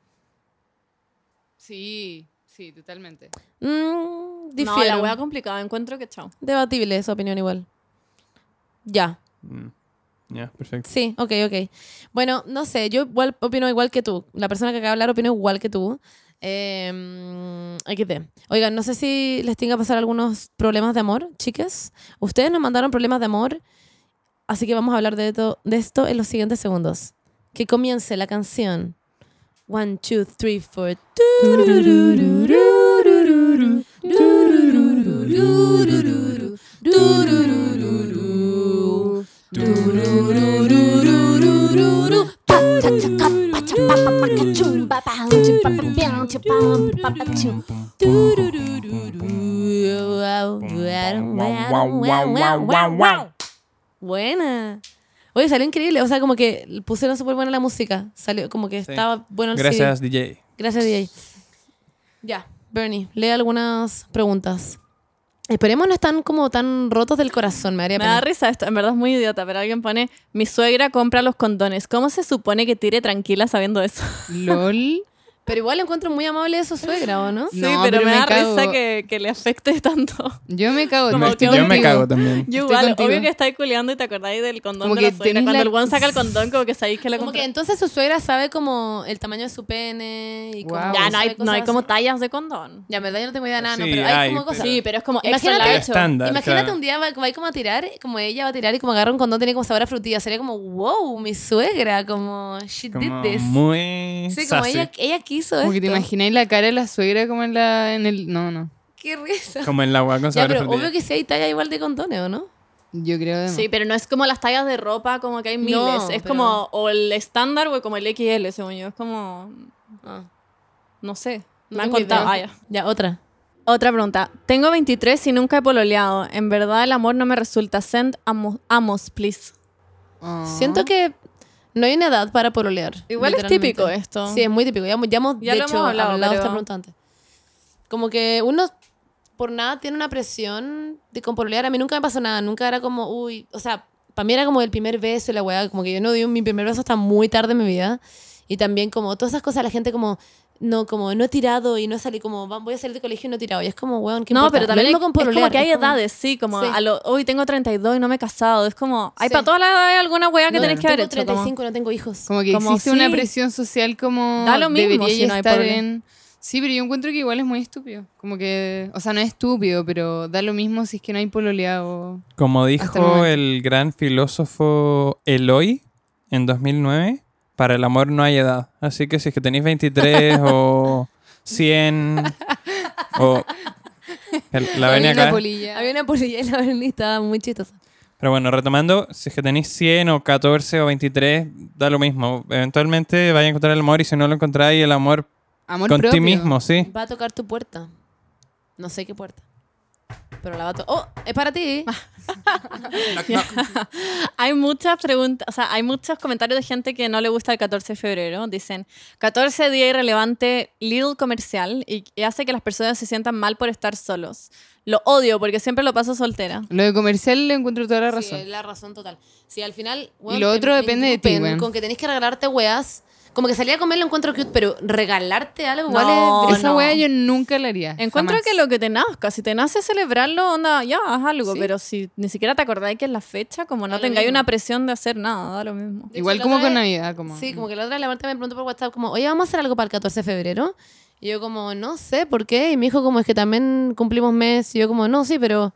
Speaker 3: Sí, sí, totalmente.
Speaker 1: Mm,
Speaker 2: no, la
Speaker 1: difiero.
Speaker 2: weá complicada, encuentro que chao.
Speaker 1: Debatible esa opinión igual. Ya.
Speaker 4: Mm. Ya, perfecto.
Speaker 1: Sí, ok, ok. Bueno, no sé, yo igual opino igual que tú. La persona que acaba de hablar opina igual que tú. Eh, XD. Oigan, no sé si les tenga que pasar algunos problemas de amor, chicas. Ustedes nos mandaron problemas de amor, así que vamos a hablar de, esto- de esto en los siguientes segundos. Que comience la canción. One, two, three, four. Buena. Oye, salió increíble. O sea, como que pusieron súper buena la música. Salió como que
Speaker 4: Sí.
Speaker 1: estaba bueno el CD.
Speaker 4: Gracias, DJ.
Speaker 1: Gracias, DJ. Ya, Bernie, lee algunas preguntas. Esperemos no están como tan rotos del corazón, me haría
Speaker 2: Me
Speaker 1: pena.
Speaker 2: da risa esto, en verdad es muy idiota, pero alguien pone, mi suegra compra los condones. ¿Cómo se supone que tire tranquila sabiendo eso?
Speaker 3: LOL.
Speaker 1: Pero igual encuentro muy amable de su suegra, ¿o no?
Speaker 2: Sí,
Speaker 3: No,
Speaker 2: pero,
Speaker 3: pero
Speaker 2: me,
Speaker 3: me
Speaker 2: da
Speaker 3: cago.
Speaker 2: risa que, que le afecte [LAUGHS] tanto.
Speaker 3: Yo me cago.
Speaker 2: Como
Speaker 4: Me-
Speaker 2: que
Speaker 3: estoy
Speaker 4: yo me
Speaker 3: contigo.
Speaker 4: cago también.
Speaker 1: [LAUGHS]
Speaker 2: Yo
Speaker 3: Estoy
Speaker 2: igual,
Speaker 3: contigo.
Speaker 2: obvio que estáis culeando y te acordáis del condón
Speaker 3: Como
Speaker 2: de
Speaker 3: que
Speaker 2: la suegra.
Speaker 3: tenés
Speaker 2: Cuando
Speaker 3: la-
Speaker 2: el guan saca [LAUGHS] el condón, como que sabéis que lo
Speaker 1: Como
Speaker 2: compró.
Speaker 1: que entonces su suegra sabe como el tamaño de su pene y como-
Speaker 3: Guau.
Speaker 2: ya, no hay,
Speaker 1: sabe
Speaker 2: no hay
Speaker 1: cosas
Speaker 2: como
Speaker 1: así.
Speaker 2: tallas de condón.
Speaker 1: Ya, en verdad yo no tengo idea de nada, no,
Speaker 4: Sí,
Speaker 1: pero hay,
Speaker 4: hay,
Speaker 1: como cosas.
Speaker 4: pero-
Speaker 2: Sí, pero es como extra
Speaker 1: Imagínate-
Speaker 2: large.
Speaker 4: Estándar.
Speaker 1: Imagínate
Speaker 4: claro.
Speaker 1: un día va, va como a tirar, como ella va a tirar y como agarra un condón tiene como sabor a frutilla. Sería como, wow, mi suegra, como, she
Speaker 4: Como
Speaker 1: did this.
Speaker 4: muy
Speaker 1: Sí, como
Speaker 4: sassy.
Speaker 1: ella, ella quiso
Speaker 3: Como que te
Speaker 1: esto.
Speaker 3: imagináis la cara de la suegra como en la. En el... No, no.
Speaker 1: Qué risa.
Speaker 4: Como en la agua con
Speaker 1: Ya,
Speaker 4: sabor a
Speaker 1: pero
Speaker 4: frutilla.
Speaker 1: obvio que sí hay talla igual de condones, ¿o no?
Speaker 3: Yo creo de más.
Speaker 2: Sí, pero no es como las tallas de ropa, como que hay miles.
Speaker 1: No,
Speaker 2: es
Speaker 1: pero-
Speaker 2: como o el estándar o como el XL, según yo. Es como, Ah. no sé, me
Speaker 1: No
Speaker 2: han
Speaker 1: tengo
Speaker 2: contado.
Speaker 1: idea.
Speaker 2: Ah, ya.
Speaker 1: Ya, otra.
Speaker 2: Otra pregunta. Tengo 23 y nunca he pololeado. En verdad el amor no me resulta. Send amo- amos, please.
Speaker 3: Ah.
Speaker 1: Siento que no hay una edad para pololear.
Speaker 2: Igual es
Speaker 1: literalmente.
Speaker 2: típico esto.
Speaker 1: Sí, es muy típico. Ya, hemos- ya hemos,
Speaker 2: Ya
Speaker 1: de
Speaker 2: lo
Speaker 1: hecho,
Speaker 2: hemos hablado,
Speaker 1: hablado,
Speaker 2: pero-
Speaker 1: esta pregunta antes. Como que uno por nada tiene una presión de con pololear. A mí nunca me pasó nada. Nunca era como, uy, o sea, para mí era como el primer beso y la weá. Como que yo no di un- mi primer beso hasta muy tarde en mi vida. Y también como todas esas cosas, la gente como... No, como no he tirado y no salí como "Va- voy a salir de colegio y no he tirado. Y es como, weón, ¿qué
Speaker 2: No,
Speaker 1: importa?
Speaker 2: pero
Speaker 1: Lo
Speaker 2: también hay,
Speaker 1: mismo con
Speaker 2: es como
Speaker 1: pololear,
Speaker 2: que hay
Speaker 1: es como-
Speaker 2: edades, sí, como
Speaker 1: Sí.
Speaker 2: a lo, hoy tengo 32 y no me he casado. Es como, hay
Speaker 1: Sí.
Speaker 2: para todas las edades alguna weá que
Speaker 1: No,
Speaker 2: tenés que haber
Speaker 1: tengo
Speaker 2: hecho. como-
Speaker 1: 35 y no tengo hijos.
Speaker 3: Como que
Speaker 2: Como
Speaker 3: existe una
Speaker 2: sí.
Speaker 3: presión social como
Speaker 2: Da lo mismo
Speaker 3: debería
Speaker 2: si no hay
Speaker 3: estar
Speaker 2: problema.
Speaker 3: en Sí, pero yo encuentro que igual es muy estúpido. Como que, o sea, no es estúpido, pero da lo mismo si es que no hay pololeado.
Speaker 4: Como
Speaker 3: Hasta el momento.
Speaker 4: dijo el gran filósofo Eloy en 2009, para el amor no hay edad. Así que si es que tenéis 23
Speaker 3: [LAUGHS]
Speaker 4: o 100 o... el- La venía
Speaker 3: Hay una
Speaker 4: acá.
Speaker 3: polilla.
Speaker 1: Había una
Speaker 3: [LAUGHS]
Speaker 1: polilla y la Berni estaba muy chistosa.
Speaker 4: Pero bueno, retomando, si es que tenéis 100 o 14 o 23, da lo mismo. Eventualmente vais a encontrar el amor y si no lo encontráis, el amor
Speaker 3: Amor
Speaker 4: con ti
Speaker 3: propio.
Speaker 4: mismo, sí.
Speaker 1: Va a tocar tu puerta. No sé qué puerta. Pero la va a tocar. ¡Oh! ¡Es para ti!
Speaker 3: Ah,
Speaker 2: Hay muchas preguntas, o sea, hay muchos comentarios de gente que no le gusta el 14 de febrero. Dicen, 14 día irrelevante, little comercial, y, y hace que las personas se sientan mal por estar solos. Lo odio porque siempre lo paso soltera.
Speaker 3: Lo de comercial le encuentro toda la
Speaker 1: Sí,
Speaker 3: razón.
Speaker 1: es la razón total. Sí, al final.
Speaker 3: lo
Speaker 1: te
Speaker 3: otro depende de ti,
Speaker 1: engrupen
Speaker 3: weón.
Speaker 1: Con que tenés que regalarte weas. Como que salir a comer lo encuentro cute, pero regalarte algo igual
Speaker 2: No,
Speaker 1: es.
Speaker 3: Esa
Speaker 2: no.
Speaker 3: wea yo nunca la haría.
Speaker 2: Encuentro
Speaker 3: jamás.
Speaker 2: que lo que te nazca, si te nace celebrarlo, onda, ya, haz algo,
Speaker 3: Sí.
Speaker 2: pero si ni siquiera te acordáis que es la fecha, como
Speaker 1: Da
Speaker 2: no
Speaker 1: lo
Speaker 2: tengáis
Speaker 1: mismo.
Speaker 2: una presión de hacer nada, da lo mismo.
Speaker 1: De hecho,
Speaker 3: Igual
Speaker 1: la
Speaker 3: como
Speaker 1: otra
Speaker 3: con
Speaker 1: vez-
Speaker 3: Navidad. Como,
Speaker 1: Sí, como que la otra la Marta me preguntó por WhatsApp, como, oye, vamos a hacer algo para el 14 de febrero. Y yo, como, no sé por qué. Y me dijo, como, es que también cumplimos mes. Y yo, como, no, sí, pero.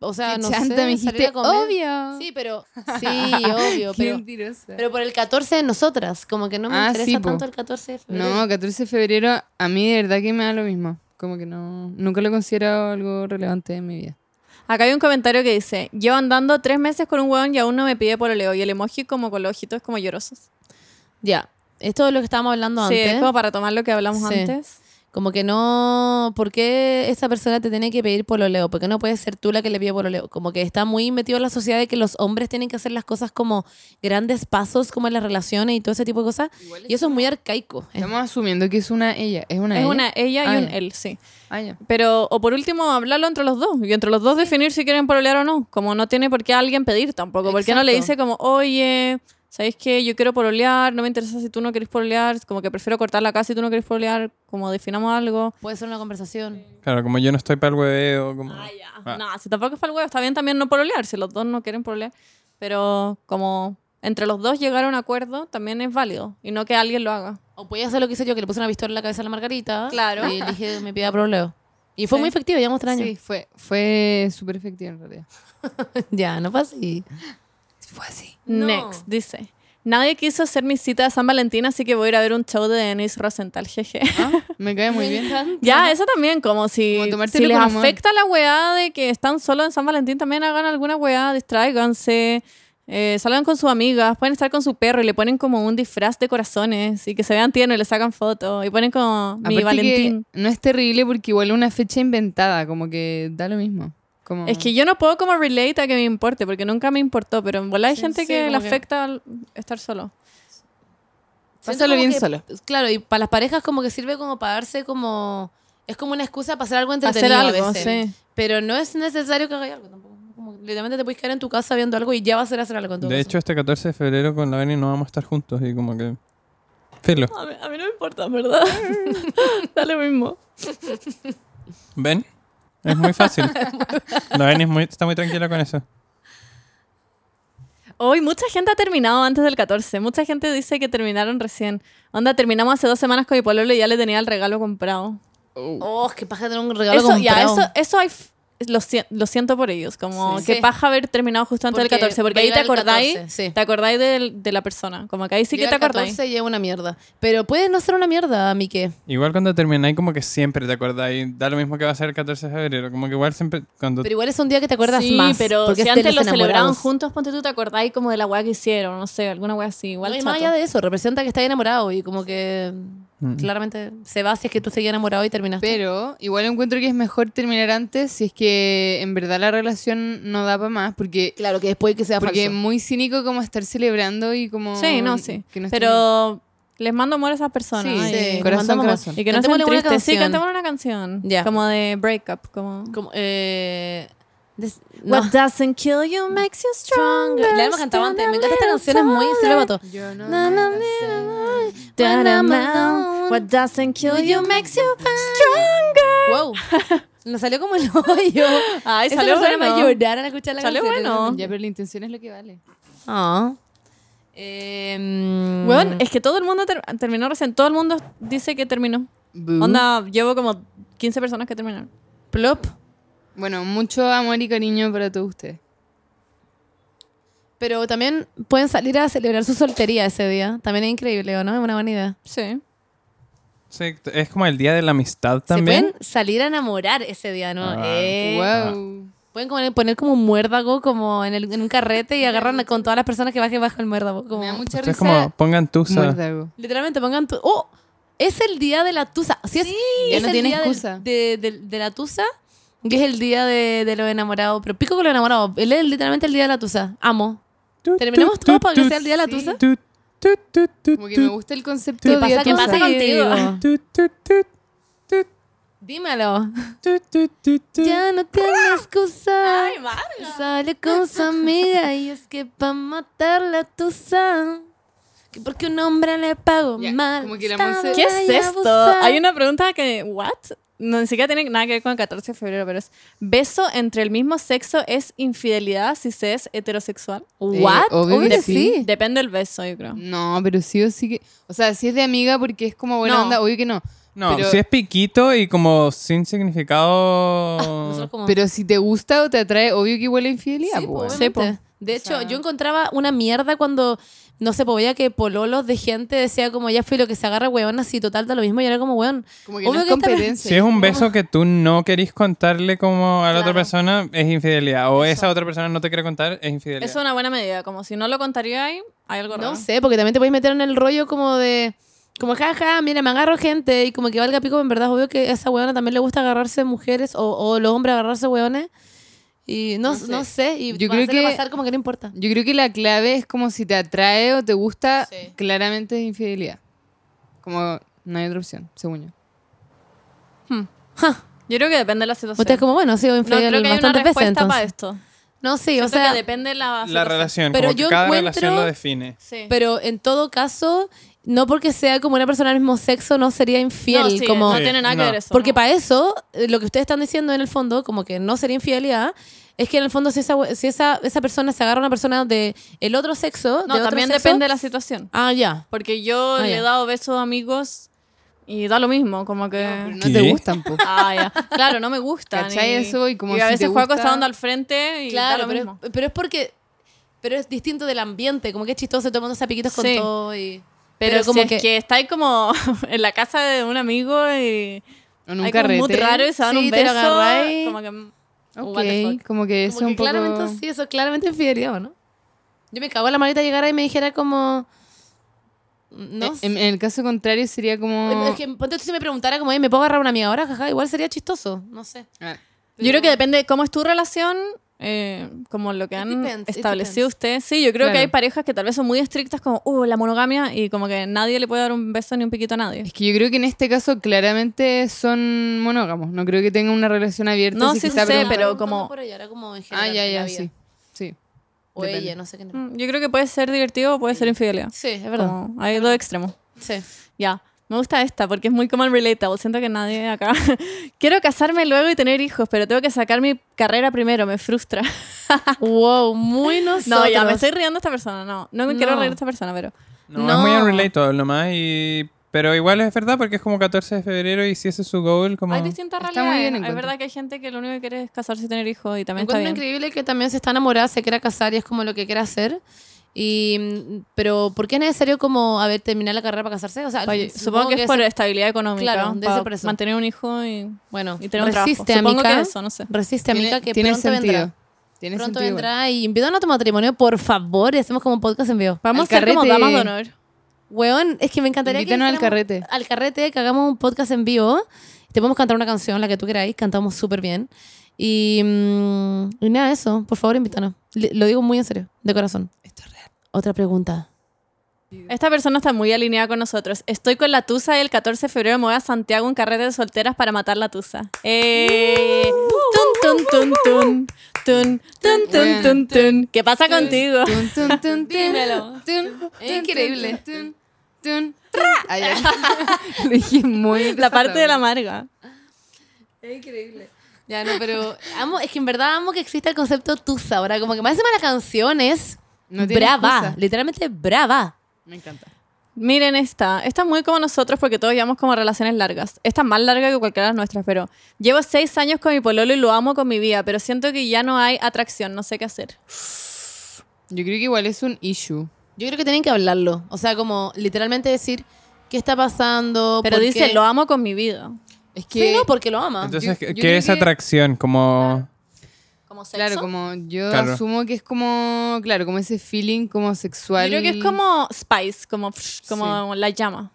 Speaker 1: O sea,
Speaker 3: Qué
Speaker 1: no
Speaker 3: chanta,
Speaker 1: sé.
Speaker 3: [LAUGHS] me
Speaker 1: salir a
Speaker 3: dijiste,
Speaker 1: comer.
Speaker 3: obvio. [LAUGHS]
Speaker 1: Sí, pero. Sí, obvio,
Speaker 3: Qué
Speaker 1: pero.
Speaker 3: mentirosa.
Speaker 1: Pero por el 14 de nosotras, como que no me
Speaker 3: Ah,
Speaker 1: interesa
Speaker 3: sí, po.
Speaker 1: tanto el 14 de febrero.
Speaker 3: No, 14 de febrero a mí de verdad que me da lo mismo. Como que no, nunca lo he considerado algo relevante en mi vida.
Speaker 2: Acá hay un comentario que dice, llevo andando tres meses con un hueón y aún no me pide pololeo, y el emoji como con los ojitos como llorosos.
Speaker 1: Ya, esto es lo que estábamos hablando
Speaker 2: sí,
Speaker 1: antes.
Speaker 2: es como para tomar lo que hablamos
Speaker 1: Sí.
Speaker 2: antes.
Speaker 1: Como que no, ¿por qué esa persona te tiene que pedir pololeo? ¿Por qué no puedes ser tú la que le pide pololeo? Como que está muy metido en la sociedad de que los hombres tienen que hacer las cosas como grandes pasos, como en las relaciones y todo ese tipo de cosas. Y eso es muy arcaico.
Speaker 3: Estamos asumiendo que es una ella. Es una
Speaker 2: Es
Speaker 3: ella.
Speaker 2: una ella y
Speaker 3: Ah,
Speaker 2: un
Speaker 3: ya.
Speaker 2: él, sí.
Speaker 3: Ah, ya.
Speaker 2: Pero, o por último, hablarlo entre los dos. Y entre los dos definir si quieren pololear o no. Como no tiene por qué alguien pedir tampoco. Porque no le
Speaker 1: Exacto.
Speaker 2: dice como, oye, ¿sabéis qué? Yo quiero pololear, no me interesa si tú no querés pololear. Como que prefiero cortar la casa si tú no querés pololear. Como definamos algo.
Speaker 1: Puede ser una conversación.
Speaker 4: Claro, como yo no estoy para el hueveo, como... Ah.
Speaker 2: No, si tampoco es para el huevo, está bien también no pololear. Si los dos no quieren pololear. Pero como entre los dos llegar a un acuerdo también es válido. Y no que alguien lo haga.
Speaker 1: O puede hacer lo que hice yo, que le puse una pistola en la cabeza a la Margarita.
Speaker 2: Claro.
Speaker 1: Y le dije, me pida pololeo. Y fue
Speaker 2: Sí.
Speaker 1: muy efectivo, llevamos tres años. [LAUGHS]
Speaker 3: Sí, fue, fue súper efectiva en realidad.
Speaker 1: ya, no fue así.
Speaker 3: Fue así.
Speaker 1: No.
Speaker 2: Next, dice. Nadie quiso hacer mi cita de San Valentín, así que voy a ir a ver un show de Denise Rosenthal, jeje. [LAUGHS]
Speaker 3: Ah, Me cae muy bien.
Speaker 2: Ya, eso también, como si,
Speaker 3: Como tomártelo
Speaker 2: si les
Speaker 3: con amor.
Speaker 2: afecta la weá de que están solos en San Valentín, también hagan alguna weá, distráiganse, eh, salgan con sus amigas, pueden estar con su perro y le ponen como un disfraz de corazones y que se vean tiernos y le sacan fotos y ponen como mi
Speaker 3: Aparte
Speaker 2: Valentín.
Speaker 3: que no es terrible porque igual es una fecha inventada, como que da lo mismo. Como...
Speaker 2: Es que yo no puedo como relate a que me importe, porque nunca me importó, pero en bola hay
Speaker 3: Sí,
Speaker 2: gente
Speaker 3: sí,
Speaker 2: que le
Speaker 3: como que-
Speaker 2: afecta al- estar solo.
Speaker 1: Siento
Speaker 3: Pásalo
Speaker 1: como
Speaker 3: bien
Speaker 1: que- pues,
Speaker 3: solo.
Speaker 1: Claro, y para las parejas como que sirve como para darse como... Es como una excusa para hacer algo
Speaker 2: Hacer
Speaker 1: entretenido a
Speaker 2: algo,
Speaker 1: veces.
Speaker 2: sí.
Speaker 1: Pero no es necesario que hagas algo tampoco. Como, que literalmente te puedes quedar en tu casa viendo algo y ya vas a hacer, hacer algo en tu
Speaker 4: De
Speaker 1: casa.
Speaker 4: hecho, este 14 de febrero con la Beni no vamos a estar juntos y como que... Filo.
Speaker 2: A mí, a mí no me importa, en ¿verdad? [LAUGHS] da lo mismo.
Speaker 4: ¿Ven? Es
Speaker 1: [LAUGHS]
Speaker 4: muy fácil. la Beni es muy- está muy tranquila con eso.
Speaker 2: Hoy mucha gente ha terminado antes del 14. Mucha gente dice que terminaron recién. Onda, terminamos hace dos semanas con mi pololo y ya le tenía el regalo comprado.
Speaker 1: Oh, qué paja tener un regalo
Speaker 2: Eso, ya,
Speaker 1: comprado.
Speaker 2: eso, eso hay... f- Lo, si- lo siento por ellos, como
Speaker 1: Sí.
Speaker 2: que
Speaker 1: Sí.
Speaker 2: paja haber terminado justo antes del
Speaker 1: Porque
Speaker 2: 14, porque ahí
Speaker 1: llega
Speaker 2: te
Speaker 1: el 14,
Speaker 2: acordáis,
Speaker 1: sí.
Speaker 2: te acordáis del- de la persona, como que ahí sí que
Speaker 1: Llega
Speaker 2: te
Speaker 1: el
Speaker 2: acordáis.
Speaker 1: 14 y es una mierda. Pero puede no ser una mierda, Mike.
Speaker 4: Igual cuando termináis como que siempre te acordáis. Da lo mismo que va a ser el 14 de febrero. Como que igual siempre cuando...
Speaker 1: Pero igual es un día que te acuerdas
Speaker 2: sí,
Speaker 1: más.
Speaker 2: pero
Speaker 1: porque
Speaker 2: si
Speaker 1: es de
Speaker 2: antes lo
Speaker 1: los
Speaker 2: celebraban
Speaker 1: enamorados.
Speaker 2: juntos, ponte tú te acordáis como de la weá que hicieron, no sé, alguna weá así, igual
Speaker 1: No, y
Speaker 2: chato.
Speaker 1: más allá de eso, representa que estás enamorado y como que
Speaker 4: Mm.
Speaker 1: claramente se va si es que tú seguías enamorado y terminaste.
Speaker 3: Pero igual encuentro que es mejor terminar antes si es que en verdad la relación no da para más, porque,
Speaker 1: claro, que después que sea
Speaker 3: porque es
Speaker 1: falso.
Speaker 3: muy cínico como estar celebrando y como...
Speaker 2: Sí, no, sí.
Speaker 3: que no esté-
Speaker 2: Pero les mando amor a esas personas.
Speaker 3: Sí,
Speaker 2: y-
Speaker 1: nos
Speaker 3: corazón,
Speaker 1: mandamos-
Speaker 3: corazón.
Speaker 2: Y que no
Speaker 1: Cantémosle
Speaker 2: sean
Speaker 1: una
Speaker 2: tristes. Sí,
Speaker 1: canción.
Speaker 2: cantemos una canción.
Speaker 1: Ya.
Speaker 2: Como de breakup. Como...
Speaker 1: Como, eh, des- no.
Speaker 2: What doesn't kill you makes you stronger.
Speaker 1: La hemos cantado antes. Me encanta esta canción, es muy silbato.
Speaker 3: Yo no
Speaker 1: Na, na,
Speaker 3: me la sé.
Speaker 2: Ta-da-ma. What doesn't kill you makes you stronger. [LAUGHS]
Speaker 1: Wow. Nos salió como el hoyo.
Speaker 2: Ay,
Speaker 1: Eso
Speaker 2: salió
Speaker 1: nos va a
Speaker 2: bueno.
Speaker 1: llorar al escuchar la
Speaker 2: Salió
Speaker 1: canción.
Speaker 2: bueno.
Speaker 3: Ya, pero la intención es lo que vale.
Speaker 1: Ah. Eh,
Speaker 2: Weón, es que todo el mundo ter- terminó recién. Todo el mundo dice que terminó. Onda, llevo como 15 personas que terminaron.
Speaker 1: plop.
Speaker 3: Bueno, mucho amor y cariño para todos ustedes.
Speaker 1: Pero también pueden salir a celebrar su soltería ese día. También es increíble, ¿o ¿no? Es una buena idea.
Speaker 2: Sí.
Speaker 4: Sí, t- es como el día de la amistad también.
Speaker 1: Se pueden salir a enamorar ese día, ¿no?
Speaker 4: Ah,
Speaker 1: Eh,
Speaker 3: wow.
Speaker 1: Pueden como- poner como un muérdago como en, el- en un
Speaker 2: [LAUGHS]
Speaker 1: carrete y agarran con todas las personas que bajen bajo el muérdago. Como,
Speaker 3: Me da mucha
Speaker 4: Ustedes
Speaker 3: risa.
Speaker 4: como pongan tusa.
Speaker 3: Muérdago.
Speaker 1: Literalmente pongan tu- ¡Oh! Es el día de la tusa. Sí, es,
Speaker 3: ya
Speaker 1: es
Speaker 3: no
Speaker 1: el
Speaker 3: tiene
Speaker 1: día del-
Speaker 3: excusa.
Speaker 1: de, de- de la tusa, que es el día de, de los enamorados. Pero pico con los enamorados. Él es literalmente el día de la tusa. Amo.
Speaker 4: Tu,
Speaker 1: Terminamos
Speaker 4: tu,
Speaker 1: todo
Speaker 4: tu,
Speaker 1: para que
Speaker 4: tu,
Speaker 1: sea el día de la
Speaker 3: Sí.
Speaker 1: tusa.
Speaker 4: tu, tu, tu, tu,
Speaker 3: Como que me
Speaker 4: tu,
Speaker 3: gusta el concepto
Speaker 1: ¿Qué
Speaker 3: de
Speaker 1: pasa,
Speaker 3: día
Speaker 1: ¿Qué
Speaker 3: tusa.
Speaker 1: pasa contigo?
Speaker 4: tu, tu, tu, tu,
Speaker 1: Dímelo.
Speaker 4: tu, tu, tu, tu.
Speaker 1: [LAUGHS] Ya no tiene excusa. Sale con su amiga y es que pa' matar la tusa. Que porque un hombre le pagó
Speaker 3: Ya,
Speaker 1: mal.
Speaker 3: como que la
Speaker 1: está
Speaker 3: Monse-
Speaker 2: ¿Qué es
Speaker 1: mal y
Speaker 2: esto?
Speaker 1: abusar.
Speaker 2: Hay una pregunta que, ¿what? No, ni siquiera tiene nada que ver con el 14 de febrero, pero es, ¿beso entre el mismo sexo es infidelidad si se es heterosexual?
Speaker 3: Eh,
Speaker 1: ¿What?
Speaker 3: obvio
Speaker 1: Obvio
Speaker 3: que
Speaker 1: que
Speaker 3: sí. Mm,
Speaker 1: sí.
Speaker 2: Depende del beso, yo creo.
Speaker 3: No, pero sí o sí que. O sea, si es de amiga porque es como buena
Speaker 2: No.
Speaker 3: onda, obvio que no.
Speaker 4: No,
Speaker 3: Pero-
Speaker 4: si es piquito y como sin significado.
Speaker 1: [LAUGHS] Nosotros como-
Speaker 3: Pero si te gusta o te atrae, obvio que igual a infidelidad.
Speaker 1: Sí, pues,
Speaker 3: po,
Speaker 1: po,
Speaker 3: weón.
Speaker 2: Sí, po.
Speaker 1: obviamente. De hecho,
Speaker 2: sea-
Speaker 1: yo encontraba una mierda cuando, no sé, po, veía que pololos de gente decía como, ya fui lo que se agarra, weón, así, total, da lo mismo, y era como, weón,
Speaker 3: Como que no
Speaker 1: Obvio
Speaker 3: es
Speaker 1: que esta-
Speaker 3: competencia.
Speaker 4: Si es un beso que tú no querís contarle como a la otra
Speaker 1: Claro.
Speaker 4: persona, es infidelidad. O esa otra persona no te quiere contar, es infidelidad.
Speaker 2: Es una buena medida, como si no lo contaría ahí, hay algo raro.
Speaker 1: no sé, porque también te podéis meter en el rollo como de, como, jaja, mira, me agarro gente, y como que valga pico, en verdad, obvio que a esa weona también le gusta agarrarse mujeres, o, o los hombres agarrarse weones, y no,
Speaker 3: No
Speaker 1: no
Speaker 3: sé.
Speaker 1: sé, y
Speaker 3: Yo creo
Speaker 1: hacerlo
Speaker 3: que-
Speaker 1: pasar como que no importa.
Speaker 3: Yo creo que la clave es como si te atrae o te gusta,
Speaker 1: Sí.
Speaker 3: claramente es infidelidad. Como no hay otra opción, según yo.
Speaker 2: Yo creo que depende de la situación.
Speaker 1: Ustedes como, bueno, sí, o
Speaker 2: no
Speaker 1: infiel
Speaker 2: creo que hay una
Speaker 1: bastantes veces,
Speaker 2: respuesta para
Speaker 1: entonces.
Speaker 2: esto.
Speaker 1: No, sí,
Speaker 2: Yo
Speaker 1: o sea...
Speaker 2: que depende de la,
Speaker 4: la
Speaker 2: situación.
Speaker 4: relación,
Speaker 1: Pero
Speaker 4: como que
Speaker 1: yo
Speaker 4: cada
Speaker 1: encuentro-
Speaker 4: relación lo define.
Speaker 2: Sí.
Speaker 1: Pero en todo caso, no porque sea como una persona del mismo sexo, no sería infiel.
Speaker 2: no, sí,
Speaker 1: como,
Speaker 2: no tiene nada
Speaker 4: no.
Speaker 2: que ver eso.
Speaker 1: porque
Speaker 2: no.
Speaker 1: para eso, eh, lo que ustedes están diciendo en el fondo, como que no sería infidelidad, es que en el fondo si esa, we- si esa, esa persona se agarra a una persona del el otro sexo,
Speaker 2: No,
Speaker 1: de otro
Speaker 2: también
Speaker 1: sexo-
Speaker 2: depende de la situación.
Speaker 1: Ah, ya.
Speaker 2: Porque yo
Speaker 1: Ah,
Speaker 2: le
Speaker 1: ya.
Speaker 2: he dado besos a amigos y da lo mismo, como que...
Speaker 3: Pero no
Speaker 4: ¿Qué?
Speaker 3: te gustan, po.
Speaker 2: Ah, ya. Claro, no me gusta.
Speaker 3: ¿Cachai? Eso, y como
Speaker 2: a
Speaker 3: si
Speaker 2: veces
Speaker 3: te
Speaker 2: juego
Speaker 3: gusta-
Speaker 2: acostando al frente y da
Speaker 1: Claro,
Speaker 2: lo
Speaker 1: pero,
Speaker 2: mismo.
Speaker 1: pero es porque... Pero es distinto del ambiente, como que es chistoso, todo el mundo se piquitos con
Speaker 2: Sí.
Speaker 1: todo y...
Speaker 2: Pero,
Speaker 1: pero
Speaker 2: como
Speaker 1: como
Speaker 2: si es
Speaker 1: que-
Speaker 2: que estáis como [LAUGHS] en la casa de un amigo y
Speaker 3: En un
Speaker 2: hay como
Speaker 3: carrete.
Speaker 2: un mood raro y se dan
Speaker 1: Sí,
Speaker 2: un
Speaker 1: te lo
Speaker 2: beso,
Speaker 1: agarráis.
Speaker 2: como que
Speaker 3: Ok,
Speaker 2: what the fuck.
Speaker 3: como que eso
Speaker 1: Como
Speaker 3: es
Speaker 1: que
Speaker 3: un poco...
Speaker 1: claramente sí, eso es claramente infidelidad, ¿o ¿no? Yo me cago en la maleta llegara y me dijera como... No
Speaker 3: Eh,
Speaker 1: sé.
Speaker 3: en, en el caso contrario sería como...
Speaker 1: Es que ponte tú si me preguntara como, "Ey, ¿me puedo agarrar una amiga ahora? Jaja, igual sería chistoso, no sé.
Speaker 3: Ah,
Speaker 2: Yo creo que depende de cómo es tu relación, eh, como lo que
Speaker 1: It
Speaker 2: han
Speaker 1: depends, it
Speaker 2: establecido
Speaker 1: depends.
Speaker 2: ustedes. Sí, yo creo que
Speaker 3: Claro.
Speaker 2: hay parejas que tal vez son muy estrictas, como, uh, la monogamia, y como que nadie le puede dar un beso ni un piquito a nadie.
Speaker 3: Es que yo creo que en este caso claramente son monógamos. No creo que tengan una relación abierta.
Speaker 2: No,
Speaker 3: si
Speaker 2: sí,
Speaker 3: está
Speaker 2: sí sé,
Speaker 3: preguntando-
Speaker 2: pero
Speaker 1: Preguntando
Speaker 2: como-
Speaker 1: por ella, era como en general
Speaker 3: Ah, ya,
Speaker 1: de la
Speaker 3: ya,
Speaker 1: vida.
Speaker 3: sí. Sí.
Speaker 1: O
Speaker 3: depende.
Speaker 1: ella, no sé qué.
Speaker 2: Mm, Yo creo que puede ser divertido o puede ser infidelidad.
Speaker 1: Sí, es verdad.
Speaker 2: Como, hay dos extremos.
Speaker 1: Sí.
Speaker 2: Ya. Me gusta esta porque es muy common relatable. Siento que nadie acá. [LAUGHS] Quiero casarme luego y tener hijos, pero tengo que sacar mi carrera primero. Me frustra. [LAUGHS]
Speaker 1: wow, muy
Speaker 2: No,
Speaker 1: nosotros.
Speaker 2: ya me estoy riendo de esta persona. No, no me quiero
Speaker 1: No.
Speaker 2: reír de esta persona, pero.
Speaker 4: No,
Speaker 1: No.
Speaker 4: es muy unrelatable nomás. Y... Pero igual es verdad porque es como 14 de febrero y si ese es su goal, como.
Speaker 2: Hay distintas
Speaker 3: Está
Speaker 2: realidades.
Speaker 3: muy bien,
Speaker 2: es
Speaker 3: encuentro.
Speaker 2: verdad que hay gente que lo único que quiere es casarse y tener hijos y también está
Speaker 1: Encuentro
Speaker 2: bien.
Speaker 1: increíble que también se está enamorada, se quiera casar y es como lo que quiera hacer. Y, mm, pero, ¿por qué es necesario como, a ver, terminar la carrera para casarse? O sea,
Speaker 2: Oye, supongo que es por estabilidad económica.
Speaker 1: Claro, debe
Speaker 2: pa
Speaker 1: ser por eso.
Speaker 2: Mantener un hijo y,
Speaker 1: Bueno,
Speaker 2: y tener un trabajo.
Speaker 1: resiste,
Speaker 2: Supongo
Speaker 1: amiga.
Speaker 2: que eso, no sé.
Speaker 1: Resiste, amiga, que
Speaker 3: tiene
Speaker 1: pronto
Speaker 3: sentido.
Speaker 1: vendrá.
Speaker 3: Tiene
Speaker 1: Pronto
Speaker 3: sentido.
Speaker 1: vendrá y invítanos a tu matrimonio, por favor, y hacemos como un podcast en vivo.
Speaker 2: Vamos
Speaker 3: Al
Speaker 2: a ser como
Speaker 3: carrete.
Speaker 2: damas de honor.
Speaker 1: Weón, es que me encantaría que
Speaker 3: Invítanos al
Speaker 1: hiciéramos-
Speaker 3: carrete.
Speaker 1: Al carrete, que hagamos un podcast en vivo. Te podemos cantar una canción, la que tú queráis. Cantamos súper bien. Y, mm, y nada, eso. Por favor, invítanos. Le- lo digo muy en serio, de corazón.
Speaker 3: Esto es real.
Speaker 1: Otra pregunta.
Speaker 2: Esta persona está muy alineada con nosotros. Estoy con la Tusa y el 14 de febrero me voy a Santiago en carrera de solteras para matar la Tusa. ¡Eh! ¡Tun, tun, tun, tun! ¡Tun, tun, tun, tun, tun! ¿Qué pasa contigo?
Speaker 3: Tun, tun, tun, tun,
Speaker 1: Dímelo.
Speaker 3: tun, tun,
Speaker 1: Es increíble.
Speaker 3: tun, tun, tun. Ay, [LAUGHS] ay. Lo dije muy...
Speaker 2: [LAUGHS] La parte de la amarga.
Speaker 1: Es increíble. Ya, no, pero amo, es que en verdad amo que exista el concepto Tusa ahora. Como que más encima la canción es
Speaker 3: No tiene
Speaker 1: brava,
Speaker 3: excusa.
Speaker 1: literalmente brava.
Speaker 3: Me encanta.
Speaker 2: Miren esta. Esta es muy como nosotros porque todos llevamos como relaciones largas. Esta es más larga que cualquiera de las nuestras, pero llevo seis años con mi pololo y lo amo con mi vida, pero siento que ya no hay atracción, no sé qué hacer.
Speaker 3: Yo creo que igual es un issue.
Speaker 1: Yo creo que tienen que hablarlo. O sea, como literalmente decir qué está pasando.
Speaker 2: Pero
Speaker 1: por
Speaker 2: dice,
Speaker 1: qué.
Speaker 2: lo amo con mi vida.
Speaker 3: Es que
Speaker 1: Sí, no, porque lo ama.
Speaker 4: Entonces,
Speaker 3: yo-
Speaker 4: ¿qué-
Speaker 3: yo
Speaker 4: ¿qué
Speaker 3: creo
Speaker 4: es
Speaker 3: que-
Speaker 4: atracción? Como...
Speaker 2: Como sexo.
Speaker 3: Claro, como yo
Speaker 4: Claro.
Speaker 3: asumo que es como, claro, como ese feeling como
Speaker 2: Yo
Speaker 3: sexual.
Speaker 2: creo que es como spice, como, psh, como la llama.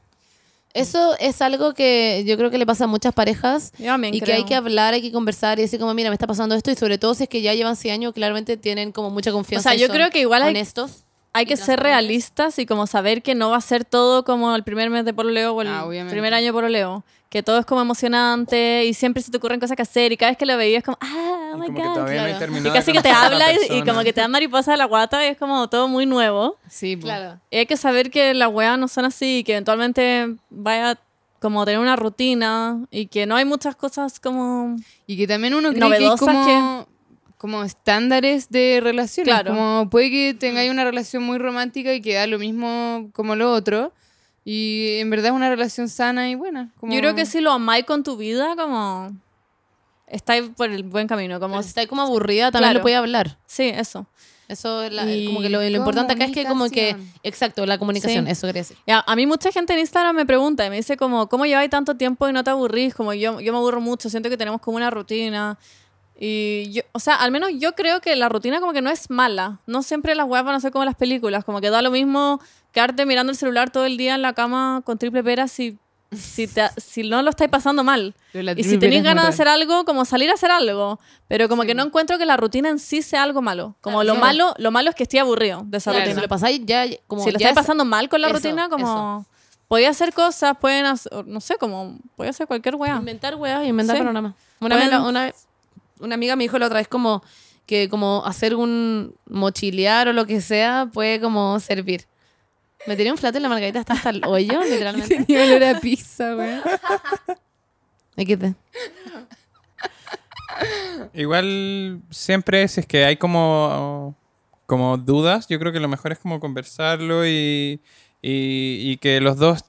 Speaker 1: Eso es algo que yo creo que le pasa a muchas parejas.
Speaker 2: Yo también
Speaker 1: Y que
Speaker 2: creo.
Speaker 1: hay que hablar, hay que conversar y decir como, mira, me está pasando esto. Y sobre todo si es que ya llevan 6 años, claramente tienen como mucha confianza.
Speaker 2: O sea,
Speaker 1: y
Speaker 2: yo
Speaker 1: son
Speaker 2: creo que igual hay-
Speaker 1: Honestos.
Speaker 2: Hay que
Speaker 1: y
Speaker 2: ser
Speaker 1: transparentes.
Speaker 2: realistas y como saber que no va a ser todo como el primer mes de pololeo o el
Speaker 3: Ah, obviamente.
Speaker 2: primer año de pololeo. Que todo es como emocionante y siempre se te ocurren cosas que hacer y cada vez que lo veías como, ah, oh
Speaker 4: y
Speaker 2: my
Speaker 4: como que
Speaker 2: God.
Speaker 4: todavía no
Speaker 1: claro.
Speaker 4: he
Speaker 1: Y
Speaker 4: terminado
Speaker 2: Y
Speaker 4: de
Speaker 2: casi que te
Speaker 4: conocer a la
Speaker 2: habla y, y
Speaker 4: persona.
Speaker 2: como que te da mariposa de la guata y es como todo muy nuevo.
Speaker 3: Sí, po.
Speaker 1: Claro.
Speaker 2: Y hay que saber que las weas no son así y que eventualmente vaya como a tener una rutina y que no hay muchas cosas como...
Speaker 3: Y que también uno cree que hay
Speaker 2: Novedosas
Speaker 3: como, como estándares de relaciones.
Speaker 2: Claro.
Speaker 3: Como puede que tengáis una relación muy romántica y que da lo mismo como lo otro. Y en verdad es una relación sana y buena. como-
Speaker 2: Yo creo que si lo amáis con tu vida, como... Estáis por el buen camino, como...
Speaker 1: Como si está como aburrida, también
Speaker 2: Claro.
Speaker 1: lo puede hablar.
Speaker 2: Sí, eso.
Speaker 1: Eso es la-
Speaker 2: Y
Speaker 1: como que lo, lo importante acá es que como que...
Speaker 3: comunicación.
Speaker 1: Exacto, la comunicación,
Speaker 2: Sí.
Speaker 1: eso quería decir.
Speaker 2: Y A, a mí mucha gente en Instagram me pregunta y me dice como, ¿cómo lleváis tanto tiempo y no te aburrís? Como yo, yo me aburro mucho, siento que tenemos como una rutina. Y yo, o sea, al menos yo creo que la rutina como que no es mala. No siempre las weas van a ser como las películas, como que da lo mismo quedarte mirando el celular todo el día en la cama con triple pera si, si, te- si no lo estáis pasando mal.
Speaker 3: Pero la
Speaker 2: Y si
Speaker 3: triple
Speaker 2: tenéis
Speaker 3: es
Speaker 2: ganas de
Speaker 3: mortal.
Speaker 2: hacer algo, como salir a hacer algo. Pero como que no encuentro que la rutina en sí sea algo malo. Como
Speaker 1: Claro,
Speaker 2: lo
Speaker 1: no.
Speaker 2: malo lo malo es que estoy aburrido de esa
Speaker 1: Claro,
Speaker 2: rutina
Speaker 1: si lo pasáis ya como...
Speaker 2: si lo
Speaker 1: ya
Speaker 2: estáis
Speaker 1: es-
Speaker 2: pasando mal con la
Speaker 1: eso,
Speaker 2: rutina, como podía hacer cosas, pueden hacer, no sé, como podía hacer cualquier weá.
Speaker 1: Inventar weas, inventar
Speaker 2: Sí.
Speaker 1: panoramas. Una,
Speaker 2: Pueden-
Speaker 1: vez la- Ah. una, una amiga me dijo la otra vez como que como hacer un mochilear o lo que sea puede como servir. Me tiré un flat en la margarita hasta, hasta el hoyo, literalmente.
Speaker 3: Tenía olor a
Speaker 1: [LAUGHS]
Speaker 3: pizza, güey.
Speaker 1: Me quité.
Speaker 4: Igual siempre si es que hay como, como dudas, yo creo que lo mejor es como conversarlo y, y, y que los dos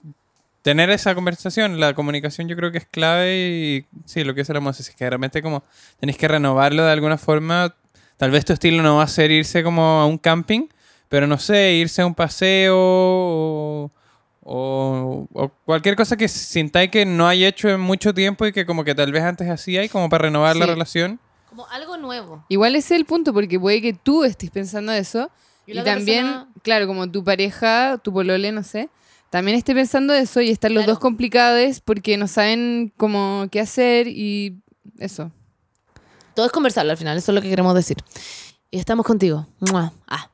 Speaker 4: tener esa conversación, la comunicación yo creo que es clave y sí, lo que es la si es que realmente como tenéis que renovarlo de alguna forma, tal vez tu estilo no va a ser irse como a un camping, pero no sé, irse a un paseo o, o- o cualquier cosa que sintáis que no hay hecho en mucho tiempo y que como que tal vez antes hacía y como para renovar la
Speaker 3: Sí.
Speaker 4: relación.
Speaker 1: Como algo nuevo.
Speaker 3: Igual ese es el punto, porque puede que tú estés pensando eso.
Speaker 1: Y
Speaker 3: Y,
Speaker 1: la otra
Speaker 3: también,
Speaker 1: persona-
Speaker 3: claro, como tu pareja, tu polole, no sé, también esté pensando eso y están los
Speaker 1: Claro.
Speaker 3: dos complicados porque no saben cómo qué hacer y eso.
Speaker 1: Todo es conversarlo al final, eso es lo que queremos decir. Y estamos contigo. Mua. Ah.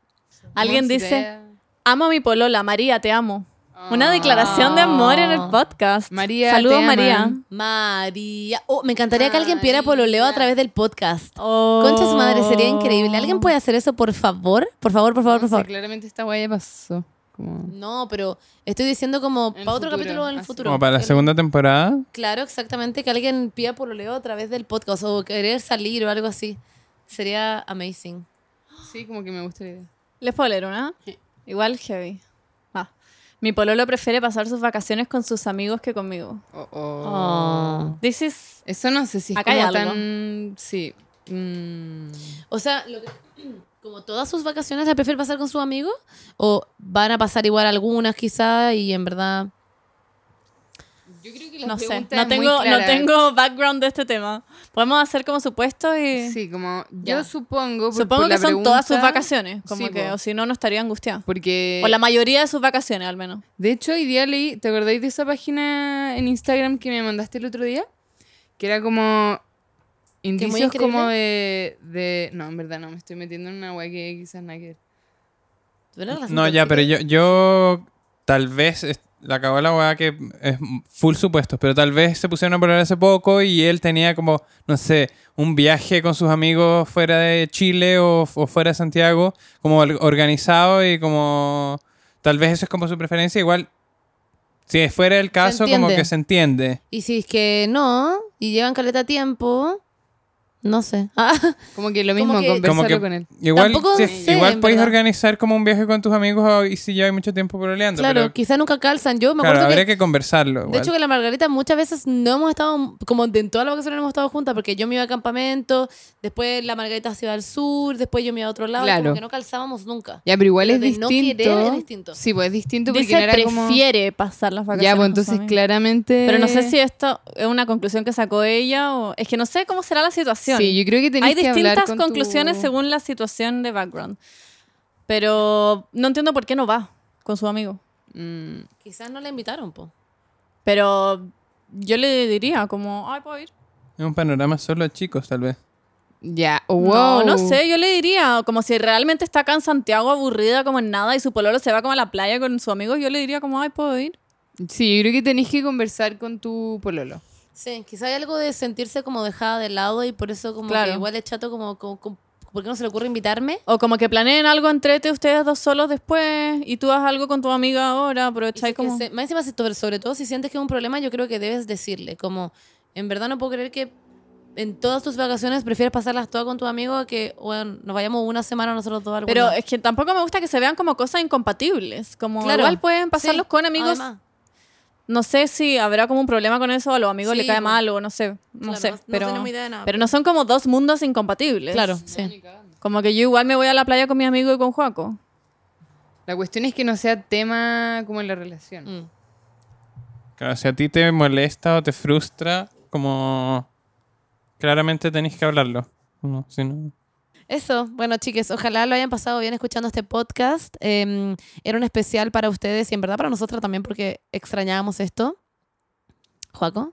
Speaker 2: Alguien
Speaker 3: Como si
Speaker 2: dice,
Speaker 3: te-
Speaker 2: amo a mi polola, María, te amo. Una declaración de amor en el podcast.
Speaker 3: Ah. María,
Speaker 2: Saludos,
Speaker 3: te
Speaker 2: María.
Speaker 3: aman.
Speaker 1: María. Oh, me encantaría que alguien pidiera pololeo a través del podcast.
Speaker 2: Oh.
Speaker 1: Concha su madre, sería increíble. ¿Alguien puede hacer eso, por favor? Por favor, por favor, por
Speaker 3: Entonces,
Speaker 1: favor.
Speaker 3: claramente esta guaya pasó. Como...
Speaker 1: No, pero estoy diciendo como
Speaker 3: En el
Speaker 1: para otro
Speaker 3: futuro,
Speaker 1: capítulo en el
Speaker 3: así.
Speaker 1: futuro.
Speaker 4: Como para la
Speaker 1: Que-
Speaker 4: segunda temporada.
Speaker 1: Claro, exactamente, que alguien pida pololeo a través del podcast o querer salir o algo así. Sería amazing.
Speaker 3: Sí, como que me gusta la idea.
Speaker 2: Les puedo leer una. Igual heavy. Ah. Mi pololo prefiere pasar sus vacaciones con sus amigos que conmigo.
Speaker 3: Oh, oh.
Speaker 1: Oh.
Speaker 2: This is...
Speaker 3: Eso no sé si es
Speaker 2: Acá hay
Speaker 3: como
Speaker 2: algo.
Speaker 3: tan... Sí. Mm.
Speaker 1: O sea, lo que- [CLEARS THROAT] como todas sus vacaciones las prefiere pasar con sus amigos o van a pasar igual algunas quizá y en verdad...
Speaker 3: Yo creo que la
Speaker 2: No sé,
Speaker 3: pregunta
Speaker 2: no
Speaker 3: es muy
Speaker 2: tengo, no
Speaker 3: clara.
Speaker 2: tengo background de este tema. Podemos hacer como supuesto y...
Speaker 3: Sí, como
Speaker 2: Ya.
Speaker 3: yo supongo... por-
Speaker 2: Supongo
Speaker 3: por
Speaker 2: que
Speaker 3: la
Speaker 2: son todas sus
Speaker 3: pregunta,
Speaker 2: vacaciones, como
Speaker 3: Sí,
Speaker 2: que,
Speaker 3: po.
Speaker 2: o si no, no estaría angustiada.
Speaker 3: Porque...
Speaker 2: o la mayoría de sus vacaciones, al menos.
Speaker 3: De hecho, hoy día leí, ¿te acordáis de esa página en Instagram que me mandaste el otro día? Que era como
Speaker 1: muy
Speaker 3: indicios como
Speaker 1: increíble.
Speaker 3: de, de- No, en verdad no, me estoy metiendo en una weá que quizás nada que ver.
Speaker 1: ¿Tuvieron relación
Speaker 4: No, ya,
Speaker 1: tóxica?
Speaker 4: pero yo, yo tal vez es- la cagó la weá que es full supuestos, pero tal vez se pusieron a probar hace poco y él tenía como, no sé, un viaje con sus amigos fuera de Chile o, o fuera de Santiago, como or- organizado y como tal vez eso es como su preferencia, igual si fuera el caso como
Speaker 1: entiende.
Speaker 4: que se entiende.
Speaker 1: Y si es que no, y llevan caleta tiempo, No sé. [LAUGHS] Ah,
Speaker 3: Como que lo mismo,
Speaker 1: que-
Speaker 3: conversarlo
Speaker 4: Como que-
Speaker 3: con él.
Speaker 4: Igual,
Speaker 1: Tampoco
Speaker 4: sí,
Speaker 1: sé,
Speaker 4: igual
Speaker 1: en
Speaker 4: podéis
Speaker 1: verdad.
Speaker 4: organizar como un viaje con tus amigos o- y si lleváis mucho tiempo pololeando.
Speaker 1: claro,
Speaker 4: pero,
Speaker 1: quizá nunca calzan. Yo me
Speaker 4: claro,
Speaker 1: acuerdo
Speaker 4: habría
Speaker 1: que,
Speaker 4: que conversarlo.
Speaker 1: de
Speaker 4: igual.
Speaker 1: hecho, que la Margarita muchas veces no hemos estado, como de- en todas las vacaciones no hemos estado juntas, porque yo me iba a campamento, después la Margarita se iba al sur, después yo me iba a otro lado, y
Speaker 3: Claro.
Speaker 1: como que no calzábamos nunca.
Speaker 3: Ya, pero igual
Speaker 1: Pero
Speaker 3: es
Speaker 1: de no
Speaker 3: distinto.
Speaker 1: querer es distinto.
Speaker 3: Sí, pues es distinto porque
Speaker 2: Dice
Speaker 3: no era como...
Speaker 2: prefiere pasar las vacaciones.
Speaker 3: Ya, pues
Speaker 2: con su
Speaker 3: entonces
Speaker 2: amigo.
Speaker 3: claramente...
Speaker 2: Pero no sé si esto es una conclusión que sacó ella o. Es que no sé cómo será la situación.
Speaker 3: Sí, yo creo que tenéis
Speaker 2: Hay
Speaker 3: que hablar
Speaker 2: distintas
Speaker 3: con tu-
Speaker 2: conclusiones según la situación de background. Pero no entiendo por qué no va con su amigo.
Speaker 3: Mm,
Speaker 1: Quizás no la invitaron, po.
Speaker 2: Pero yo le diría, como, ay, puedo ir.
Speaker 4: Es un panorama solo de chicos, tal vez.
Speaker 3: Ya, o
Speaker 2: No,
Speaker 3: wow.
Speaker 2: no sé, yo le diría, como si realmente está acá en Santiago aburrida como en nada y su pololo se va como a la playa con su amigo, yo le diría como, ay, puedo ir.
Speaker 3: Sí, yo creo que tenéis que conversar con tu pololo.
Speaker 1: Sí, quizá hay algo de sentirse como dejada de lado y por eso como
Speaker 2: Claro.
Speaker 1: que igual es chato como, como, como- ¿por qué no se le ocurre invitarme?
Speaker 2: O como que planeen algo entre te- ustedes dos solos después y tú haz algo con tu amiga ahora,
Speaker 1: Y si
Speaker 2: aprovecháis
Speaker 1: es que
Speaker 2: como...
Speaker 1: se- más encima, si to- sobre todo si sientes que es un problema, yo creo que debes decirle, como, en verdad no puedo creer que en todas tus vacaciones prefieres pasarlas todas con tu amigo a que, bueno, nos vayamos una semana nosotros dos a algún
Speaker 2: Pero
Speaker 1: lado.
Speaker 2: es que tampoco me gusta que se vean como cosas incompatibles. Como
Speaker 1: Claro.
Speaker 2: igual pueden pasarlos
Speaker 1: Sí,
Speaker 2: con amigos.
Speaker 1: además.
Speaker 2: No sé si habrá como un problema con eso, a los amigos le
Speaker 1: Sí,
Speaker 2: cae
Speaker 1: bueno.
Speaker 2: mal o no sé. No
Speaker 1: Claro,
Speaker 2: sé. pero,
Speaker 1: tenemos idea de nada.
Speaker 2: pero no son como dos mundos incompatibles.
Speaker 1: claro, sí.
Speaker 2: Como que yo igual me voy a la playa con mi amigo y con Juaco.
Speaker 3: La cuestión es que no sea tema como en la relación.
Speaker 1: Mm.
Speaker 4: Claro, si a ti te molesta o te frustra, como claramente tenéis que hablarlo. No, si no-
Speaker 1: Eso, bueno chiques, ojalá lo hayan pasado bien escuchando este podcast. Eh, era un especial para ustedes y en verdad para nosotras también porque extrañábamos esto. Juaco,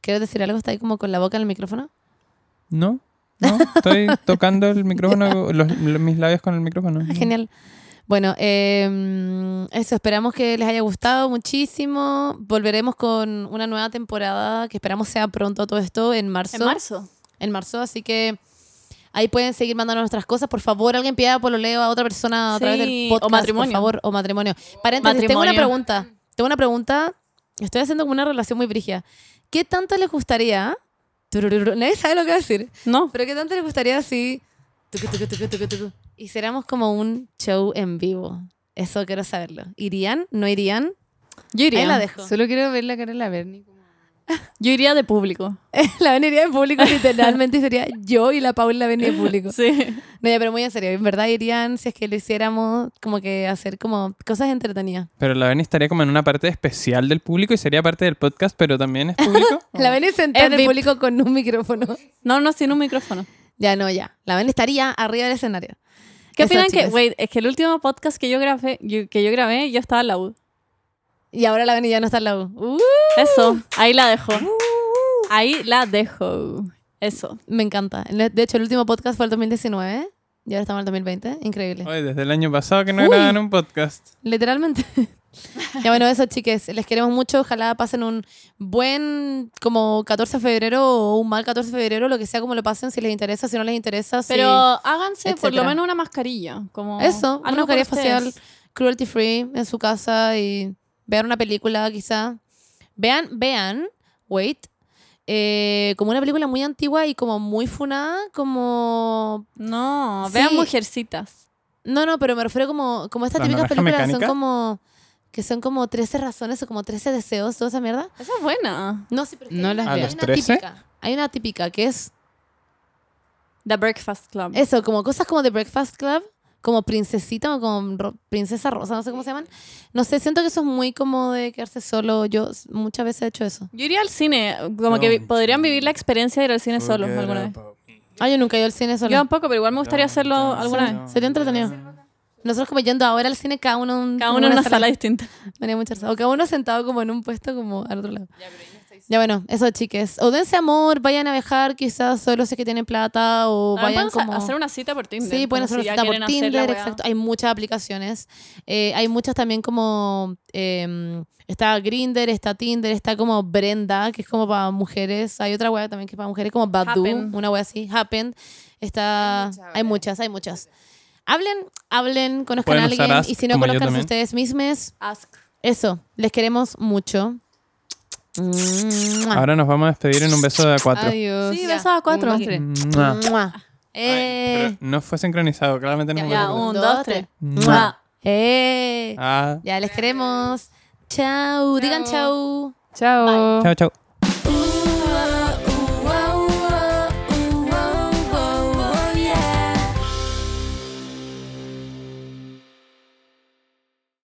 Speaker 1: ¿quieres decir algo? ¿Está ahí como con la boca en el micrófono?
Speaker 4: no, no,
Speaker 2: [LAUGHS]
Speaker 4: estoy tocando el micrófono, los- los- mis labios con el micrófono.
Speaker 1: Ah, Genial. Bueno, eh, eso, esperamos que les haya gustado muchísimo. Volveremos con una nueva temporada que esperamos sea pronto todo esto, en marzo.
Speaker 2: marzo.
Speaker 1: En marzo, así que ahí pueden seguir mandando nuestras cosas. Por favor, alguien pida pololeo a otra persona a través del
Speaker 2: Sí,
Speaker 1: podcast.
Speaker 2: o matrimonio.
Speaker 1: Por favor, o matrimonio. Paréntesis, tengo una
Speaker 2: Matrimonio.
Speaker 1: pregunta. Tengo una pregunta. Estoy haciendo como una relación muy brigia. ¿Qué tanto les gustaría? Turururu, Nadie sabe lo que va a decir.
Speaker 2: No.
Speaker 1: ¿Pero qué tanto les gustaría si tucu, tucu, tucu, tucu, tucu, hiciéramos como un show en vivo? Eso quiero saberlo. ¿Irían? ¿No irían? [LAUGHS]
Speaker 2: Yo
Speaker 1: Ahí la
Speaker 2: iría.
Speaker 1: dejo.
Speaker 3: Solo quiero ver la cara de la Bernie. como-
Speaker 2: Yo iría de público.
Speaker 1: la veniría en público literalmente sería yo y la Paula la venía en público.
Speaker 2: Sí.
Speaker 1: No, ya, pero muy en serio. En verdad irían si es que lo hiciéramos como que hacer como cosas entretenidas.
Speaker 4: Pero la Beni estaría como en una parte especial del público y sería parte del podcast, pero también es público.
Speaker 1: La Beni sentada
Speaker 2: Es
Speaker 1: Ah. en el
Speaker 2: VIP.
Speaker 1: público con un micrófono.
Speaker 2: No, no, sin un micrófono.
Speaker 1: Ya, no, ya. La Beni estaría arriba del escenario.
Speaker 2: ¿Qué
Speaker 1: Eso,
Speaker 2: opinan que,
Speaker 1: chicas.
Speaker 2: wait, es que el último podcast que yo grabé, yo- que yo grabé, yo estaba en la U.
Speaker 1: Y ahora la Beni ya no está en la U. Uh,
Speaker 2: Eso, ahí la dejo. Ahí la dejo. Eso.
Speaker 1: me encanta. De hecho, el último podcast fue el 2019 y ahora estamos en el 2020. Increíble.
Speaker 4: Oye, desde el año pasado que no
Speaker 1: Uy.
Speaker 4: graban un podcast.
Speaker 1: Literalmente. [LAUGHS] ya bueno, eso, chiques. Les queremos mucho. Ojalá pasen un buen como 14 de febrero o un mal 14 de febrero, lo que sea como lo pasen, si les interesa, si no les interesa. si-
Speaker 2: Pero háganse por
Speaker 1: etcétera.
Speaker 2: lo menos una mascarilla. Como
Speaker 1: Eso,
Speaker 2: algo
Speaker 1: una mascarilla
Speaker 2: por ustedes.
Speaker 1: facial cruelty free en su casa y vean una película quizá. Vean, vean, wait, eh, como una película muy antigua y como muy funada, como...
Speaker 2: No,
Speaker 1: Sí.
Speaker 2: vean mujercitas.
Speaker 1: No, no, pero me refiero como, como estas
Speaker 4: ¿La
Speaker 1: típicas
Speaker 4: naranja
Speaker 1: películas que son
Speaker 4: mecánica?
Speaker 1: como... Que son como 13 razones o como 13 deseos, toda esa mierda.
Speaker 2: Esa es buena.
Speaker 1: No, sí, pero es que
Speaker 3: No
Speaker 1: hay,
Speaker 3: las
Speaker 1: hay
Speaker 3: veo.
Speaker 4: ¿A
Speaker 1: una
Speaker 4: los 13?
Speaker 1: típica. Hay una típica que es
Speaker 2: The Breakfast Club.
Speaker 1: Eso, como cosas como The Breakfast Club, como princesita o como ro- princesa rosa, no sé cómo se llaman. No sé, siento que eso es muy como de quedarse solo. Yo s- muchas veces he hecho eso.
Speaker 2: Yo iría al cine, como
Speaker 4: No,
Speaker 2: que vi-
Speaker 4: sí.
Speaker 2: podrían vivir la experiencia de ir al cine solo alguna vez.
Speaker 1: Ah, yo nunca he ido al cine
Speaker 2: Yo
Speaker 1: solo.
Speaker 2: tampoco, pero igual me gustaría hacerlo alguna
Speaker 1: Sí.
Speaker 2: vez.
Speaker 1: Sería entretenido. Nosotros como yendo ahora al cine, cada uno, en-
Speaker 2: Cada
Speaker 1: como
Speaker 2: uno en una sala distinta.
Speaker 1: Me haría mucha risa. O cada uno sentado como en un puesto como al otro lado. Ya bueno, eso chiques. O dense amor, vayan a viajar quizás solo si es que tienen plata o
Speaker 2: También
Speaker 1: vayan
Speaker 2: pueden sa-
Speaker 1: como...
Speaker 2: Ah, hacer una cita por Tinder.
Speaker 1: Sí, pueden
Speaker 2: como
Speaker 1: hacer una
Speaker 2: si ya
Speaker 1: cita
Speaker 2: quieren
Speaker 1: por
Speaker 2: hacer la
Speaker 1: Tinder,
Speaker 2: weá.
Speaker 1: exacto. Hay muchas aplicaciones. Eh, hay muchas también como. eh, está Grinder, está Tinder, está como Brenda, que es como para mujeres. Hay otra wea también que es para mujeres, como Badu,
Speaker 2: Happn.
Speaker 1: una wea así. Happen. Está,
Speaker 3: Hay
Speaker 1: hay
Speaker 3: muchas, ¿verdad?
Speaker 1: muchas, hay muchas. Hablen, hablen, conozcan
Speaker 4: Pueden
Speaker 1: a
Speaker 4: usar
Speaker 1: alguien.
Speaker 4: Ask,
Speaker 1: y si no,
Speaker 4: como yo
Speaker 1: conozcan a
Speaker 4: también.
Speaker 1: ustedes mismos.
Speaker 2: Ask.
Speaker 1: Eso, les queremos mucho.
Speaker 2: Ah.
Speaker 1: Mua.
Speaker 4: Ahora nos vamos a despedir en un beso de a cuatro.
Speaker 3: Adiós.
Speaker 2: Sí,
Speaker 1: Ya.
Speaker 2: besos a cuatro.
Speaker 3: Un, dos, tres.
Speaker 4: Mua.
Speaker 2: eh.
Speaker 1: Mua.
Speaker 4: Ay,
Speaker 1: Eh.
Speaker 4: pero no fue sincronizado, claramente no
Speaker 1: Ya,
Speaker 4: fue
Speaker 2: Ya,
Speaker 4: sincronizado.
Speaker 2: un, dos, tres.
Speaker 4: Mua.
Speaker 2: Mua.
Speaker 1: Eh.
Speaker 4: Ah.
Speaker 1: Ờ. Ya les queremos. Chau. Digan chau.
Speaker 3: Chao.
Speaker 4: Chao, chao.